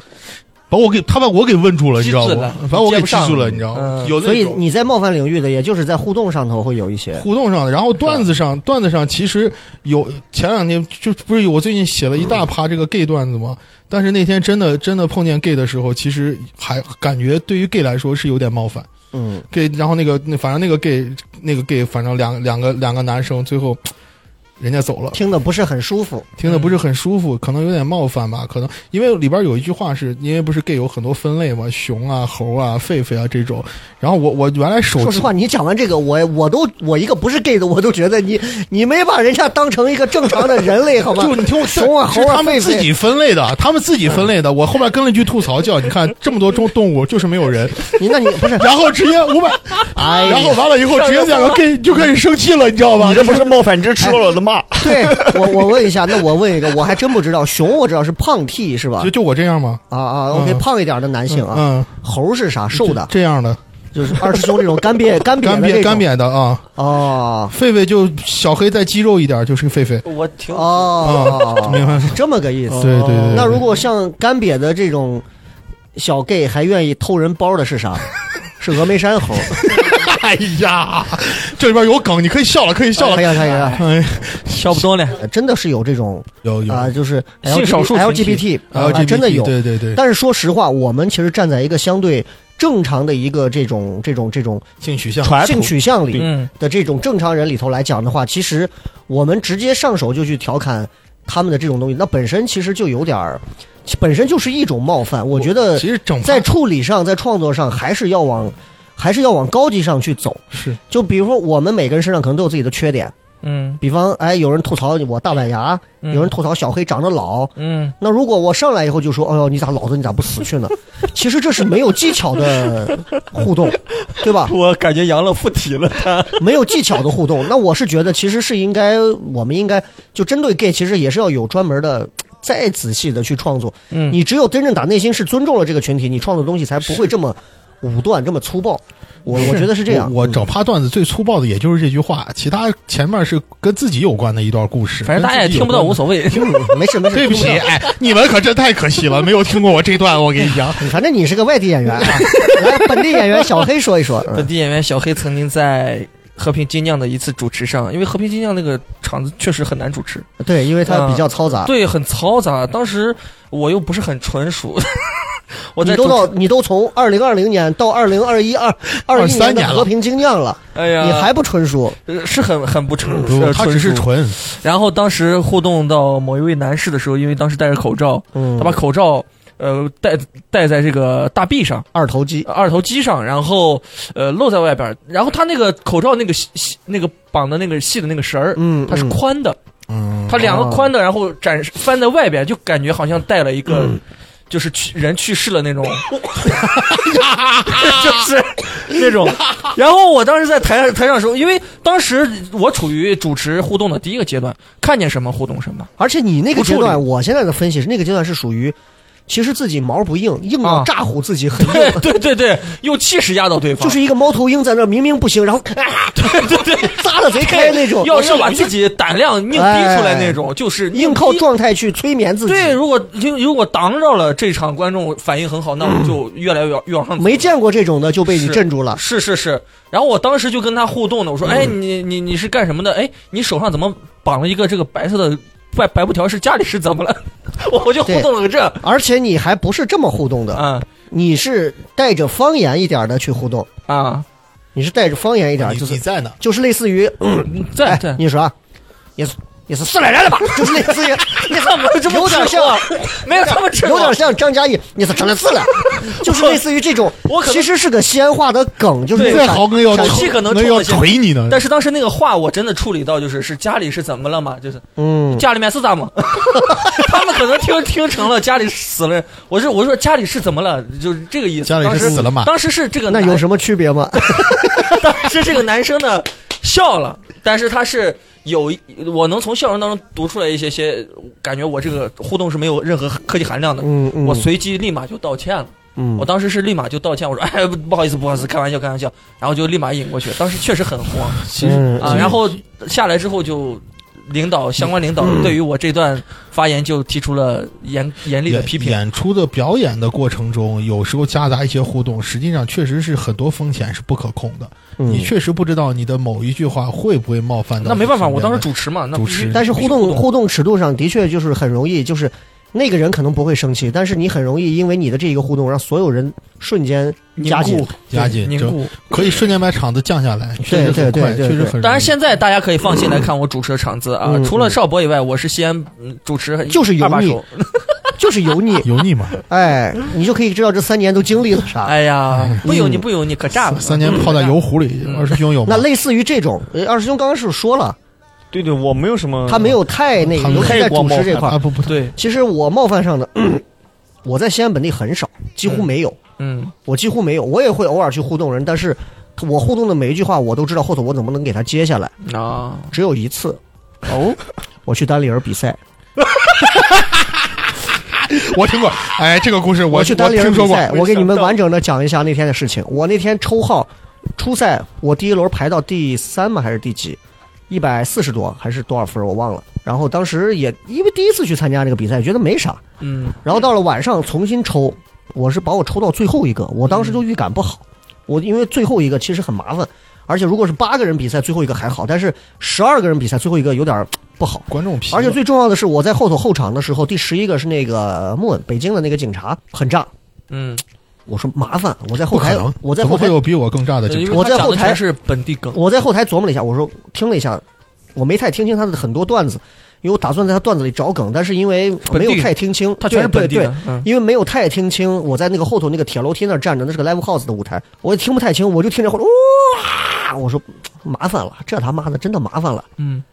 [SPEAKER 6] 把我给他把我给问住了，你知道
[SPEAKER 4] 激
[SPEAKER 6] 吗
[SPEAKER 4] 死了？
[SPEAKER 6] 把我给
[SPEAKER 4] 接不
[SPEAKER 6] 记
[SPEAKER 4] 上
[SPEAKER 6] 住
[SPEAKER 4] 了
[SPEAKER 6] 了，你知道吗？
[SPEAKER 4] 嗯
[SPEAKER 6] 有那
[SPEAKER 3] 所以
[SPEAKER 6] 种
[SPEAKER 3] 你在冒犯领域的，也就是在互动上头会有一些，
[SPEAKER 6] 互动上的，然后段子上段子上其实有前两天就不是有我最近写了一大趴这个 gay 段子嘛，但是那天真的真的碰见 gay 的时候，其实还感觉对于 gay 来说是有点冒犯。
[SPEAKER 3] 嗯
[SPEAKER 6] gay，然后那个那反正那个 gay 那个 gay，反正两两个两个男生最后人家走了，
[SPEAKER 3] 听的不是很舒服，
[SPEAKER 6] 听的不是很舒服，可能有点冒犯吧，可能因为里边有一句话是因为不是 gay 有很多分类嘛，熊啊、猴啊、狒狒啊这种，然后我我原来手
[SPEAKER 3] 说
[SPEAKER 6] 机
[SPEAKER 3] 实话，你讲完这个，我我都我一个不是 gay 的，我都觉得你你没把人家当成一个正常的人类，好吧？
[SPEAKER 6] 就是你听我
[SPEAKER 3] 熊啊
[SPEAKER 6] 是
[SPEAKER 3] 猴啊
[SPEAKER 6] 他们
[SPEAKER 3] 狒狒
[SPEAKER 6] 自己分类的，他们自己分类的。我后面跟了一句吐槽，叫你看这么多种动物就是没有人，
[SPEAKER 3] 你那你不是，
[SPEAKER 6] 然后直接五百，
[SPEAKER 3] 哎呀，
[SPEAKER 6] 然后完了以后直接两个 gay 就开始生气了，你知道吧
[SPEAKER 5] 你？这不是冒犯，你这是吃了我的骂。
[SPEAKER 3] 对我我问一下，那我问一个，我还真不知道，熊我知道是胖 T 是吧
[SPEAKER 6] 就？就我这样吗？
[SPEAKER 3] 啊啊，OK，
[SPEAKER 6] 嗯
[SPEAKER 3] 胖一点的男性啊，
[SPEAKER 6] 嗯，
[SPEAKER 3] 猴是啥？瘦的
[SPEAKER 6] 这样的，
[SPEAKER 3] 就是二师兄这种干瘪干瘪
[SPEAKER 6] 干
[SPEAKER 3] 的
[SPEAKER 6] 瘪
[SPEAKER 3] 那
[SPEAKER 6] 干
[SPEAKER 3] 种
[SPEAKER 6] 瘪的啊，
[SPEAKER 3] 哦
[SPEAKER 6] 狒狒就小黑再肌肉一点就是个狒狒，
[SPEAKER 4] 我挺
[SPEAKER 3] 哦，
[SPEAKER 6] 嗯明白？
[SPEAKER 3] 是这么个意思。
[SPEAKER 6] 对对对。
[SPEAKER 3] 那如果像干瘪的这种小 gay 还愿意偷人包的是 啥？是峨眉山猴。
[SPEAKER 6] 哎呀， 这里边有梗，你可以笑了，可以笑
[SPEAKER 3] 哎
[SPEAKER 6] 了。
[SPEAKER 3] 呀哎呀，
[SPEAKER 6] 哎，
[SPEAKER 4] 笑不动了。
[SPEAKER 3] 真的是有这种
[SPEAKER 6] 有有
[SPEAKER 3] 啊，就是
[SPEAKER 4] 性少数群体
[SPEAKER 3] LGBT 啊，
[SPEAKER 6] LGBT
[SPEAKER 3] 真的有。
[SPEAKER 6] 对对对，
[SPEAKER 3] 但是说实话，我们其实站在一个相对正常的一个这种这种这种
[SPEAKER 6] 性取向
[SPEAKER 5] 传
[SPEAKER 3] 性取向里
[SPEAKER 4] 嗯，
[SPEAKER 3] 的这种正常人里头来讲的话，其实我们直接上手就去调侃他们的这种东西，那本身其实就有点儿，本身就是一种冒犯。我觉得
[SPEAKER 6] 其实整
[SPEAKER 3] 在处理上，在创作上，还是要往还是要往高级上去走。
[SPEAKER 6] 是
[SPEAKER 3] 就比如说，我们每个人身上可能都有自己的缺点，
[SPEAKER 4] 嗯
[SPEAKER 3] 比方哎，有人吐槽我大板牙，
[SPEAKER 4] 嗯
[SPEAKER 3] 有人吐槽小黑长得老。
[SPEAKER 4] 嗯，
[SPEAKER 3] 那如果我上来以后就说，哎呦，你咋老子你咋不死去呢？其实这是没有技巧的互动，对吧？
[SPEAKER 4] 我感觉杨乐附体了。
[SPEAKER 3] 没有技巧的互动。那我是觉得，其实是应该，我们应该就针对 gay，其实也是要有专门的。再仔细的去创作，
[SPEAKER 4] 嗯
[SPEAKER 3] 你只有真正打内心是尊重了这个群体，你创作的东西才不会这么武断、这么粗暴。我我觉得是这样。
[SPEAKER 6] 我我
[SPEAKER 3] 嗯
[SPEAKER 6] 整趴段子最粗暴的也就是这句话，其他前面是跟自己有关的一段故事，
[SPEAKER 4] 反正大家也听不到，无所谓。
[SPEAKER 3] 没事没事，
[SPEAKER 6] 对不起，
[SPEAKER 3] 听到
[SPEAKER 6] 哎，你们可真太可惜了，没有听过我这段，我跟你讲，
[SPEAKER 3] 嗯反正你是个外地演员啊。来，本地演员小黑说一说。嗯
[SPEAKER 4] 本地演员小黑曾经在和平精酿的一次主持上，因为和平精酿那个场子确实很难主持，
[SPEAKER 3] 对，因为他比较嘈杂。
[SPEAKER 4] 对，很嘈杂。当时我又不是很纯熟， 我
[SPEAKER 3] 你
[SPEAKER 4] 在
[SPEAKER 3] 都
[SPEAKER 4] 主
[SPEAKER 3] 到
[SPEAKER 4] 持
[SPEAKER 3] 你都从二零二零年到二零二一二二一
[SPEAKER 6] 23
[SPEAKER 3] 的
[SPEAKER 6] 年了
[SPEAKER 3] 和平精酿了，
[SPEAKER 4] 哎呀，
[SPEAKER 3] 你还不纯熟。
[SPEAKER 4] 呃是很很不
[SPEAKER 3] 嗯
[SPEAKER 4] 成熟，
[SPEAKER 6] 不，他只是
[SPEAKER 4] 纯熟。
[SPEAKER 6] 纯，
[SPEAKER 4] 然后当时互动到某一位男士的时候，因为当时戴着口罩，
[SPEAKER 3] 嗯
[SPEAKER 4] 他把口罩呃戴戴在这个大臂上、
[SPEAKER 3] 二头肌。
[SPEAKER 4] 二头肌上，然后呃露在外边儿。然后他那个口罩那个细细那个绑的那个细的那个绳儿，
[SPEAKER 3] 嗯，
[SPEAKER 4] 它是
[SPEAKER 3] 嗯
[SPEAKER 4] 宽的，
[SPEAKER 6] 嗯，
[SPEAKER 4] 它两个
[SPEAKER 3] 哦
[SPEAKER 4] 宽的，然后展示翻在外边，就感觉好像戴了一个。
[SPEAKER 3] 嗯
[SPEAKER 4] 就是去人去世了 那种， 就是那种。然后我当时在台台上的时候，因为当时我处于主持互动的第一个阶段，看见什么互动什 么。
[SPEAKER 3] 而且你那个
[SPEAKER 4] 不处
[SPEAKER 3] 阶
[SPEAKER 4] 理
[SPEAKER 3] 段，我现在的分析是，那个阶段是属于，其实自己毛不硬，硬到
[SPEAKER 4] 啊
[SPEAKER 3] 炸唬自己很
[SPEAKER 4] 对
[SPEAKER 3] 硬，
[SPEAKER 4] 对对对，用气势压倒对方，
[SPEAKER 3] 就是一个猫头鹰在那儿明明不行，然后啊，对对对，扎的贼开那种， 哎
[SPEAKER 4] 要是把自己胆量硬逼出来那种，就是
[SPEAKER 3] 硬靠
[SPEAKER 4] 撞。
[SPEAKER 3] 状态去催眠自己。
[SPEAKER 4] 对，如果就如果挡着了这场观众反应很好，那我
[SPEAKER 3] 嗯
[SPEAKER 4] 就越来越越往上走。
[SPEAKER 3] 没见过这种的就被你
[SPEAKER 4] 是
[SPEAKER 3] 镇住了。
[SPEAKER 4] 啊是是是，然后我当时就跟他互动呢，我
[SPEAKER 3] 嗯
[SPEAKER 4] 说：“哎，你你你是干什么的？哎，你手上怎么绑了一个这个白色的白白布条？是家里是怎么了？” 我我就互动了个这，
[SPEAKER 3] 而且你还不是这么互动的，
[SPEAKER 4] 啊
[SPEAKER 3] 你是带着方言一点的去互动，
[SPEAKER 4] 啊，
[SPEAKER 3] 你是带着方言一点，
[SPEAKER 6] 你
[SPEAKER 3] 就
[SPEAKER 6] 你
[SPEAKER 3] 是
[SPEAKER 6] 在呢，
[SPEAKER 3] 就是类似于，
[SPEAKER 4] 在
[SPEAKER 3] 哎
[SPEAKER 4] 在，
[SPEAKER 3] 你说啊，也是也是四川人了吧，就是类 似于，你怎么
[SPEAKER 4] 这么啊
[SPEAKER 3] 有点
[SPEAKER 4] 吃
[SPEAKER 3] 像
[SPEAKER 4] 货没有他们吃
[SPEAKER 3] 有点
[SPEAKER 4] 我
[SPEAKER 3] 像张嘉译，你是成了四 了，就是类似于这种
[SPEAKER 4] 我可，能
[SPEAKER 3] 其实是个西安话的梗，就是
[SPEAKER 4] 对
[SPEAKER 3] 那
[SPEAKER 6] 再
[SPEAKER 3] 种
[SPEAKER 6] 豪哥要
[SPEAKER 4] 陕西可能
[SPEAKER 6] 那
[SPEAKER 4] 冲
[SPEAKER 6] 要
[SPEAKER 4] 得进
[SPEAKER 6] 锤你呢，
[SPEAKER 4] 但是当时那个话我真的处理到，就是是家里是怎么了嘛，就是
[SPEAKER 3] 嗯，
[SPEAKER 4] 家里面是咋 嘛？他们可能听听成了家里死了人，我是我说家里是怎么了，就是这个意思。
[SPEAKER 6] 家里
[SPEAKER 4] 当
[SPEAKER 6] 是
[SPEAKER 4] 时
[SPEAKER 6] 死了嘛
[SPEAKER 4] 当时是这个
[SPEAKER 3] 那
[SPEAKER 4] 男，
[SPEAKER 3] 有什么区 别吗？
[SPEAKER 4] 当时这个男生呢笑了，但是他是有一，我能从笑容当中读出来一些些，感觉我这个互动是没有任何科技含量的。
[SPEAKER 3] 嗯嗯，
[SPEAKER 4] 我随即立马就道歉了，
[SPEAKER 3] 嗯
[SPEAKER 4] 我当时是立马就道歉，我说哎不不好意思不好意思，开玩笑开玩笑，然后就立马引过去，当时确实很 慌。
[SPEAKER 6] 其实
[SPEAKER 3] 嗯
[SPEAKER 4] 啊，然后下来之后就。领导相关领导
[SPEAKER 3] 嗯
[SPEAKER 4] 对于我这段发言就提出了严严厉的批评，
[SPEAKER 6] 演演出的表演的过程中，有时候夹杂一些互动，实际上确实是很多风险是不可控的。
[SPEAKER 3] 嗯
[SPEAKER 6] 你确实不知道你的某一句话会不会冒犯到
[SPEAKER 4] 那没办法，我当时
[SPEAKER 6] 主
[SPEAKER 4] 主持嘛，那
[SPEAKER 6] 主
[SPEAKER 4] 必须
[SPEAKER 6] 持
[SPEAKER 3] 但是互
[SPEAKER 4] 必须
[SPEAKER 3] 动互动尺度上的确就是很容易，就是那个人可能不会生气，但是你很容易因为你的这一个互动，让所有人瞬间加紧。
[SPEAKER 6] 加紧
[SPEAKER 4] 凝
[SPEAKER 6] 就
[SPEAKER 4] 固。
[SPEAKER 6] 可以瞬间把场子降下来，确实很
[SPEAKER 3] 对
[SPEAKER 6] 快，
[SPEAKER 3] 对对
[SPEAKER 6] 确实很容易。，
[SPEAKER 4] 当然，现在大家可以放心来看我主持的场子啊
[SPEAKER 3] 嗯，
[SPEAKER 4] 除了邵博以外，我是西安嗯主持
[SPEAKER 3] 就是油
[SPEAKER 4] 二把
[SPEAKER 3] 腻
[SPEAKER 4] 手。
[SPEAKER 3] 就是油腻
[SPEAKER 6] 油腻嘛，
[SPEAKER 3] 哎，你就可以知道这三年都经历了啥。
[SPEAKER 4] 哎呀，不油腻不油腻，可炸了！
[SPEAKER 6] 三年泡在油壶里，二师兄有吗
[SPEAKER 3] 那？类似于这种，呃二师兄刚刚是不是说了，
[SPEAKER 5] 对对，我没有什
[SPEAKER 4] 嗯
[SPEAKER 5] 么，
[SPEAKER 3] 他没有太那
[SPEAKER 6] 他
[SPEAKER 3] 个，
[SPEAKER 6] 没有
[SPEAKER 3] 尤其在主持这块
[SPEAKER 6] 啊
[SPEAKER 3] 儿，
[SPEAKER 6] 不不，
[SPEAKER 4] 对，
[SPEAKER 3] 其实我冒犯上的， 我在西安本地很少，几乎没有。
[SPEAKER 4] 嗯，
[SPEAKER 3] 我几乎没有，我也会偶尔去互动人，但是我互动的每一句话，我都知道后头我怎么能给他接下来。
[SPEAKER 4] 啊，
[SPEAKER 6] 嗯
[SPEAKER 3] 只有一次，
[SPEAKER 4] 哦，
[SPEAKER 3] 我去丹里尔比赛，
[SPEAKER 6] 我听过，哎，这个故事我
[SPEAKER 3] 我去单立人
[SPEAKER 6] 听说
[SPEAKER 3] 比
[SPEAKER 6] 过，
[SPEAKER 3] 赛，我给你们完整的讲一下那天的事情。我那天抽号初赛，我第一轮排到第三嘛还是第几？一百四十多还是多少分我忘了。然后当时也因为第一次去参加这个比赛，觉得没啥。
[SPEAKER 4] 嗯，
[SPEAKER 3] 然后到了晚上重新抽，我是把我抽到最后一个，我当时就预感不好。我因为最后一个其实很麻烦，而且如果是八个人比赛最后一个还好，但是十二个人比赛最后一个有点儿不好。
[SPEAKER 6] 观众皮，
[SPEAKER 3] 而且最重要的是，我在后头后场的时候，第十一个是那个莫北京的那个警察，很炸。
[SPEAKER 4] 嗯，
[SPEAKER 3] 我说麻烦，我在
[SPEAKER 6] 不
[SPEAKER 3] 后
[SPEAKER 6] 可
[SPEAKER 3] 台
[SPEAKER 6] 能，，
[SPEAKER 3] 我在
[SPEAKER 6] 怎么
[SPEAKER 3] 后
[SPEAKER 6] 会
[SPEAKER 3] 台，
[SPEAKER 6] 有比我更炸的警
[SPEAKER 4] 因
[SPEAKER 6] 察？
[SPEAKER 4] 为
[SPEAKER 3] 我
[SPEAKER 4] 他
[SPEAKER 3] 在
[SPEAKER 4] 讲的
[SPEAKER 3] 后台
[SPEAKER 4] 全是本地梗，
[SPEAKER 3] 我在后台琢磨了一下，我说听了一下，我没太听清他的很多段子，因为我打算在他段子里找梗，但是因为
[SPEAKER 4] 本
[SPEAKER 3] 没有
[SPEAKER 4] 地
[SPEAKER 3] 太听清，
[SPEAKER 4] 他全是
[SPEAKER 3] 对
[SPEAKER 4] 本地
[SPEAKER 3] 对对
[SPEAKER 4] 的，嗯
[SPEAKER 3] 因为没有太听清，我在那个后头那个铁楼梯那儿站着，那是个 live house 的舞台，我也听不太清，我就听着后头哇，我说麻烦了，这他妈的真的麻烦了。
[SPEAKER 4] 嗯，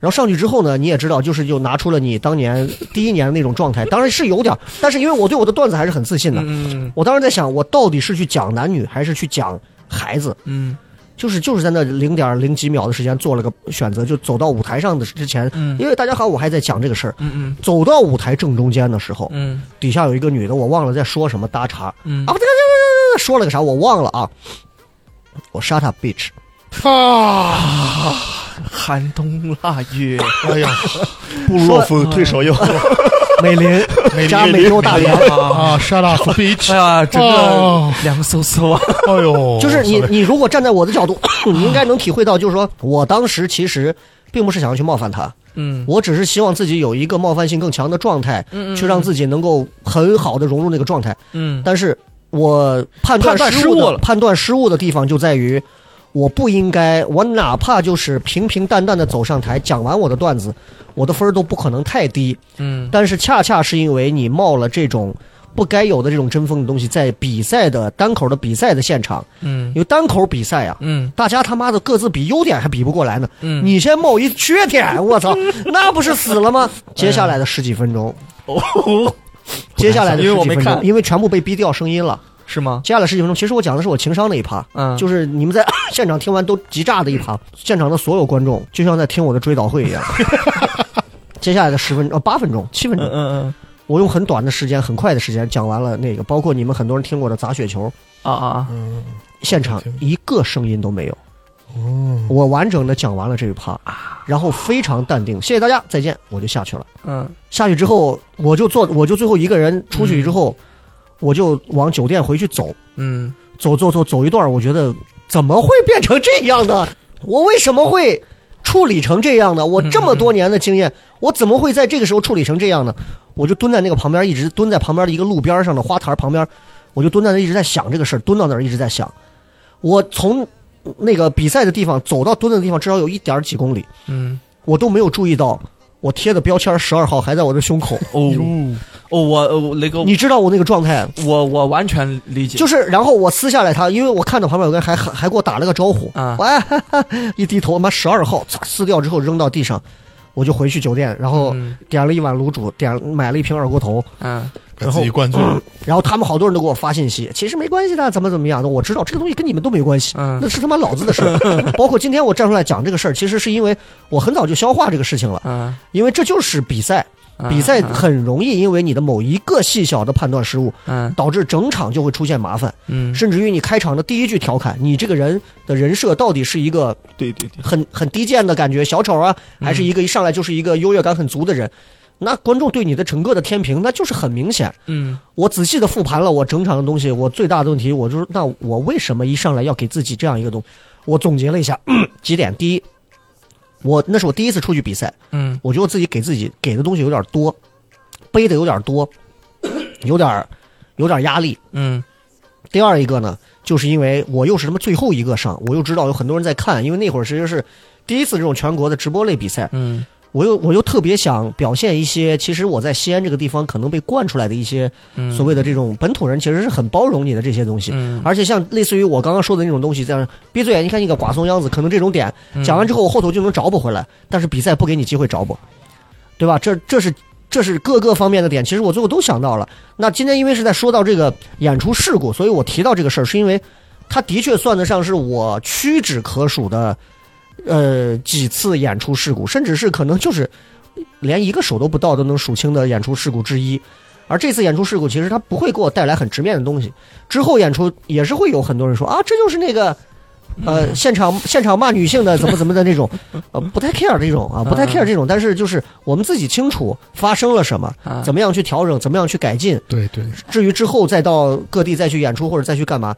[SPEAKER 3] 然后上去之后呢，你也知道，就是又拿出了你当年第一年那种状态，当然是有点儿，但是因为我对我的段子还是很自信的。
[SPEAKER 4] 嗯
[SPEAKER 3] 我当时在想，我到底是去讲男女，还是去讲孩子？
[SPEAKER 4] 嗯
[SPEAKER 3] 就是就是在那零点零几秒的时间做了个选择，就走到舞台上的之前，
[SPEAKER 4] 嗯
[SPEAKER 3] 因为大家好，我还在讲这个事儿。
[SPEAKER 4] 嗯嗯
[SPEAKER 3] 走到舞台正中间的时候，
[SPEAKER 4] 嗯
[SPEAKER 3] 底下有一个女的，我忘了在说什么搭茬啊，
[SPEAKER 4] 嗯
[SPEAKER 3] 不对对对对对说了个啥我忘了啊。我 shut up bitch，
[SPEAKER 6] 啊，
[SPEAKER 4] 寒冬腊 月，
[SPEAKER 6] 哎呀，
[SPEAKER 5] 布鲁洛夫退手右，
[SPEAKER 3] 美 林
[SPEAKER 6] 林
[SPEAKER 3] 加
[SPEAKER 6] 美
[SPEAKER 3] 美洲大连，
[SPEAKER 6] 啊，shut up bitch！
[SPEAKER 4] 哎呀，整个
[SPEAKER 6] 哦
[SPEAKER 4] 凉飕飕啊！
[SPEAKER 6] 哎呦，
[SPEAKER 3] 就是你你如果站在我 的角度，你应该能体会到，就是说我当时其实并不是想要去冒犯她，
[SPEAKER 4] 嗯，
[SPEAKER 3] 我只是希望自己有一个冒犯性更强的状态，
[SPEAKER 4] 嗯嗯
[SPEAKER 3] 去让自己能够很好的融入那个状态。
[SPEAKER 4] 嗯
[SPEAKER 3] 但是我判断
[SPEAKER 4] 判断
[SPEAKER 3] 失
[SPEAKER 4] 失误
[SPEAKER 3] 的
[SPEAKER 4] 了
[SPEAKER 3] 判断失误的地方就在于，我不应该，我哪怕就是平平淡淡的走上台讲完我的段子，我的分儿都不可能太低。
[SPEAKER 4] 嗯
[SPEAKER 3] 但是恰恰是因为你冒了这种。不该有的这种争锋的东西，在比赛的单口的比赛的现场，
[SPEAKER 4] 嗯
[SPEAKER 3] 因为单口比赛啊，
[SPEAKER 4] 嗯
[SPEAKER 3] 大家他妈的各自比优点还比不过来呢。
[SPEAKER 4] 嗯，
[SPEAKER 3] 你先冒一缺点，我 操，那不是死了吗？
[SPEAKER 4] 哎
[SPEAKER 3] 接下来的十几分钟，接下来的
[SPEAKER 4] 哦因为
[SPEAKER 3] 十
[SPEAKER 4] 我
[SPEAKER 3] 几
[SPEAKER 4] 没
[SPEAKER 3] 分钟，
[SPEAKER 4] 看
[SPEAKER 3] 因为全部被逼掉声音了。
[SPEAKER 4] 是吗？
[SPEAKER 3] 接下来十几分钟，其实我讲的是我情商那一趴，
[SPEAKER 4] 嗯，
[SPEAKER 3] 就是你们在 现场听完都急炸的一趴，现场的所有观众就像在听我的追悼会一样。 接下来的十分钟、哦八分钟、七分
[SPEAKER 4] 嗯
[SPEAKER 3] 钟，
[SPEAKER 4] 嗯嗯
[SPEAKER 3] 我用很短的时间、很快的时间讲完了那个，包括你们很多人听过的砸雪球，
[SPEAKER 4] 啊啊，
[SPEAKER 6] 嗯，
[SPEAKER 3] 现场一个声音都没有。我完整的讲完了这一趴，然后非常淡定，谢谢大家，再见，我就下去了。
[SPEAKER 4] 嗯
[SPEAKER 3] 下去之后，我就坐，我就最后一个人出去之后，我就往酒店回去走，
[SPEAKER 4] 嗯
[SPEAKER 3] 走走走走一段，我觉得怎么会变成这样呢？我为什么会处理成这样呢？我这么多年的经验，我怎么会在这个时候处理成这样呢？我就蹲在那个旁边，一直蹲在旁边的一个路边上的花坛旁边，我就蹲在那一直在想这个事儿，蹲到那儿一直在想。我从那个比赛的地方走到蹲的地方，至少有一点儿几公里，
[SPEAKER 4] 嗯，
[SPEAKER 3] 我都没有注意到我贴的标签十二号还在我的胸口。
[SPEAKER 4] 哦哦，我我雷哥，
[SPEAKER 3] 你知道我那个状态，
[SPEAKER 4] 我我完全理解，
[SPEAKER 3] 就是是，然后我撕下来他，因为我看到旁边有个人还还还给我打了个招呼，
[SPEAKER 4] 啊
[SPEAKER 3] 我哎 哈哈一低头，妈十二号，嚓撕掉之后扔到地上，我就回去酒店，然后
[SPEAKER 4] 嗯
[SPEAKER 3] 点了一碗卤煮，点买了一瓶二锅头，
[SPEAKER 4] 嗯
[SPEAKER 6] 把自己灌醉，
[SPEAKER 3] 然后他们好多人都给我发信息，其实没关系的，怎么怎么样的，我知道这个东西跟你们都没关系，
[SPEAKER 4] 嗯
[SPEAKER 3] 那是他妈老子的 事儿。包括今天我站出来讲这个事儿，其实是因为我很早就消化这个事情了，
[SPEAKER 4] 嗯，
[SPEAKER 3] 因为这就是比赛，
[SPEAKER 4] 嗯
[SPEAKER 3] 比赛很容易因为你的某一个细小的判断失误，
[SPEAKER 4] 嗯
[SPEAKER 3] 导致整场就会出现麻烦。
[SPEAKER 4] 嗯
[SPEAKER 3] 甚至于你开场的第一句调侃，你这个人的人设到底是一个
[SPEAKER 5] 对对对，
[SPEAKER 3] 很很低贱的感觉小丑啊，还是一个一上来就是一个优越感很足的人？那观众对你的整个的天平，那就是很明显。
[SPEAKER 4] 嗯
[SPEAKER 3] 我仔细的复盘了我整场的东西，我最大的问题，我就是那我为什么一上来要给自己这样一个东西？我总结了一下、嗯几点：第一，我那是我第一次出去比赛，
[SPEAKER 4] 嗯
[SPEAKER 3] 我觉得我自己给自己给的东西有点多，背的有点多，有点儿有点儿压力。
[SPEAKER 4] 嗯
[SPEAKER 3] 第二一个呢，就是因为我又是他妈最后一个上，我又知道有很多人在看，因为那会儿其实是第一次这种全国的直播类比赛，
[SPEAKER 4] 嗯
[SPEAKER 3] 我又我又特别想表现一些，其实我在西安这个地方可能被惯出来的一些
[SPEAKER 4] 嗯，
[SPEAKER 3] 所谓的这种本土人，其实是很包容你的这些东西。
[SPEAKER 4] 嗯
[SPEAKER 3] 而且像类似于我刚刚说的那种东西，这样闭嘴，啊你看你个瓜怂样子，可能这种点
[SPEAKER 4] 嗯
[SPEAKER 3] 讲完之后，我后头就能找补回来，但是比赛不给你机会找补，对吧？这这是这是各个方面的点，其实我最后都想到了。那今天因为是在说到这个演出事故，所以我提到这个事儿，是因为它的确算得上是我屈指可数的，呃，几次演出事故，甚至是可能就是连一个手都不到都能数清的演出事故之一。而这次演出事故其实它不会给我带来很直面的东西，之后演出也是会有很多人说啊，这就是那个。呃，现场现场骂女性的怎么怎么的那种，呃，不太 care 这种啊，不太 care 这种，但是就是我们自己清楚发生了什么，
[SPEAKER 4] 啊
[SPEAKER 3] 怎么样去调整，怎么样去改进，
[SPEAKER 6] 对对，
[SPEAKER 3] 至于之后再到各地再去演出或者再去干嘛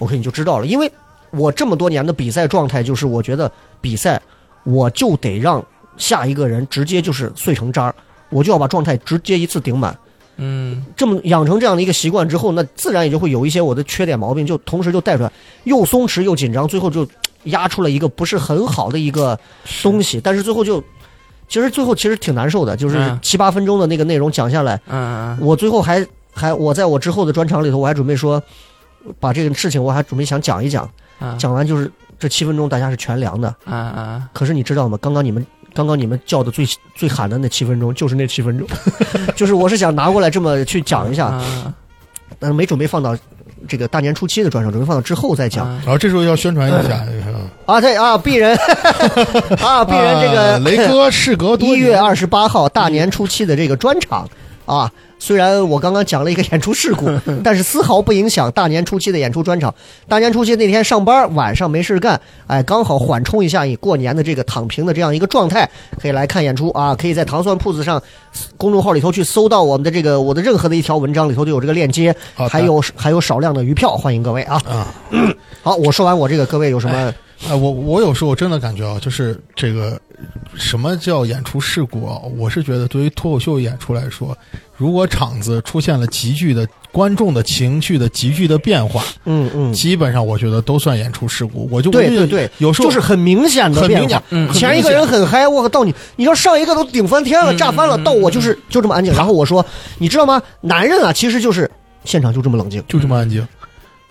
[SPEAKER 3] ，OK 你就知道了。因为我这么多年的比赛状态就是，我觉得比赛我就得让下一个人直接就是碎成渣儿，我就要把状态直接一次顶满。
[SPEAKER 4] 嗯
[SPEAKER 3] 这么养成这样的一个习惯之后，那自然也就会有一些我的缺点毛病，就同时就带出来，又松弛又紧张，最后就压出了一个不是很好的一个东西。但是最后就，其实最后其实挺难受的，就是
[SPEAKER 4] 嗯
[SPEAKER 3] 七八分钟的那个内容讲下来，
[SPEAKER 4] 嗯
[SPEAKER 3] 我最后还还我在我之后的专场里头，我还准备说，把这个事情我还准备想讲一讲，
[SPEAKER 4] 嗯
[SPEAKER 3] 讲完就是这七分钟大家是全凉的。
[SPEAKER 4] 啊啊！
[SPEAKER 3] 可是你知道吗？刚刚你们刚刚你们叫的最最喊的那七分钟，就是那七 分钟，就是我是想拿过来这么去讲一下，
[SPEAKER 4] 啊
[SPEAKER 3] 但是没准备放到。这个大年初七的专场，准备放到之后再讲
[SPEAKER 4] 啊
[SPEAKER 6] 然后这时候要宣传一下，嗯
[SPEAKER 3] 啊！对啊，鄙人 啊，鄙人这个
[SPEAKER 6] 啊雷 哥事隔多
[SPEAKER 3] 一月
[SPEAKER 6] 年，
[SPEAKER 3] 二十八号大年初七的这个专场啊，虽然我刚刚讲了一个演出 事故，但是丝毫不影响大年初七的演出专场。大年初七那天上班，晚上没事干，哎，刚好缓冲一下你过年的这个躺平的这样一个状态，可以来看演出啊！可以在糖蒜铺子上公众号里头去搜到我们的这个我的任何的一条文章里头都有这个链接，
[SPEAKER 6] 好的
[SPEAKER 3] 还有还有少量的余票，欢迎各位啊！
[SPEAKER 6] 啊
[SPEAKER 3] 好，我说完我这个，各位有什么？
[SPEAKER 6] 哎，我我有时候真的感觉啊，就是这个什么叫演出事故啊？我是觉得，对于脱口秀演出来说，如果场子出现了急剧的观众的情绪的急剧的变化，
[SPEAKER 3] 嗯嗯，
[SPEAKER 6] 基本上我觉得都算演出事故。我就
[SPEAKER 3] 对
[SPEAKER 6] 我就
[SPEAKER 3] 对对，
[SPEAKER 6] 有时候
[SPEAKER 3] 就是很明显的
[SPEAKER 6] 很
[SPEAKER 3] 变
[SPEAKER 6] 明
[SPEAKER 3] 化
[SPEAKER 6] 显。，
[SPEAKER 4] 嗯
[SPEAKER 6] 很
[SPEAKER 3] 前一
[SPEAKER 6] 明
[SPEAKER 3] 个
[SPEAKER 6] 显
[SPEAKER 3] 人很嗨，我靠，到你，你知道上一个都顶翻天了，
[SPEAKER 4] 嗯
[SPEAKER 3] 炸翻了，
[SPEAKER 4] 嗯
[SPEAKER 3] 到我就是就这么安静。然后我说，你知道吗？男人啊，其实就是现场就这么冷静。
[SPEAKER 6] 就这么安静。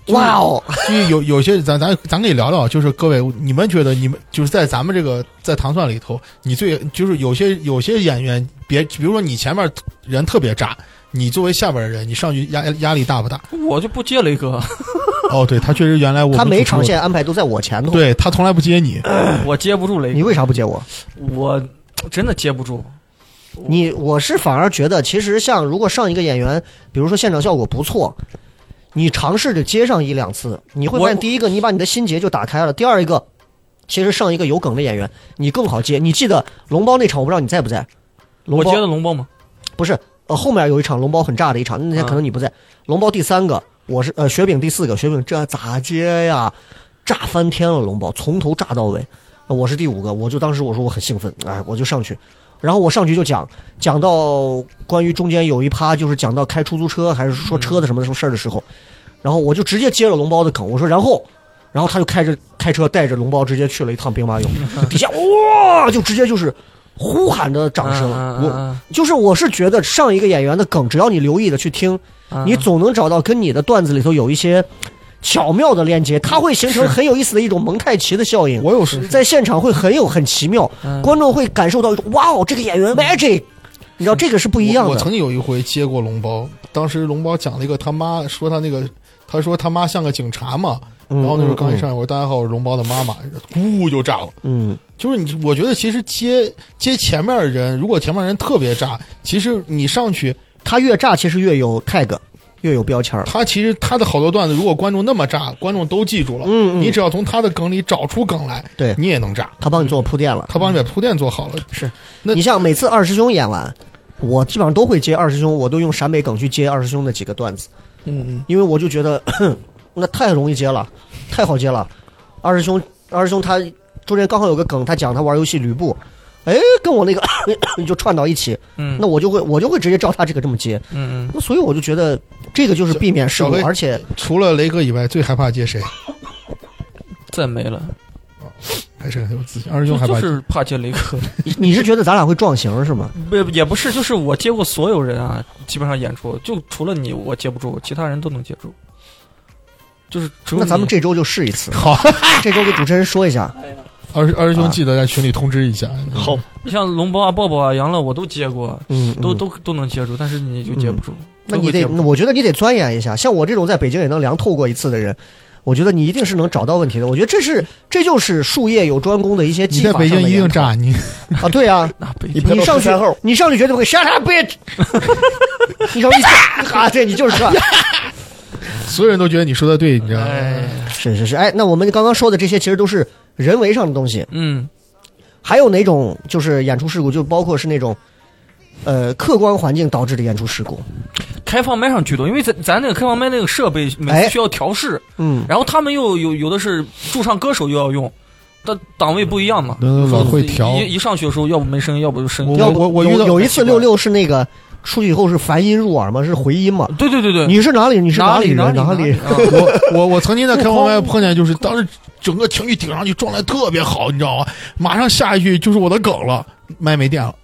[SPEAKER 3] 哇哦，
[SPEAKER 6] 就有有些咱咱咱可以聊聊，就是各位，你们觉得你们就是在咱们这个在糖蒜里头，你最就是有些有些演员，别比如说你前面人特别炸，你作为下边的人，你上去压压力大不大？
[SPEAKER 4] 我就不接雷 哥，
[SPEAKER 6] 哦，对他确实原来我
[SPEAKER 3] 他
[SPEAKER 6] 们
[SPEAKER 3] 每
[SPEAKER 6] 主持
[SPEAKER 3] 场呃
[SPEAKER 6] 过
[SPEAKER 3] 线安排都在我前头，
[SPEAKER 6] 对他从来不接你，
[SPEAKER 4] 我接不住雷
[SPEAKER 3] 你
[SPEAKER 4] 哥，
[SPEAKER 3] 为啥不接我？
[SPEAKER 4] 我真的接不住。
[SPEAKER 3] 你我是反而觉得，其实像如果上一个演员，比如说现场效果不错，你尝试着接上一两次，你会发现
[SPEAKER 4] 我
[SPEAKER 3] 第一个你把你的心结就打开了，第二一个，其实上一个有梗的演员你更好接。你记得龙包那场，我不知道你在不在？龙
[SPEAKER 4] 我
[SPEAKER 3] 包
[SPEAKER 4] 接的龙包吗？
[SPEAKER 3] 不是，呃，后面有一场龙包很炸的一场，那天可能你不在。龙包第三个，我是呃雪饼第四个，雪饼这咋接呀？炸翻天了，龙包从头炸到尾。呃我是第五个，我就当时我说我很兴奋，哎，我就上去，然后我上去就讲讲到关于中间有一趴就是讲到开出租车还是说车的什么什么事儿的时候，然后我就直接接了龙包的梗，我说然后。然后他就开着开车带着龙包直接去了一趟兵马俑，底下哇就直接就是呼喊的掌
[SPEAKER 4] 嗯
[SPEAKER 3] 声，
[SPEAKER 4] 嗯
[SPEAKER 3] 我
[SPEAKER 4] 嗯
[SPEAKER 3] 就是我是觉得上一个演员的梗，只要你留意的去听，
[SPEAKER 4] 嗯
[SPEAKER 3] 你总能找到跟你的段子里头有一些巧妙的链接，它会形成很有意思的一种蒙太奇的效应。
[SPEAKER 6] 我有时
[SPEAKER 3] 在现场会很有很奇妙，
[SPEAKER 4] 嗯
[SPEAKER 3] 观众会感受到一种哇哦，这个演员 magic，你知道这个是不一样
[SPEAKER 6] 我。我
[SPEAKER 3] 的。
[SPEAKER 6] 曾经有一回接过龙包，当时龙包讲了一个他妈说他那个，他说他妈像个警察嘛，
[SPEAKER 3] 嗯
[SPEAKER 6] 然后那时候刚一上来，我说大家好，我是龙包的妈妈，呜就炸了。
[SPEAKER 3] 嗯，
[SPEAKER 6] 就是你，我觉得其实接接前面的人，如果前面人特别炸，其实你上去，
[SPEAKER 3] 他越炸其实越有 tag，越有标签儿。
[SPEAKER 6] 他其实他的好多段子，如果观众那么炸，观众都记住了。
[SPEAKER 3] 嗯嗯
[SPEAKER 6] 你只要从他的梗里找出梗来，
[SPEAKER 3] 对
[SPEAKER 6] 你也能炸。
[SPEAKER 3] 他帮你做铺垫了。
[SPEAKER 6] 他帮你把铺垫做好了，
[SPEAKER 3] 是
[SPEAKER 6] 那
[SPEAKER 3] 你像每次二师兄演完，我基本上都会接二师兄，我都用陕北梗去接二师兄的几个段子。
[SPEAKER 4] 嗯
[SPEAKER 3] 因为我就觉得 那太容易接了，太好接了。二师兄，二师兄他中间刚好有个梗，他讲他玩游戏吕布，哎，跟我那个 就串到一起，
[SPEAKER 4] 嗯
[SPEAKER 3] 那我就会我就会直接照他这个这么接。
[SPEAKER 4] 嗯嗯
[SPEAKER 3] 那所以我就觉得这个就是避免事故
[SPEAKER 6] 小小，黑
[SPEAKER 3] 而且
[SPEAKER 6] 除了雷哥以外，最害怕接谁？
[SPEAKER 4] 再没了，
[SPEAKER 6] 还是很有自信。二师
[SPEAKER 4] 就
[SPEAKER 6] 兄害怕
[SPEAKER 4] 就
[SPEAKER 6] 接
[SPEAKER 4] 是怕接雷哥，
[SPEAKER 3] 你你是觉得咱俩会撞型是吗？
[SPEAKER 4] 不也不是，就是我接过所有人啊，基本上演出就除了你我接不住，其他人都能接住，就是只有
[SPEAKER 3] 那咱们
[SPEAKER 4] 你
[SPEAKER 3] 这周就试一次，
[SPEAKER 6] 好，
[SPEAKER 3] 这周给主持人说一下。
[SPEAKER 6] 二师二师兄
[SPEAKER 3] 啊
[SPEAKER 6] 记得在群里通知一下。
[SPEAKER 5] 好，
[SPEAKER 4] 像龙包啊、抱抱啊、杨乐我都接过，
[SPEAKER 3] 嗯，
[SPEAKER 4] 都
[SPEAKER 3] 嗯
[SPEAKER 4] 都都能接住，但是你就接不住。
[SPEAKER 3] 那
[SPEAKER 4] 都
[SPEAKER 3] 你
[SPEAKER 4] 会
[SPEAKER 3] 得，
[SPEAKER 4] 接不住
[SPEAKER 3] 我觉得你得钻研一下。像我这种在北京也能凉透过一次的人，我觉得你一定是能找到问题的。我觉得这是这就是术业有专攻的一些技
[SPEAKER 6] 你
[SPEAKER 3] 法
[SPEAKER 6] 在
[SPEAKER 3] 上的
[SPEAKER 6] 北京一定
[SPEAKER 3] 研讨
[SPEAKER 6] 炸你，
[SPEAKER 3] 啊！对啊，
[SPEAKER 4] 那不
[SPEAKER 5] 你拍
[SPEAKER 3] 你
[SPEAKER 5] 到
[SPEAKER 3] 上
[SPEAKER 5] 十
[SPEAKER 3] 去
[SPEAKER 5] 三后，
[SPEAKER 3] 你上去绝对不会 shut up bitch，你上去啊，对你就是
[SPEAKER 6] 哎
[SPEAKER 3] 这，
[SPEAKER 6] 所有人都觉得你说的对，你知道吗？
[SPEAKER 4] 哎，
[SPEAKER 3] 是是是，哎，那我们刚刚说的这些其实都是人为上的东西，
[SPEAKER 4] 嗯，
[SPEAKER 3] 还有哪种就是演出事故，就包括是那种。呃，客观环境导致的演出事故，
[SPEAKER 4] 开放麦上居多，因为咱咱那个开放麦那个设备每
[SPEAKER 3] 哎
[SPEAKER 4] 次需要调试，
[SPEAKER 3] 嗯，
[SPEAKER 4] 然后他们又有有的是驻唱歌手又要用，但档位不一样嘛，
[SPEAKER 6] 都老会调。
[SPEAKER 4] 一一上去的时候，要不没声音，要不就声音。
[SPEAKER 6] 我
[SPEAKER 3] 要不
[SPEAKER 6] 我我遇
[SPEAKER 3] 有
[SPEAKER 6] 到哎
[SPEAKER 3] 有一次六六是那个出去以后是梵音入耳嘛，是回音嘛，
[SPEAKER 4] 对对 对对，
[SPEAKER 3] 你是哪里？你是
[SPEAKER 4] 哪
[SPEAKER 3] 里人？
[SPEAKER 4] 哪
[SPEAKER 3] 哪
[SPEAKER 4] 里？ 啊
[SPEAKER 6] 我我我曾经在开放麦碰见，就是当时整个情绪顶上去，状态特别好，你知道吗？马上下一句就是我的梗了，麦没电了。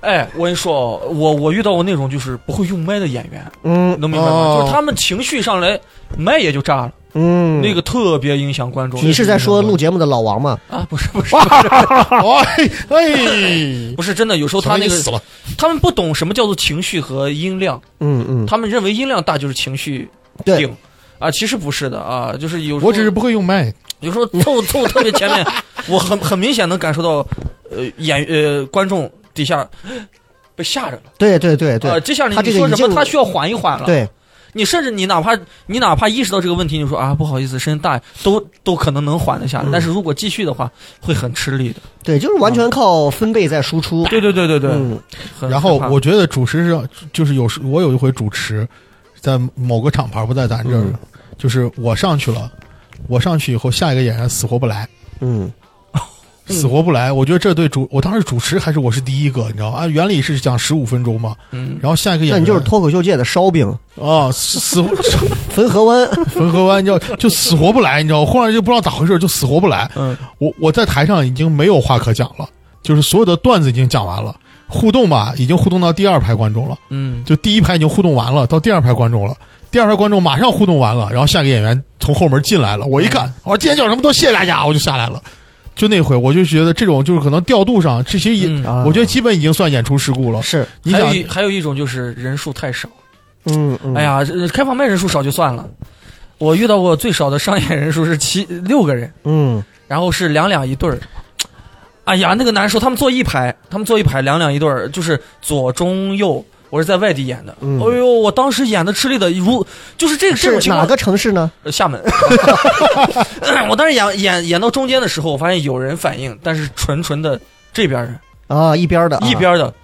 [SPEAKER 4] 哎，我跟你说哦，我我遇到过那种就是不会用麦的演员，
[SPEAKER 3] 嗯
[SPEAKER 4] 能明白吗？
[SPEAKER 6] 哦
[SPEAKER 4] 就是他们情绪上来，麦也就炸了，
[SPEAKER 3] 嗯，
[SPEAKER 4] 那个特别影响观众。
[SPEAKER 3] 你是在说录节目的老王吗？
[SPEAKER 4] 啊？不是不是
[SPEAKER 6] 哎哎，
[SPEAKER 4] 不是真的，有时候他那
[SPEAKER 6] 你
[SPEAKER 4] 个
[SPEAKER 6] 死了，
[SPEAKER 4] 他们不懂什么叫做情绪和音量，
[SPEAKER 3] 嗯嗯，
[SPEAKER 4] 他们认为音量大就是情绪
[SPEAKER 3] 对，
[SPEAKER 4] 定。啊，其实不是的啊，就是有时候
[SPEAKER 6] 我只是不会用麦。
[SPEAKER 4] 有时候凑凑特别前面，我很很明显能感受到，呃，演呃观众底下被吓着了。
[SPEAKER 3] 对对对
[SPEAKER 4] 呃，
[SPEAKER 3] 对
[SPEAKER 4] 接下来
[SPEAKER 3] 他
[SPEAKER 4] 你
[SPEAKER 3] 这个
[SPEAKER 4] 说
[SPEAKER 3] 已
[SPEAKER 4] 什么，
[SPEAKER 3] 经
[SPEAKER 4] 他需要缓一缓了。，
[SPEAKER 3] 对，
[SPEAKER 4] 你甚至你哪怕你哪怕意识到这个问题，你说啊不好意思，声音大，都都可能能缓得下来。但是如果继续的话，会很吃力的。
[SPEAKER 3] 对，就是完全靠分贝在输出。
[SPEAKER 4] 对对对对对。
[SPEAKER 3] 嗯，
[SPEAKER 4] 很
[SPEAKER 6] 然后
[SPEAKER 4] 很怕
[SPEAKER 6] 我觉得主持是，就是有时我有一回主持，在某个厂牌不在咱这
[SPEAKER 4] 嗯
[SPEAKER 6] 儿，就是我上去了，我上去以后，下一个演员死活不来。
[SPEAKER 3] 嗯，
[SPEAKER 4] 嗯
[SPEAKER 6] 死活不来，我觉得这对主，我当时主持还是我是第一个，你知道吗？按原理是讲十五分钟嘛，
[SPEAKER 4] 嗯，
[SPEAKER 6] 然后下一个演
[SPEAKER 3] 那
[SPEAKER 6] 员
[SPEAKER 3] 你就是脱口秀界的烧饼，
[SPEAKER 6] 啊，死死
[SPEAKER 3] 汾河 湾。
[SPEAKER 6] 汾河湾，你知道就死活不来，你知道吗，忽然就不知道咋回事，就死活不来。
[SPEAKER 4] 嗯，
[SPEAKER 6] 我我在台上已经没有话可讲了，就是所有的段子已经讲完了，互动吧，已经互动到第二排观众了，
[SPEAKER 4] 嗯，
[SPEAKER 6] 就第一排已经互动完了，到第二排观众了。第二排观众马上互动完了，然后下个演员从后门进来了，我一
[SPEAKER 4] 嗯
[SPEAKER 6] 看，我说今天叫什么都谢谢大家，我就下来了。就那回，我就觉得这种就是可能调度上，这些也、
[SPEAKER 4] 嗯
[SPEAKER 3] 啊
[SPEAKER 6] 我觉得基本已经算演出 事故了。
[SPEAKER 3] 是，
[SPEAKER 6] 你
[SPEAKER 4] 还
[SPEAKER 6] 想
[SPEAKER 4] 有，一还有一种就是人数太少。
[SPEAKER 3] 嗯嗯，
[SPEAKER 4] 哎，呀，这开放麦人数少就算了，我遇到过最少的商演人数是七六个人。
[SPEAKER 3] 嗯
[SPEAKER 4] 然后是两两一对儿。哎呀，那个难受，他们坐一排，他们坐一排，两两一对儿，就是左中右。我是在外地演的，
[SPEAKER 3] 嗯
[SPEAKER 4] 哎呦，我当时演的吃力的如就是这个这种
[SPEAKER 3] 是
[SPEAKER 4] 情
[SPEAKER 3] 哪
[SPEAKER 4] 况，
[SPEAKER 3] 个城市呢？
[SPEAKER 4] 呃厦门。 我当时演演演到中间的时候，我发现有人反应，但是纯纯的这边人、
[SPEAKER 3] 啊，一边的，
[SPEAKER 4] 一，边的。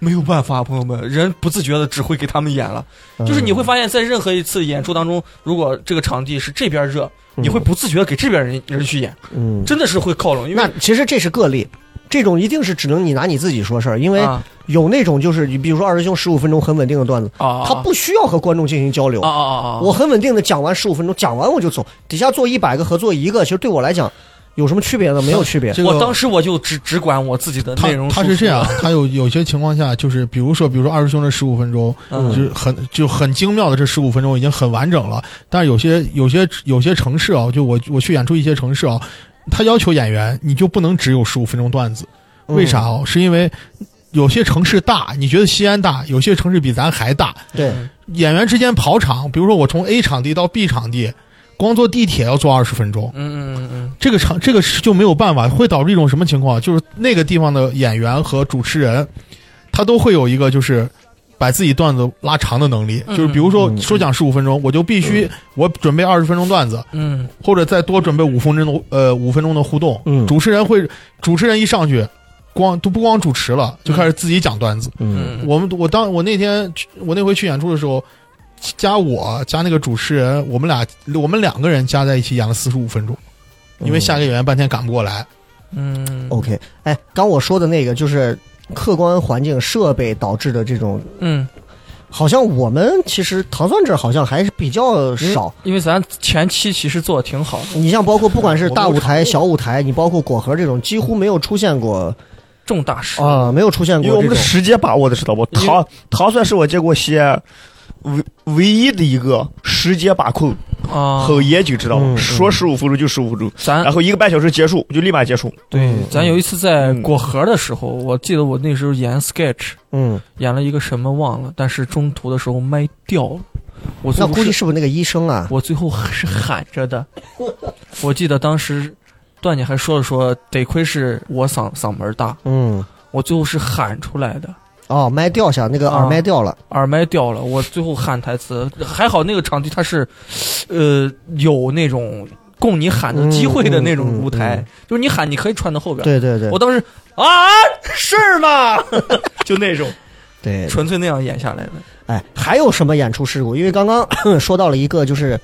[SPEAKER 4] 没有办法，朋友们，人不自觉的只会给他们演了。
[SPEAKER 3] 啊
[SPEAKER 4] 就是你会发现在任何一次演出当中，如果这个场地是这边热，你会不自觉的给这边人人去演，
[SPEAKER 3] 嗯，
[SPEAKER 4] 真的是会靠拢，因为
[SPEAKER 3] 那其实这是个例。这种一定是只能你拿你自己说事儿，因为
[SPEAKER 4] 啊
[SPEAKER 3] 有那种就是你比如说二师兄十五分钟很稳定的段子，
[SPEAKER 4] 啊，
[SPEAKER 3] 他不需要和观众进行交流
[SPEAKER 4] 啊，啊啊！
[SPEAKER 3] 我很稳定的讲完十五分钟，讲完我就走。底下坐一百个和坐一个，其实对我来讲有什么区别呢？没有区别。
[SPEAKER 6] 这个
[SPEAKER 4] 我当时我就只只管我自己的
[SPEAKER 6] 他
[SPEAKER 4] 内容
[SPEAKER 6] 他
[SPEAKER 4] 输
[SPEAKER 6] 是
[SPEAKER 4] 出
[SPEAKER 6] 这样，他有有些情况下就是，比如说，比如说二师兄的十五分钟，
[SPEAKER 4] 嗯
[SPEAKER 6] 就是很就很精妙的这十五分钟已经很完整了。但是有些有些有些城市啊，就我我去演出一些城市啊，他要求演员你就不能只有十五分钟段子，为啥
[SPEAKER 3] 嗯
[SPEAKER 6] 哦？是因为有些城市大，你觉得西安大，有些城市比咱还大，
[SPEAKER 3] 对，
[SPEAKER 6] 演员之间跑场，比如说我从 A 场地到 B 场地，光坐地铁要坐二十分钟。
[SPEAKER 4] 嗯嗯嗯
[SPEAKER 6] 这个场这个是就没有办法，会导致一种什么情况？就是那个地方的演员和主持人，他都会有一个就是把自己段子拉长的能力。
[SPEAKER 4] 嗯
[SPEAKER 6] 就是比如说
[SPEAKER 3] 嗯
[SPEAKER 6] 说讲十五分钟，我就必须我准备二十分钟段子，
[SPEAKER 4] 嗯
[SPEAKER 6] 或者再多准备五分钟的呃五分钟的互动。
[SPEAKER 3] 嗯
[SPEAKER 6] 主持人会，主持人一上去，光都不光主持了，就开始自己讲段子。
[SPEAKER 3] 嗯
[SPEAKER 4] 嗯，
[SPEAKER 6] 我们我当我那天去我那回去演出的时候，加我加那个主持人，我们俩我们两个人加在一起演了四十五分钟，因为下个演员半天赶不过来。
[SPEAKER 4] 嗯
[SPEAKER 3] ，OK。哎，刚我说的那个就是客观环境设备导致的这种，
[SPEAKER 4] 嗯，
[SPEAKER 3] 好像我们其实糖蒜这儿好像还是比较少。
[SPEAKER 4] 因为咱前期其实做的挺好的，
[SPEAKER 3] 你像包括不管是大舞
[SPEAKER 6] 我没有
[SPEAKER 3] 台、
[SPEAKER 6] 尝过
[SPEAKER 3] 小舞台，你包括果核这种，几乎没有出现过
[SPEAKER 4] 重大事
[SPEAKER 3] 啊、没有出现
[SPEAKER 5] 因为
[SPEAKER 3] 过
[SPEAKER 5] 我
[SPEAKER 3] 这
[SPEAKER 5] 们的
[SPEAKER 3] 种。
[SPEAKER 5] 时间把握的知道不？
[SPEAKER 4] 因为
[SPEAKER 5] 糖糖蒜是我见过西安唯唯一的一个时间把控
[SPEAKER 4] 啊，
[SPEAKER 5] 很严谨，知道吗？
[SPEAKER 3] 嗯嗯
[SPEAKER 5] 说十五分钟就十五分钟，
[SPEAKER 4] 咱
[SPEAKER 5] 然后一个半小时结束就立马结束。
[SPEAKER 4] 对
[SPEAKER 3] 嗯
[SPEAKER 4] 咱有一次在
[SPEAKER 5] 嗯
[SPEAKER 4] 果核的时候，我记得我那时候演 sketch，
[SPEAKER 3] 嗯
[SPEAKER 4] 演了一个什么忘了，但是中途的时候麦掉了，我我最
[SPEAKER 3] 那
[SPEAKER 4] 后
[SPEAKER 3] 估计
[SPEAKER 4] 是
[SPEAKER 3] 是不是那个医生啊？
[SPEAKER 4] 我最后是喊着 的。我记得当时段姐还说了说，得亏是我嗓嗓门大，
[SPEAKER 3] 嗯，
[SPEAKER 4] 我最后是喊出来的。
[SPEAKER 3] 哦，麦掉下，那个
[SPEAKER 4] 啊
[SPEAKER 3] 耳麦掉了。
[SPEAKER 4] 耳麦掉了，我最后喊台词，还好那个场地它是，呃，有那种供你喊的机会的那种舞台，
[SPEAKER 3] 嗯嗯嗯
[SPEAKER 4] 就是你喊你可以穿到后边。
[SPEAKER 3] 对对对
[SPEAKER 4] 我，当时啊，是吗？就那种
[SPEAKER 3] 对。
[SPEAKER 4] 纯粹那样演下来的。
[SPEAKER 3] 哎，还有什么演出事故？因为刚 刚说到了一个，就是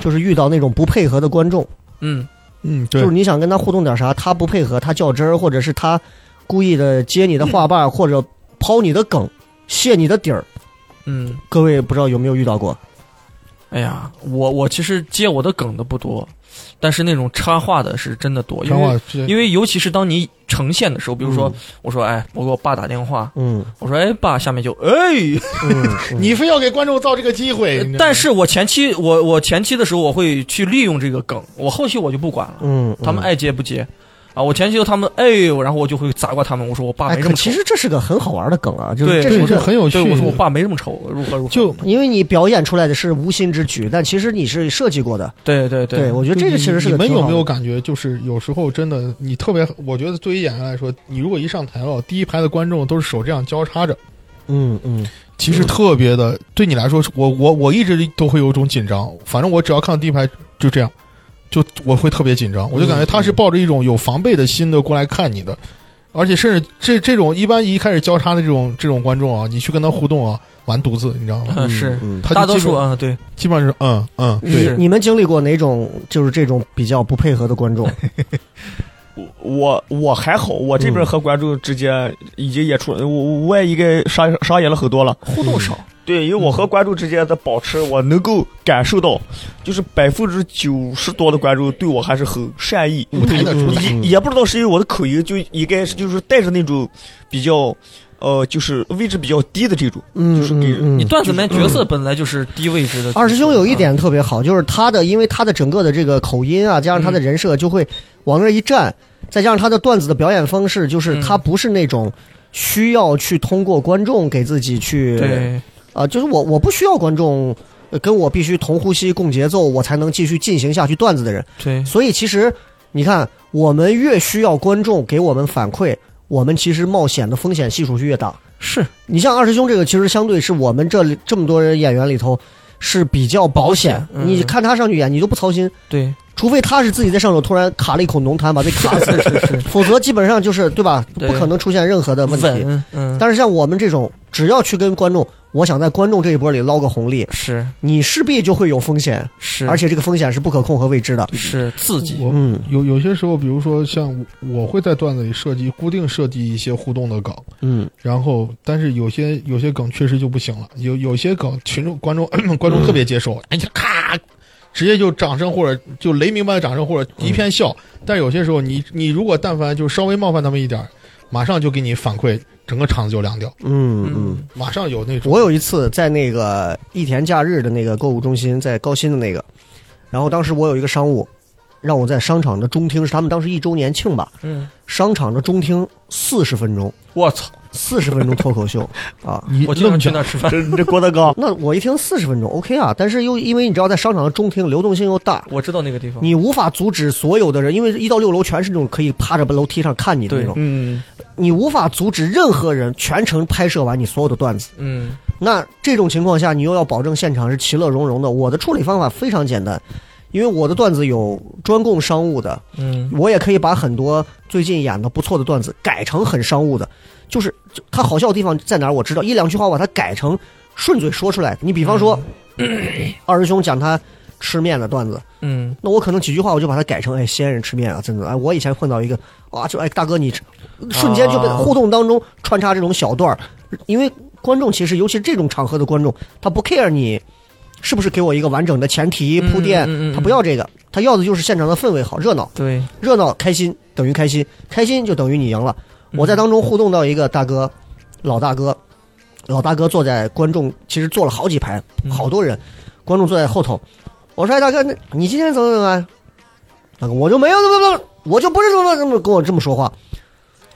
[SPEAKER 3] 就是遇到那种不配合的观众，
[SPEAKER 4] 嗯，
[SPEAKER 6] 嗯，对
[SPEAKER 3] 就，是你想跟他互动点啥，他不配合，他较真儿，或者是他故意的接你的话把，或者抛你的梗，泄你的底儿。
[SPEAKER 4] 嗯，
[SPEAKER 3] 各位不知道有没有遇到过？
[SPEAKER 4] 哎呀，我我其实接我的梗的不多，但是那种插话的是真的多，因
[SPEAKER 6] 传话
[SPEAKER 4] 为因为尤其是当你呈现的时候，比如说、
[SPEAKER 3] 嗯
[SPEAKER 4] 我说哎，我给我爸打电话，
[SPEAKER 3] 嗯，
[SPEAKER 4] 我说哎爸，下面就哎。
[SPEAKER 3] 嗯
[SPEAKER 6] 你非要给观众造这个机
[SPEAKER 3] 呃
[SPEAKER 6] 会，你知道吗
[SPEAKER 4] 但是我前期我我前期的时候我会去利用这个梗，我后期我就不管了，
[SPEAKER 3] 嗯，
[SPEAKER 4] 他们
[SPEAKER 3] 嗯
[SPEAKER 4] 爱接不接，啊，我前期就他们哎呦，然后我就会砸过他们，我说我爸
[SPEAKER 3] 哎，
[SPEAKER 4] 没这
[SPEAKER 3] 可
[SPEAKER 4] 么
[SPEAKER 3] 其
[SPEAKER 4] 丑，
[SPEAKER 3] 实这是个很好玩的梗啊，就是
[SPEAKER 4] 对
[SPEAKER 3] 这是
[SPEAKER 6] 对，
[SPEAKER 3] 一
[SPEAKER 6] 就
[SPEAKER 3] 个
[SPEAKER 6] 很有趣
[SPEAKER 4] 对，。我说我爸没这么丑，如何如何，
[SPEAKER 6] 就
[SPEAKER 3] 因为你表演出来的是无心之举，但其实你是设计过的。
[SPEAKER 4] 对对对
[SPEAKER 3] 对，我觉得这个其实是
[SPEAKER 6] 你
[SPEAKER 3] 个
[SPEAKER 6] 们
[SPEAKER 3] 挺
[SPEAKER 6] 有
[SPEAKER 3] 好
[SPEAKER 6] 没
[SPEAKER 3] 的
[SPEAKER 6] 有感觉，就是有时候真的，你特别，我觉得对于演员来说，你如果一上台了，第一排的观众都是手这样交叉着，
[SPEAKER 3] 嗯嗯
[SPEAKER 6] 其实特别的，对你来说，我我我一直都会有一种紧张。反正我只要看到第一排就这样，就我会特别紧张，我就感
[SPEAKER 4] 嗯
[SPEAKER 6] 觉他是抱着一种有防备的心的过来看你的，而且甚至这这种一般一开始交叉的这种这种观众啊，你去跟他互动啊，完犊子，你知道吗？
[SPEAKER 4] 嗯是
[SPEAKER 3] 嗯。
[SPEAKER 6] 他就
[SPEAKER 4] 大多
[SPEAKER 6] 基本
[SPEAKER 4] 数啊对，
[SPEAKER 6] 基本上是嗯嗯，
[SPEAKER 3] 你
[SPEAKER 4] 是
[SPEAKER 3] 你们经历过哪种就是这种比较不配合的 观众？
[SPEAKER 5] 我我还好，我这边和观众之间已经也出，我我也一个商商演了很多了。
[SPEAKER 4] 互动少，
[SPEAKER 5] 对，因为我和观众之间的保持，我能够感受到，就是百分之九十多的观众对我还是很善意。
[SPEAKER 6] 嗯舞台的出
[SPEAKER 4] 嗯
[SPEAKER 6] 来，
[SPEAKER 5] 也也不知道是因为我的口音，就应该是就是带着那种比较，呃，就是位置比较低的这 种。
[SPEAKER 3] 嗯
[SPEAKER 5] 就是给
[SPEAKER 3] 嗯
[SPEAKER 4] 你
[SPEAKER 3] 嗯
[SPEAKER 4] 段子里面角色本来就是低位置的，啊
[SPEAKER 3] 二师兄有一点特别好，就是他的，因为他的整个的这个口音啊，加上他
[SPEAKER 4] 嗯
[SPEAKER 3] 的人设，就会往那儿一站，再加上他的段子的表演方式，就是
[SPEAKER 4] 嗯
[SPEAKER 3] 他不是那种需要去通过观众给自己去
[SPEAKER 4] 对
[SPEAKER 3] 啊、就是我我不需要观众呃跟我必须同呼吸共节奏，我才能继续进行下去段子的人。
[SPEAKER 4] 对
[SPEAKER 3] 所以其实你看，我们越需要观众给我们反馈，我们其实冒险的风险系数就越大。
[SPEAKER 4] 是
[SPEAKER 3] 你像二师兄这个，其实相对是我们这里这么多人演员里头是比较保险。
[SPEAKER 4] 保险嗯
[SPEAKER 3] 你看他上去演，你都不操心，
[SPEAKER 4] 对
[SPEAKER 3] 除非他是自己在上头突然卡了一口浓痰把自己卡死，
[SPEAKER 4] 是
[SPEAKER 3] 否则基本上就是对吧？
[SPEAKER 4] 对
[SPEAKER 3] 不可能出现任何的问题。
[SPEAKER 4] 稳嗯
[SPEAKER 3] 但是像我们这种，只要去跟观众，我想在观众这一波里捞个红利，
[SPEAKER 4] 是
[SPEAKER 3] 你势必就会有风险，
[SPEAKER 4] 是，
[SPEAKER 3] 而且这个风险是不可控和未知的。
[SPEAKER 4] 是刺激，
[SPEAKER 6] 我
[SPEAKER 3] 嗯
[SPEAKER 6] 有有些时候，比如说像我我会在段子里设计固定设计一些互动的梗，
[SPEAKER 3] 嗯
[SPEAKER 6] 然后但是有些有些梗确实就不行了，有有些梗群众观众 观众特别接受，哎呀咔，直接就掌声或者就雷鸣般的掌声或者一片笑，但有些时候你你如果但凡就稍微冒犯他们一点儿，马上就给你反馈，整个场子就凉掉，
[SPEAKER 3] 嗯嗯。
[SPEAKER 4] 嗯
[SPEAKER 6] 马上有那种
[SPEAKER 3] 我有一次在那个一田假日的那个购物中心，在高新的那个，然后当时我有一个商务，让我在商场的中厅，是他们当时一周年庆吧，
[SPEAKER 4] 嗯，
[SPEAKER 3] 商场的中厅四十分钟，
[SPEAKER 4] 我操，
[SPEAKER 3] 四十分钟 脱口秀啊。，
[SPEAKER 6] 你
[SPEAKER 4] 我经常
[SPEAKER 6] 愣
[SPEAKER 4] 去
[SPEAKER 6] 讲
[SPEAKER 4] 那吃饭，
[SPEAKER 5] 这这郭德纲
[SPEAKER 3] 那我一听四十分钟 OK 啊，但是又因为你知道在商场的中厅流动性又大，
[SPEAKER 4] 我知道那个地方，
[SPEAKER 3] 你无法阻止所有的人，因为一到六楼全是那种可以趴着楼梯上看你的那
[SPEAKER 4] 对
[SPEAKER 3] 种，
[SPEAKER 5] 嗯，
[SPEAKER 3] 你无法阻止任何人全程拍摄完你所有的段子。
[SPEAKER 4] 嗯
[SPEAKER 3] 那这种情况下，你又要保证现场是其乐融融的。我的处理方法非常简单，因为我的段子有专供商务的，
[SPEAKER 4] 嗯
[SPEAKER 3] 我也可以把很多最近演的不错的段子改成很商务的。就是就它好笑的地方在哪儿？我知道一两句话我把它改成顺嘴说出来。你比方说， 二师兄讲他吃面的段子，
[SPEAKER 4] 嗯，
[SPEAKER 3] 那我可能几句话我就把它改成哎西安人吃面啊，真的哎我以前碰到一个啊就哎大哥你吃，瞬间就被
[SPEAKER 4] 啊
[SPEAKER 3] 互动当中穿插这种小段儿，因为观众其实尤其是这种场合的观众，他不 care 你是不是给我一个完整的前提
[SPEAKER 4] 嗯
[SPEAKER 3] 铺垫，
[SPEAKER 4] 嗯嗯嗯
[SPEAKER 3] 他不要这个，他要的就是现场的氛围好热闹，
[SPEAKER 4] 对，
[SPEAKER 3] 热闹开心等于开心，开心就等于你赢了。我在当中互动到一个大哥，老大哥，老大哥坐在观众，其实坐了好几排，
[SPEAKER 4] 嗯
[SPEAKER 3] 好多人，观众坐在后头。我说：“哎，大哥，那你今天怎么怎么样？”大哥，我就没有怎么怎么，我就不是怎么怎么跟我这么说话。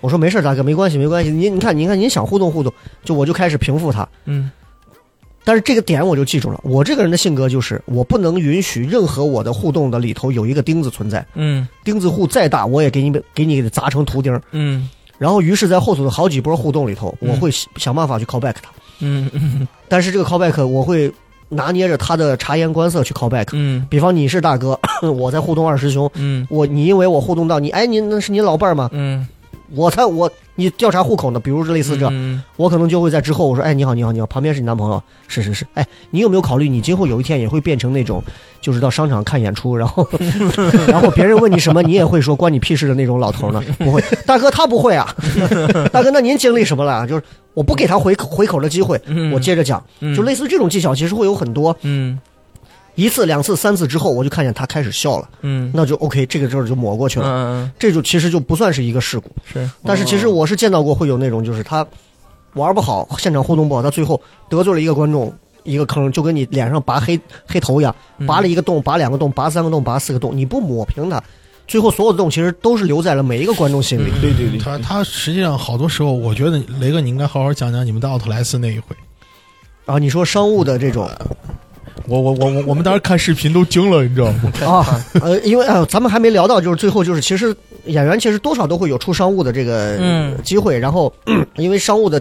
[SPEAKER 3] 我说没事，大哥，没关系，没关系。您你看，你看，您想互动互动，就我就开始平复他。
[SPEAKER 4] 嗯
[SPEAKER 3] 但是这个点我就记住了，我这个人的性格就是，我不能允许任何我的互动的里头有一个钉子存在，
[SPEAKER 4] 嗯
[SPEAKER 3] 钉子户再大，我也给你给你砸成图钉儿。
[SPEAKER 4] 嗯
[SPEAKER 3] 然后，于是，在后头的好几波互动里头，
[SPEAKER 4] 嗯
[SPEAKER 3] 我会想办法去 call back 他，
[SPEAKER 4] 嗯嗯
[SPEAKER 3] 但是这个 call back 我会拿捏着他的察言观色去 call back。
[SPEAKER 4] 嗯
[SPEAKER 3] 比方你是大哥， 我在互动二师兄，
[SPEAKER 4] 嗯
[SPEAKER 3] 我你因为我互动到你，哎，您那是您老伴儿吗？
[SPEAKER 4] 嗯，
[SPEAKER 3] 我才我你调查户口呢，比如类似这，
[SPEAKER 4] 嗯
[SPEAKER 3] 我可能就会在之后我说，哎，你好，你好，你好，旁边是你男朋友，是是是，哎，你有没有考虑你今后有一天也会变成那种，就是到商场看演出，然后 然后别人问你什么，你也会说关你屁事的那种老头呢？不会，大哥他不 会啊，大哥，那您经历什么了？就是我不给他回回口的机会，
[SPEAKER 4] 嗯
[SPEAKER 3] 我接着讲，就类似这种技巧，其实会有很多，
[SPEAKER 4] 嗯
[SPEAKER 3] 一次、两次、三次之后，我就看见他开始笑了，
[SPEAKER 4] 嗯
[SPEAKER 3] 那就 OK，这个事儿就抹过去了。
[SPEAKER 4] 嗯
[SPEAKER 3] 这就其实就不算是一个事故，
[SPEAKER 4] 是哦
[SPEAKER 3] 但是其实我是见到过会有那种，就是他玩不好，现场互动不好，他最后得罪了一个观众，一个坑，就跟你脸上拔黑黑头一样，
[SPEAKER 4] 嗯
[SPEAKER 3] 拔了一个洞，拔两个洞，拔三个洞，拔四个洞，你不抹平它，最后所有的洞其实都是留在了每一个观众心
[SPEAKER 4] 嗯
[SPEAKER 3] 里。
[SPEAKER 5] 对对对，
[SPEAKER 6] 他他实际上好多时候，我觉得雷哥你应该好好讲讲你们在奥特莱斯那一回。
[SPEAKER 3] 啊，你说商务的这种
[SPEAKER 6] 我我我我我们当时看视频都惊了，你知道吗？
[SPEAKER 3] 啊，呃，因为啊、咱们还没聊到，就是最后就是，其实演员其实多少都会有出商务的这个
[SPEAKER 4] 嗯
[SPEAKER 3] 机会，然后嗯因为商务的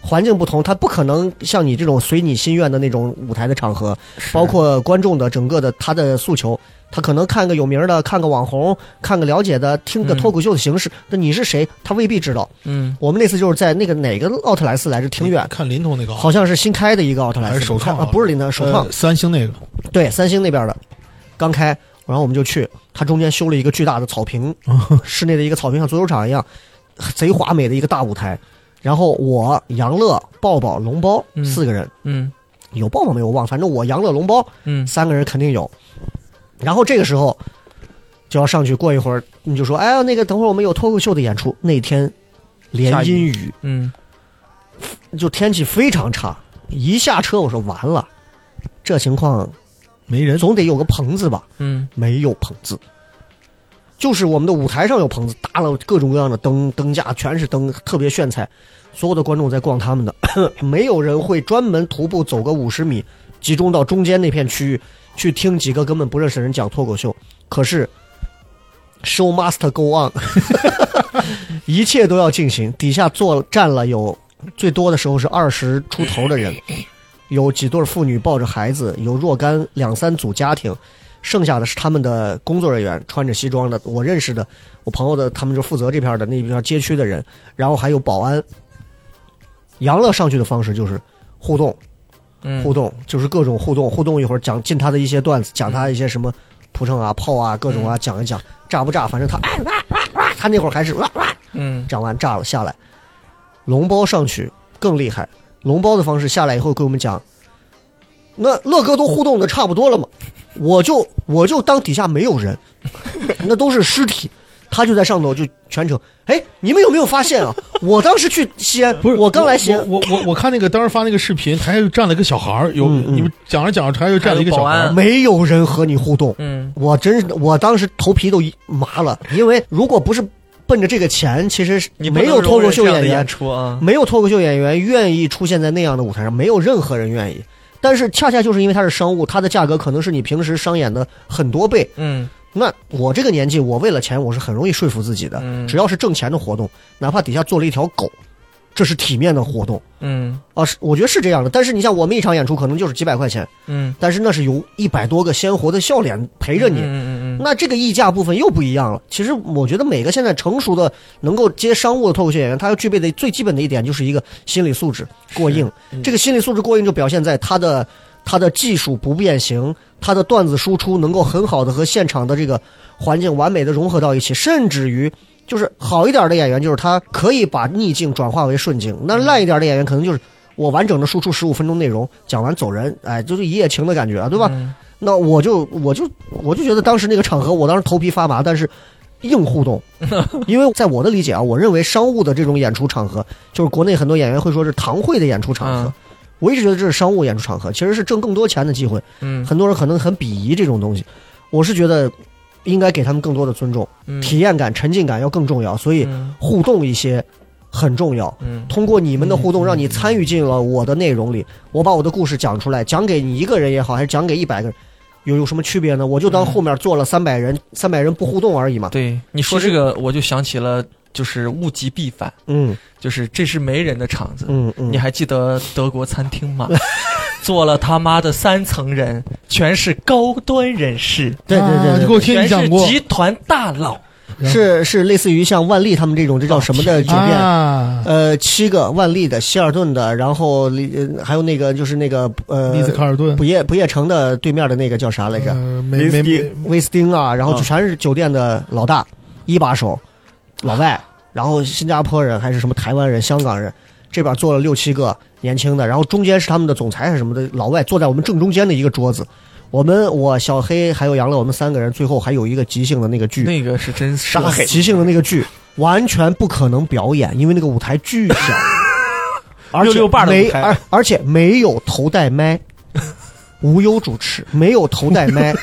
[SPEAKER 3] 环境不同，他不可能像你这种随你心愿的那种舞台的场合，包括观众的整个的他的诉求，他可能看个有名的，看个网红，看个了解的，听个
[SPEAKER 4] 嗯
[SPEAKER 3] 脱口秀的形式，那、你是谁，他未必知道。
[SPEAKER 4] 嗯
[SPEAKER 3] 我们那次就是在那个哪个奥特莱斯来着，挺远。
[SPEAKER 6] 看林潼那个
[SPEAKER 3] 好像是新开的一个奥特莱斯，
[SPEAKER 6] 还是首创
[SPEAKER 3] 啊？不是林丹，首创
[SPEAKER 6] 呃三星那个，
[SPEAKER 3] 对，三星那边的刚开，然后我们就去，它中间修了一个巨大的草坪，
[SPEAKER 4] 嗯
[SPEAKER 3] 室内的一个草坪像足球场一样，贼华美的一个大舞台。然后我杨乐、抱抱、龙包
[SPEAKER 4] 嗯
[SPEAKER 3] 四个人，
[SPEAKER 4] 嗯
[SPEAKER 3] 有抱抱没有我忘了，反正我杨乐、龙包
[SPEAKER 4] 嗯
[SPEAKER 3] 三个人肯定有。然后这个时候就要上去，过一会儿你就说：“哎呀，那个等会儿我们有脱口秀的演出，那天连
[SPEAKER 4] 下雨
[SPEAKER 3] 阴雨，
[SPEAKER 4] 嗯
[SPEAKER 3] 就天气非常差。”一下车我说完了，这情况
[SPEAKER 6] 没人，
[SPEAKER 3] 总得有个棚子吧？
[SPEAKER 4] 嗯
[SPEAKER 3] 没有棚子，就是我们的舞台上有棚子，搭了各种各样的灯，灯架全是灯，特别炫彩。所有的观众在逛他们的， 没有人会专门徒步走个五十米，集中到中间那片区域去听几个根本不认识的人讲脱口秀。可是，show must go on，一 切都要进行。底下坐站了有最多的时候是二十出头的人，有几对妇女抱着孩子，有若干两三组家庭，剩下的是他们的工作人员，穿着西装的，我认识的，我朋友的，他们就负责这片儿的那片街区的人，然后还有保安。杨乐上去的方式就是互动，
[SPEAKER 4] 嗯
[SPEAKER 3] 互动就是各种互动，互动一会儿讲进他的一些段子，讲他一些什么铺秤啊、炮啊、各种啊，讲一讲炸不炸，反正他、哎哇哇哇他那会儿还是哇哇
[SPEAKER 4] 嗯
[SPEAKER 3] 讲完炸了下来，龙包上去更厉害。龙包的方式下来以后给我们讲，那乐哥都互动的差不多了嘛，我就我就当底下没有人，那都是尸体，他就在上头就全程。哎，你们有没有发现啊？我当时去西安，
[SPEAKER 6] 不是
[SPEAKER 3] 我刚来西安，
[SPEAKER 6] 我我我我看那个当时发那个视频，台下又站了一个小孩儿，有
[SPEAKER 3] 嗯嗯
[SPEAKER 6] 你们讲着讲着，台下又站了一个小孩
[SPEAKER 4] 还有保
[SPEAKER 6] 儿
[SPEAKER 4] 安，
[SPEAKER 3] 没有人和你互动。
[SPEAKER 4] 嗯
[SPEAKER 3] 我真是，我当时头皮都一麻了，因为如果不是奔着这个钱，其实是
[SPEAKER 4] 你
[SPEAKER 3] 没有脱口秀演员
[SPEAKER 4] 演出啊，
[SPEAKER 3] 没有脱口秀演员愿意出现在那样的舞台上，没有任何人愿意。但是恰恰就是因为它是商务，它的价格可能是你平时商演的很多倍。
[SPEAKER 4] 嗯
[SPEAKER 3] 那我这个年纪，我为了钱，我是很容易说服自己的。
[SPEAKER 4] 嗯
[SPEAKER 3] 只要是挣钱的活动，哪怕底下做了一条狗，这是体面的活动
[SPEAKER 4] 嗯
[SPEAKER 3] 啊，是我觉得是这样的。但是你像我们一场演出可能就是几百块钱，
[SPEAKER 4] 嗯，
[SPEAKER 3] 但是那是有一百多个鲜活的笑脸陪着你。
[SPEAKER 4] 嗯嗯
[SPEAKER 3] 那这个溢价部分又不一样了。其实我觉得每个现在成熟的能够接商务的脱口秀演员，他要具备的最基本的一点就是一个心理素质过硬。这个心理素质过硬就表现在他的他的技术不变形，他的段子输出能够很好的和现场的这个环境完美的融合到一起，甚至于。就是好一点的演员，就是他可以把逆境转化为顺境；那烂一点的演员，可能就是我完整的输出十五分钟内容，讲完走人，哎，就是一夜情的感觉啊，对吧？
[SPEAKER 4] 嗯
[SPEAKER 3] 那我就我就我就觉得当时那个场合，我当时头皮发麻，但是硬 互动，因为在我的理解啊，我认为商务的这种演出场合，就是国内很多演员会说是堂会的演出场合。
[SPEAKER 4] 嗯
[SPEAKER 3] 我一直觉得这是商务演出场合，其实是挣更多钱的机会。
[SPEAKER 4] 嗯
[SPEAKER 3] 很多人可能很鄙夷这种东西，我是觉得应该给他们更多的尊重，
[SPEAKER 4] 嗯
[SPEAKER 3] 体验感、沉浸感要更重要。所以
[SPEAKER 4] 嗯
[SPEAKER 3] 互动一些，很重要。
[SPEAKER 4] 嗯，
[SPEAKER 3] 通过你们的互动，让你参与进了我的内容里，我把我的故事讲出来，讲给你一个人也好，还是讲给一百个人，有有什么区别呢？我就当后面坐了三百人，三百人不互动而已嘛。
[SPEAKER 4] 对，你说这个我就想起了，就是物极必反，
[SPEAKER 3] 嗯
[SPEAKER 4] 就是这是没人的场子。
[SPEAKER 3] 嗯嗯，
[SPEAKER 4] 你还记得德国餐厅吗？坐了他妈的三层人，全是高端人士，
[SPEAKER 3] 对对对
[SPEAKER 6] 啊
[SPEAKER 3] 对
[SPEAKER 6] 给我
[SPEAKER 3] 对
[SPEAKER 6] 听
[SPEAKER 4] 全
[SPEAKER 6] 你讲
[SPEAKER 4] 是
[SPEAKER 6] 过
[SPEAKER 4] 集团大佬。
[SPEAKER 3] 是是类似于像万丽他们这种，这叫什么的酒店？
[SPEAKER 6] 啊，
[SPEAKER 3] 呃，七个万丽的、希尔顿的，然后呃还有那个就是那个呃，
[SPEAKER 6] 丽兹卡尔顿
[SPEAKER 3] 不夜不夜城的对面的那个叫啥来着？
[SPEAKER 6] 呃没没没
[SPEAKER 5] 威士忌
[SPEAKER 3] 威斯汀啊，然后就
[SPEAKER 5] 嗯
[SPEAKER 3] 全是酒店的老大、一把手，老外，然后新加坡人还是什么台湾人、香港人，这边坐了六七个年轻的，然后中间是他们的总裁还是什么的老外，坐在我们正中间的一个桌子。我们我小黑还有杨乐，我们三个人最后还有一个即兴的那个剧，
[SPEAKER 4] 那个是真
[SPEAKER 5] 沙
[SPEAKER 4] 傻
[SPEAKER 5] 黑
[SPEAKER 3] 即兴的那个剧完全不可能表演，因为那个舞台巨小，而且
[SPEAKER 4] 六六瓣的舞
[SPEAKER 3] 没
[SPEAKER 4] 台
[SPEAKER 3] 而而且没有头带麦。无忧主持，没有头带麦，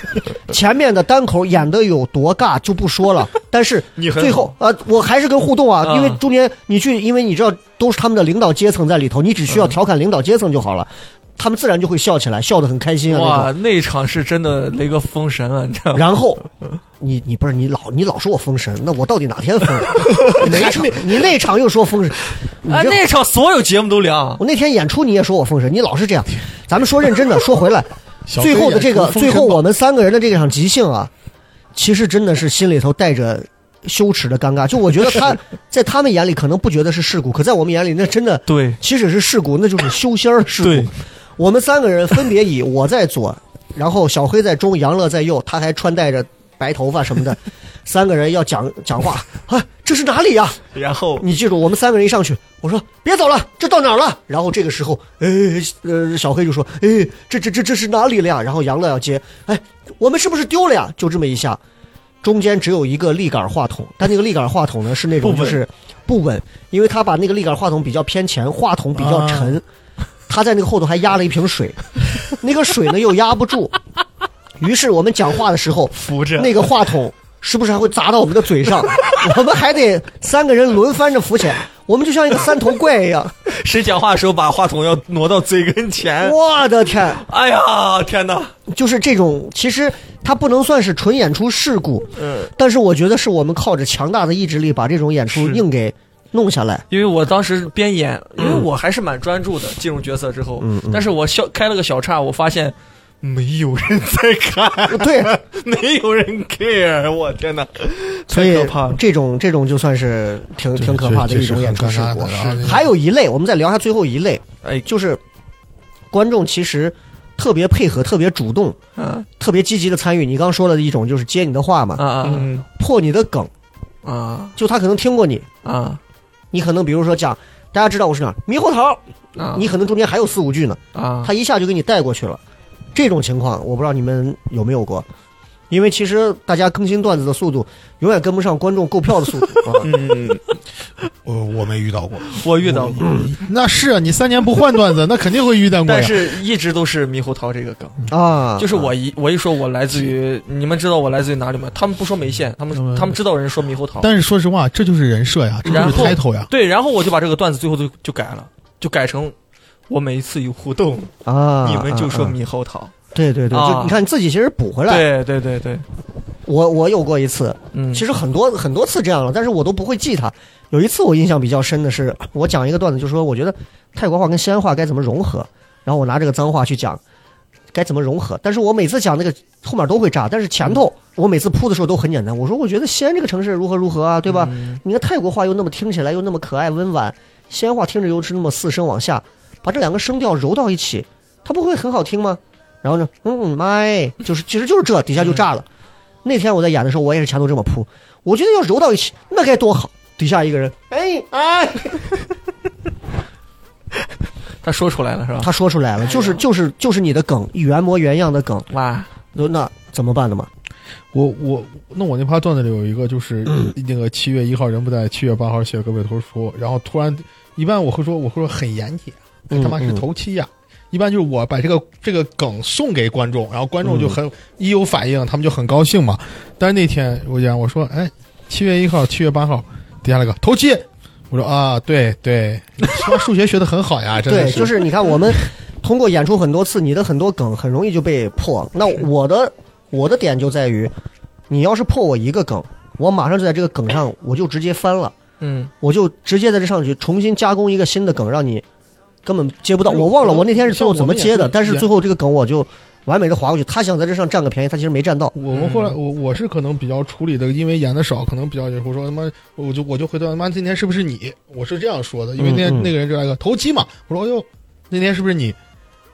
[SPEAKER 3] 前面的单口演的有多尬就不 说了，但是
[SPEAKER 4] 你很
[SPEAKER 3] 最后呃，我还是跟互动啊，
[SPEAKER 4] 嗯
[SPEAKER 3] 因为中间你去，因为你知道都是他们的领导阶层在里头，你只
[SPEAKER 4] 嗯
[SPEAKER 3] 需要调侃领导阶层就好了，他们自然就会笑起来，笑得很开心啊那种。
[SPEAKER 4] 哇，那场是真的雷哥封神了，你知道吗？
[SPEAKER 3] 然后你你不是你老你老说我封神，那我到底哪 天封？哪场？你那场又说封神，你
[SPEAKER 4] 啊，
[SPEAKER 3] 这
[SPEAKER 4] 那场所有节目都凉。
[SPEAKER 3] 我那天演出你也说我封神，你老是这样。咱们说认真的，说回来，
[SPEAKER 6] 小
[SPEAKER 3] 最后的
[SPEAKER 6] 飞
[SPEAKER 3] 这
[SPEAKER 6] 演
[SPEAKER 3] 个
[SPEAKER 6] 出封
[SPEAKER 3] 最
[SPEAKER 6] 神
[SPEAKER 3] 后
[SPEAKER 6] 榜
[SPEAKER 3] 我们三个人的这场即兴啊，其实真的是心里头带着。羞耻的尴尬，就我觉得 他在他们眼里可能不觉得是事故，可在我们眼里那真的
[SPEAKER 4] 对
[SPEAKER 3] 即使是事故，那就是修仙儿事
[SPEAKER 4] 对
[SPEAKER 3] 故。我们三个人分别以我在左，然后小黑在中，杨乐在右，他还穿戴着白头发什么的，三个人要讲讲话啊，这是哪里呀、
[SPEAKER 4] 然后
[SPEAKER 3] 你记住，我们三个人一上去，我说别走了，这到哪儿了？然后这个时候，哎，呃，小黑就说，哎，这这这这是哪里了呀？然后杨乐要接，哎，我们是不是丢了呀？就这么一下，中间只有一个立杆话筒，但那个立杆话筒呢是那种
[SPEAKER 5] 不
[SPEAKER 3] 就
[SPEAKER 5] 稳
[SPEAKER 3] 是不稳，因为他把那个立杆话筒比较偏前，话筒比较沉，他在那个后头还压了一瓶水，那个水呢又压 不住，于是我们讲话的时候
[SPEAKER 4] 扶着
[SPEAKER 3] 那个话筒是不是还会砸到我们的嘴 上？我们还得三个人轮番着浮潜，我们就像一个三头怪一 样。
[SPEAKER 4] 谁讲话的时候把话筒要挪到嘴跟前。
[SPEAKER 3] 我的天，
[SPEAKER 4] 哎呀，天哪！
[SPEAKER 3] 就是这种，其实它不能算是纯演出事故，
[SPEAKER 4] 嗯，
[SPEAKER 3] 但是我觉得是我们靠着强大的意志力把这种演出
[SPEAKER 4] 是
[SPEAKER 3] 硬给弄 下来。
[SPEAKER 4] 因为我当时边演，因为我还是蛮专注的，进入角色之后，但是我笑开了个小岔，我发现没有人在 看，
[SPEAKER 3] 对，
[SPEAKER 4] 没有人 care，我天哪，
[SPEAKER 3] 所
[SPEAKER 4] 太
[SPEAKER 3] 以
[SPEAKER 4] 可怕了。
[SPEAKER 3] 这种这种就算是挺
[SPEAKER 6] 对
[SPEAKER 3] 挺可怕的
[SPEAKER 6] 这
[SPEAKER 3] 一种
[SPEAKER 6] 这是
[SPEAKER 3] 演出
[SPEAKER 6] 很
[SPEAKER 3] 事
[SPEAKER 6] 尴尬
[SPEAKER 3] 故
[SPEAKER 6] 的。然后那个
[SPEAKER 3] 还有一类，我们再聊一下最后一类，
[SPEAKER 4] 哎，
[SPEAKER 3] 就是观众其实特别配合、特别主动、
[SPEAKER 4] 啊
[SPEAKER 3] 特别积极的参与。你刚说了一种就是接你的话嘛，
[SPEAKER 4] 啊啊
[SPEAKER 5] 嗯
[SPEAKER 3] 破你的梗，
[SPEAKER 4] 啊
[SPEAKER 3] 就他可能听过你，
[SPEAKER 4] 啊
[SPEAKER 3] 你可能比如说讲，大家知道我是哪儿猕猴桃，
[SPEAKER 4] 啊！
[SPEAKER 3] 你可能中间还有四五句呢，
[SPEAKER 4] 啊，
[SPEAKER 3] 他一下就给你带过去了。这种情况我不知道你们有没有过，因为其实大家更新段子的速度永远跟不上观众购票 的速度。啊
[SPEAKER 5] 嗯，
[SPEAKER 6] 我我没遇到过，
[SPEAKER 4] 我遇到过，
[SPEAKER 6] 那是啊，你三年不换段子，那肯定会遇到过呀。
[SPEAKER 4] 但是一直都是猕猴桃这个梗。
[SPEAKER 3] 啊，
[SPEAKER 4] 就是我一我一说我来自于，你们知道我来自于哪里吗？他们不说梅县，他们
[SPEAKER 6] 嗯
[SPEAKER 4] 他们知道人说猕猴桃。
[SPEAKER 6] 但是说实话，这就是人设呀，这就
[SPEAKER 4] 然
[SPEAKER 6] 是
[SPEAKER 4] 后
[SPEAKER 6] title 呀。
[SPEAKER 4] 对，然后我就把这个段子最后就就改了，就改成我每一次有互动，
[SPEAKER 3] 啊，
[SPEAKER 4] 你们就说
[SPEAKER 3] 啊
[SPEAKER 4] 猕猴桃。
[SPEAKER 3] 啊对对对，
[SPEAKER 4] 啊
[SPEAKER 3] 就你看你自己其实补回来。
[SPEAKER 4] 对对对对，
[SPEAKER 3] 我我有过一次，
[SPEAKER 4] 嗯，
[SPEAKER 3] 其实很多很多次这样了，但是我都不会记它。有一次我印象比较深的是， 我讲一个段子，就说我觉得泰国话跟西安话该怎么融合，然后我拿这个脏话去讲该怎么融合。但是我每次讲那个后面都会炸，但是前头我每次铺的时候都很简单。我说我觉得西安这个城市如何如何啊，对吧？你看泰国话又那么听起来又那么可爱温婉，西安话听着又是那么四声往下，把这两个声调揉到一起，它不会很好听吗？然后呢，嗯，妈耶，就是其实就是这，底下就炸了。那天我在演的时候，我也是前头这么铺，我觉得要揉到一起，那该多好。底下一个人，哎哎，
[SPEAKER 4] 他说出来了是吧？
[SPEAKER 3] 他说出来了，
[SPEAKER 6] 哎
[SPEAKER 3] 就是就是就是你的梗，原模原样的梗，
[SPEAKER 4] 哇，
[SPEAKER 3] 那怎么办的嘛？
[SPEAKER 6] 我我那我那趴段子里有一个，就是那个七月一号人不在，七月八号谢各位头说，然后突然一般我会说我会说很严谨，
[SPEAKER 3] 嗯
[SPEAKER 6] 他妈是头七呀、一般就是我把这个这个梗送给观众，然后观
[SPEAKER 3] 嗯
[SPEAKER 6] 众就很、一有反应，他们就很高兴嘛。但是那天我讲我说，哎，七月一号、七月八号，底下来个头七，我说啊，对对，你他妈数学学的很好呀，真的
[SPEAKER 3] 对，就是你看我们通过演出很多次，你的很多梗很容易就被破。那我的我的点就在于，你要是破我一个梗，我马上就在这个梗上我就直接翻了，
[SPEAKER 4] 嗯，
[SPEAKER 3] 我就直接在这上去重新加工一个新的梗，让你根本接
[SPEAKER 6] 哎
[SPEAKER 3] 不到。我忘了我那天是最后怎么接的，但是最后这个梗我就完美的划过去。他想在这上占个便宜，他其实没占到。
[SPEAKER 6] 我们后
[SPEAKER 3] 嗯
[SPEAKER 6] 来，我我是可能比较处理的，因为演的少，可能比较我说他妈，我就我就回头他妈今天是不是你？我是这样说的，因为那天、
[SPEAKER 3] 嗯嗯
[SPEAKER 6] 那个人就来个头七嘛，我说哎呦，那天是不是你？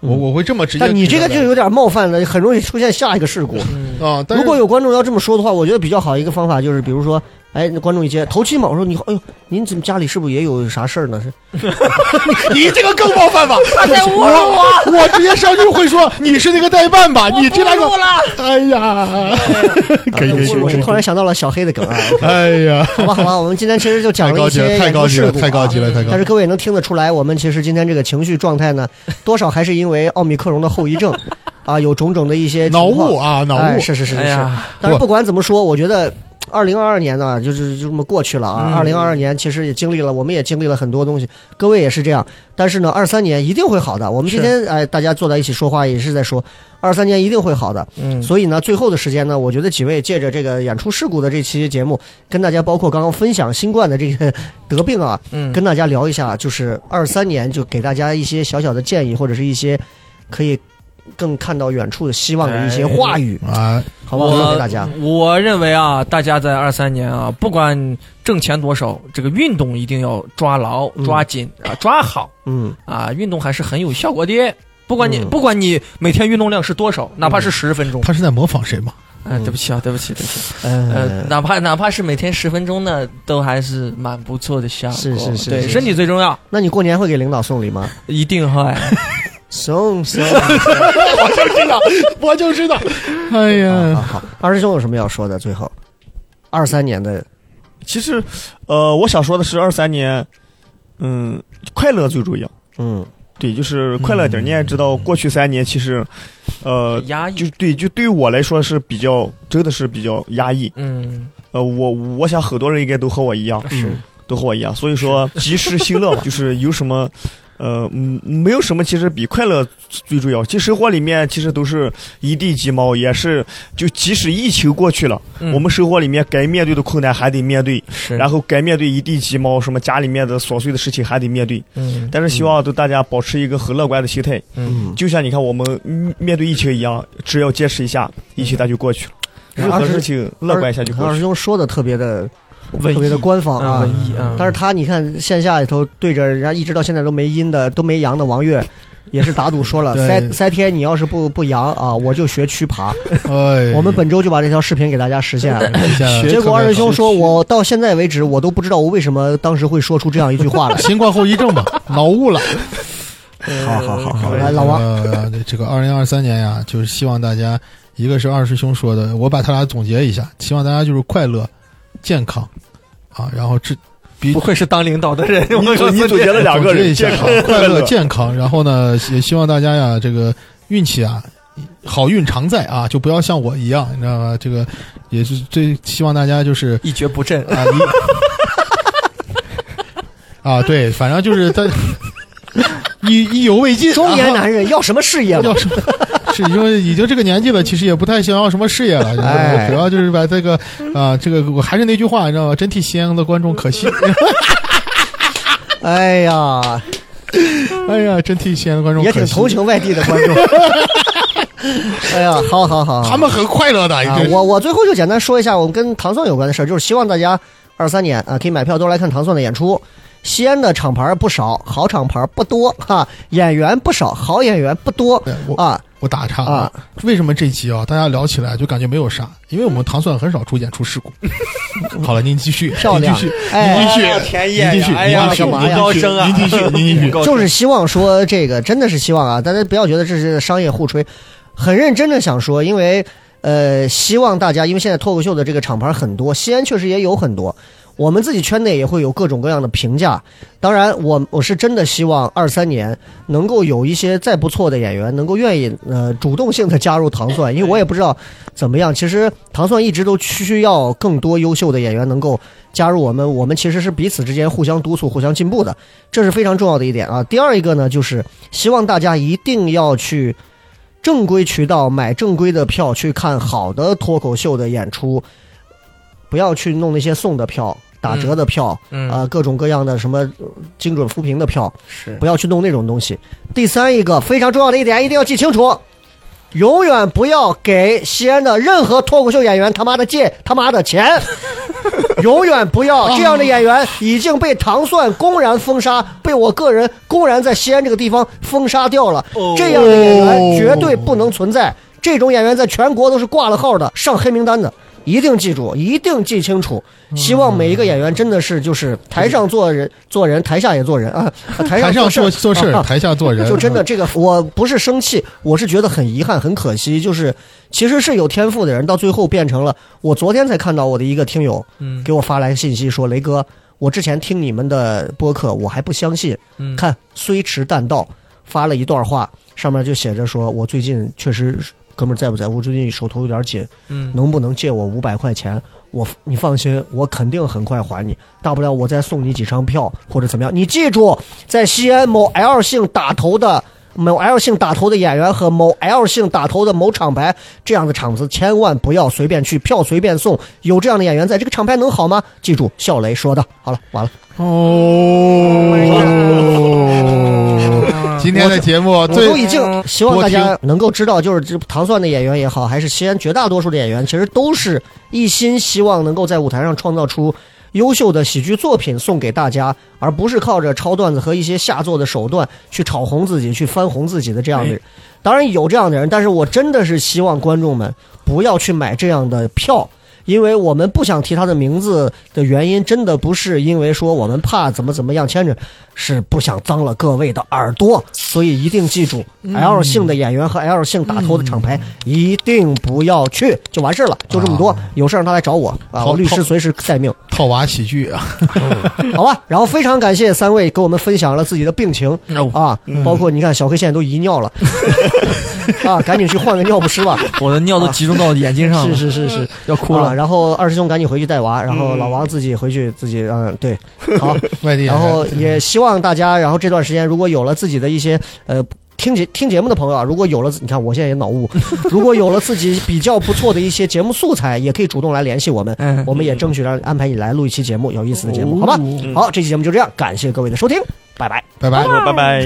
[SPEAKER 6] 我
[SPEAKER 3] 嗯
[SPEAKER 6] 我会这么直接指
[SPEAKER 3] 但
[SPEAKER 6] 出来。
[SPEAKER 3] 你这个就有点冒犯了，很容易出现下一个事故。
[SPEAKER 4] 嗯
[SPEAKER 6] 啊，但
[SPEAKER 3] 如
[SPEAKER 6] 是
[SPEAKER 3] 果有观众要这么说的话，我觉得比较好一个方法就是，比如说，哎，那观众一接头七嘛，我说你，哎呦，您怎么家里是不是也有啥事儿呢？是，
[SPEAKER 6] 你这个更冒犯吧？他在侮辱我！我直接上去会说你是那个代办吧？你这两个，哎呀，可以可以
[SPEAKER 3] 啊我我
[SPEAKER 6] 可以
[SPEAKER 3] 突然想到了小黑的梗啊，
[SPEAKER 6] 哎呀，
[SPEAKER 3] 好吧好吧，我们今天其实就
[SPEAKER 6] 太
[SPEAKER 3] 讲
[SPEAKER 6] 高
[SPEAKER 3] 一
[SPEAKER 6] 级
[SPEAKER 3] 些
[SPEAKER 6] 了，太
[SPEAKER 3] 演
[SPEAKER 6] 高
[SPEAKER 3] 出
[SPEAKER 6] 级
[SPEAKER 3] 事
[SPEAKER 6] 了，
[SPEAKER 3] 故
[SPEAKER 6] 太高
[SPEAKER 3] 啊。
[SPEAKER 6] 级了，太
[SPEAKER 3] 但
[SPEAKER 6] 高级
[SPEAKER 3] 是
[SPEAKER 6] 了。
[SPEAKER 3] 各位也能听得出来，我们其实今天这个情绪状态 呢，多少还是因为奥密克戎的后遗症啊，有种种的一些情
[SPEAKER 6] 脑
[SPEAKER 3] 况
[SPEAKER 6] 雾啊，脑
[SPEAKER 3] 哎
[SPEAKER 6] 雾！
[SPEAKER 3] 是是是是
[SPEAKER 4] 哎
[SPEAKER 3] 是。
[SPEAKER 4] 呀，
[SPEAKER 3] 但是不管怎么说，我觉得二零二二年呢，就是就这么过去了啊。
[SPEAKER 6] 嗯
[SPEAKER 3] 二零二二年其实也经历了，我们也经历了很多东西，各位也是这样。但是呢，二三年一定会好的。我们今天哎，大家坐在一起说话也是在说，二三年一定会好的。
[SPEAKER 4] 嗯
[SPEAKER 3] 所以呢，最后的时间呢，我觉得几位借着这个演出事故的这期节目，跟大家包括刚刚分享新冠的这个得病啊，
[SPEAKER 4] 嗯，
[SPEAKER 3] 跟大家聊一下，就是二三年就给大家一些小小的建议，或者是一些可以更看到远处的希望的一些话语，
[SPEAKER 6] 啊，
[SPEAKER 3] 好不好？送给大家。
[SPEAKER 4] 我认为啊，大家在二三年啊，不管挣钱多少，这个运动一定要抓牢、
[SPEAKER 3] 嗯
[SPEAKER 4] 抓紧啊、抓好
[SPEAKER 3] 嗯，
[SPEAKER 4] 啊，运动还是很有效果的。不管你、
[SPEAKER 3] 嗯
[SPEAKER 4] 不管你每天运动量是多少，哪怕是十分钟，
[SPEAKER 6] 他是在模仿谁嘛？
[SPEAKER 4] 哎，对不起啊，对不起，对不起，呃
[SPEAKER 3] 嗯呃，，
[SPEAKER 4] 哪怕哪怕是每天十分钟呢，都还是蛮不错的效果。
[SPEAKER 3] 是是是
[SPEAKER 4] 对
[SPEAKER 3] 是
[SPEAKER 4] 身体最重要，
[SPEAKER 3] 那你过年会给领导送礼吗？
[SPEAKER 4] 一定哎会。
[SPEAKER 3] 送送。
[SPEAKER 6] 我就知道， 我就知道。哎
[SPEAKER 3] 啊，
[SPEAKER 6] 呀，
[SPEAKER 3] 好，二师兄有什么要说的？最后，二三年的，
[SPEAKER 5] 其实，呃，我想说的是，二三年，嗯，快乐最重要。
[SPEAKER 3] 嗯
[SPEAKER 5] 对，就是快乐点儿。你也知道，过去三年其实，呃，
[SPEAKER 4] 压抑
[SPEAKER 5] 就，对，就对于我来说是比较，真的是比较压抑。
[SPEAKER 4] 嗯，
[SPEAKER 5] 呃，我我想很多人应该都和我一样，
[SPEAKER 4] 是
[SPEAKER 5] 都和我一样。所以说，及时行乐嘛，就是有什么，呃，嗯没有什么其实比快乐最重要。其实生活里面其实都是一地鸡毛，也是就即使疫情过去了，
[SPEAKER 4] 嗯
[SPEAKER 5] 我们生活里面该面对的困难还得面对，
[SPEAKER 4] 是，
[SPEAKER 5] 然
[SPEAKER 4] 后
[SPEAKER 5] 后该面对一地鸡毛，什么家里面的琐碎的事情还得面对。
[SPEAKER 4] 嗯
[SPEAKER 5] 但是希望都大家保持一个很乐观的心态，
[SPEAKER 4] 嗯，
[SPEAKER 3] 嗯，
[SPEAKER 5] 就像你看我们嗯面对疫情一样，只要坚持一下，疫情它就过去了。任何事情乐观一下就过
[SPEAKER 3] 嗯二
[SPEAKER 5] 去
[SPEAKER 3] 师
[SPEAKER 5] 了。
[SPEAKER 3] 兄说的特别的
[SPEAKER 4] 文
[SPEAKER 3] 特别的
[SPEAKER 4] 艺
[SPEAKER 3] 官方
[SPEAKER 4] 啊，
[SPEAKER 3] 啊。
[SPEAKER 4] 文艺啊，
[SPEAKER 3] 但是他，你看线下里头对着人家一直到现在都没阴的、都没阳的王悦， 也是打赌说了，
[SPEAKER 6] 对
[SPEAKER 3] 塞塞天你要是不不阳啊，我就学区爬。
[SPEAKER 6] 哎，
[SPEAKER 3] 我们本周就把这条视频给大家实现了。
[SPEAKER 6] 学
[SPEAKER 3] 结果二师兄说，
[SPEAKER 6] 特别好
[SPEAKER 3] 我到现在为止我都不知道我为什么当时会说出这样一句 话来。
[SPEAKER 6] 新冠后遗症吧，脑雾了。
[SPEAKER 3] 啊
[SPEAKER 5] 好好好好，
[SPEAKER 3] 来，老王，
[SPEAKER 6] 呃，这个二零二三年呀，就是希望大家，一个是二师兄说的，我把他俩总结一下，希望大家就是快乐、健康啊，然后这
[SPEAKER 4] 不愧是当领导的人，
[SPEAKER 5] 你
[SPEAKER 4] 我告
[SPEAKER 5] 总
[SPEAKER 4] 诉
[SPEAKER 5] 你总结了两个
[SPEAKER 6] 总
[SPEAKER 5] 人，
[SPEAKER 6] 结
[SPEAKER 5] 健
[SPEAKER 6] 一下
[SPEAKER 5] 康
[SPEAKER 6] 快乐、健康，然后呢，也希望大家呀，这个运气啊。好运常在啊，就不要像我一样，你知道吧？这个也是最希望大家就是
[SPEAKER 4] 一蹶不振。
[SPEAKER 6] 啊，一 啊，对，反正就是在 意意犹未尽啊，
[SPEAKER 3] 中年男人要什么事业嘛？
[SPEAKER 6] 要什么？是因为已经这个年纪了，其实也不太想要什么事业了。
[SPEAKER 3] 哎
[SPEAKER 6] 主要就是把这个啊、这个我还是那句话，你知道吧？真替西安的观众可惜，
[SPEAKER 3] 哎呀，
[SPEAKER 6] 哎呀，真替西安的观众
[SPEAKER 3] 也
[SPEAKER 6] 可
[SPEAKER 3] 挺
[SPEAKER 6] 惜
[SPEAKER 3] 同，情外地的观众。 哎呀，好好好，
[SPEAKER 6] 他们很快乐的。
[SPEAKER 3] 啊
[SPEAKER 6] 这，
[SPEAKER 3] 我我最后就简单说一下我们跟糖蒜有关的事儿，就是希望大家二三年啊可以买票多来看糖蒜的演出。西安的厂牌不少，好厂牌不多哈、演员不少，好演员不多
[SPEAKER 6] 对我
[SPEAKER 3] 啊。
[SPEAKER 6] 我打岔
[SPEAKER 3] 啊，
[SPEAKER 6] 为什么这期啊，大家聊起来就感觉没有啥？因为我们糖蒜很少出演出事故。 好了，您 继续，
[SPEAKER 3] 漂
[SPEAKER 6] 您
[SPEAKER 3] 亮
[SPEAKER 6] 继续，
[SPEAKER 3] 哎
[SPEAKER 6] 您继续
[SPEAKER 4] 哎呀，田
[SPEAKER 6] 您
[SPEAKER 4] 野
[SPEAKER 6] 继续，
[SPEAKER 4] 哎
[SPEAKER 3] 呀
[SPEAKER 6] 您继续，
[SPEAKER 3] 干嘛呀
[SPEAKER 6] 您继
[SPEAKER 4] 高
[SPEAKER 6] 续
[SPEAKER 4] 升啊
[SPEAKER 6] 您继续，您继续。
[SPEAKER 3] 就是希望说这个真的是希望啊，大家不要觉得这是商业互吹，很认真的想说，因为呃，希望大家因为现在脱口秀的这个厂牌很多，西安确实也有很多。我们自己圈内也会有各种各样的评价。当然我，我是真的希望二三年能够有一些再不错的演员能够愿意呃主动性的加入糖蒜，因为我也不知道怎么样。其实糖蒜一直都需要更多优秀的演员能够加入我们，我们其实是彼此之间互相督促、互相进步的，这是非常重要的一点啊。第二一个呢，就是希望大家一定要去。正规渠道买正规的票去看好的脱口秀的演出，不要去弄那些送的票、打折的票，
[SPEAKER 4] 嗯
[SPEAKER 3] 啊、各种各样的什么呃精准扶贫的票，
[SPEAKER 4] 是
[SPEAKER 3] 不要去弄那种东西。第三一个非常重要的一点，一定要记清楚，永远不要给西安的任何脱口秀演员他妈的借他妈的 钱，永远不要这样的演员已经被糖蒜公然封杀，被我个人公然在西安这个地方封杀掉了。
[SPEAKER 4] 哦
[SPEAKER 3] 这样的演员绝对不能存在，这种演员在全国都是挂了号的，上黑名单的。一定记住，一定记清楚。希望每一
[SPEAKER 6] 嗯
[SPEAKER 3] 个演员真的是就是台上做人做人，台下也做人啊，台
[SPEAKER 6] 台
[SPEAKER 3] 做
[SPEAKER 6] 上说做事
[SPEAKER 3] 啊
[SPEAKER 6] 儿，
[SPEAKER 3] 啊
[SPEAKER 6] 台下做人，
[SPEAKER 3] 就真的这个，我不是生气，我是觉得很遗憾，很可惜。就是其实是有天赋的人，到最后变成了我昨天才看到我的一个听友
[SPEAKER 4] 嗯
[SPEAKER 3] 给我发来信息说，雷哥，我之前听你们的播客，我还不相信，
[SPEAKER 4] 嗯
[SPEAKER 3] 看虽迟但到，发了一段话，上面就写着说我最近确实。哥们儿在不在乎？最近手头有点紧，
[SPEAKER 4] 嗯
[SPEAKER 3] 能不能借我五百块钱？我你放心，我肯定很快还你，大不了我再送你几张票或者怎么样。你记住，在西安某 L 姓打头的某 L 姓打头的演员和某 L 姓打头的某厂牌这样的场子，千万不要随便去，票随便送。有这样的演员在，这个厂牌能好吗？记住，笑雷说的。好了，完了。
[SPEAKER 4] 啊
[SPEAKER 6] 哦。今天的节目
[SPEAKER 3] 我都
[SPEAKER 6] 最
[SPEAKER 3] 已经希望大家能够知道，就是这糖蒜的演员也好，还是西安绝大多数的演员，其实都是一心希望能够在舞台上创造出优秀的喜剧作品送给大家，而不是靠着抄段子和一些下作的手段去炒红自己、去翻红自己的这样的人。当然有这样的人，但是我真的是希望观众们不要去买这样的票。因为我们不想提他的名字的原因，真的不是因为说我们怕怎么怎么样牵扯，是不想脏了各位的耳朵，所以一定记住、L 姓的演员和 L 姓打头的厂牌、一定不要去，就完事儿了，就这么多。有事儿让他来找我啊，
[SPEAKER 6] 好
[SPEAKER 3] 我律
[SPEAKER 6] 好
[SPEAKER 3] 师随时待命，
[SPEAKER 6] 套娃喜剧啊，
[SPEAKER 3] 好吧？然后非常感谢三位给我们分享了自己的病情啊，包括你看小黑现在都遗尿了 啊，赶紧去换个尿不湿吧。
[SPEAKER 4] 我的尿都集中到眼睛上了，
[SPEAKER 3] 是是是是，
[SPEAKER 4] 要哭
[SPEAKER 3] 啊
[SPEAKER 4] 了。
[SPEAKER 3] 然后二师兄赶紧回去带娃，然
[SPEAKER 4] 嗯
[SPEAKER 3] 后老王自己回去自己嗯 对，好，
[SPEAKER 6] 外地人。
[SPEAKER 3] 然后也希望大家，然后这段时间如果有了自己的一些呃。听节听节目的朋友啊，如果有了，你看我现在也脑雾， 如果有了自己比较不错的一些节目素材，也可以主动来联系我们，
[SPEAKER 4] 嗯哦
[SPEAKER 3] 我们也争取让安排你来录一期节目，有意思的节目，好吧？好，这期节目就这样，感谢各位的收听，拜拜。
[SPEAKER 6] 拜拜。
[SPEAKER 5] 拜拜。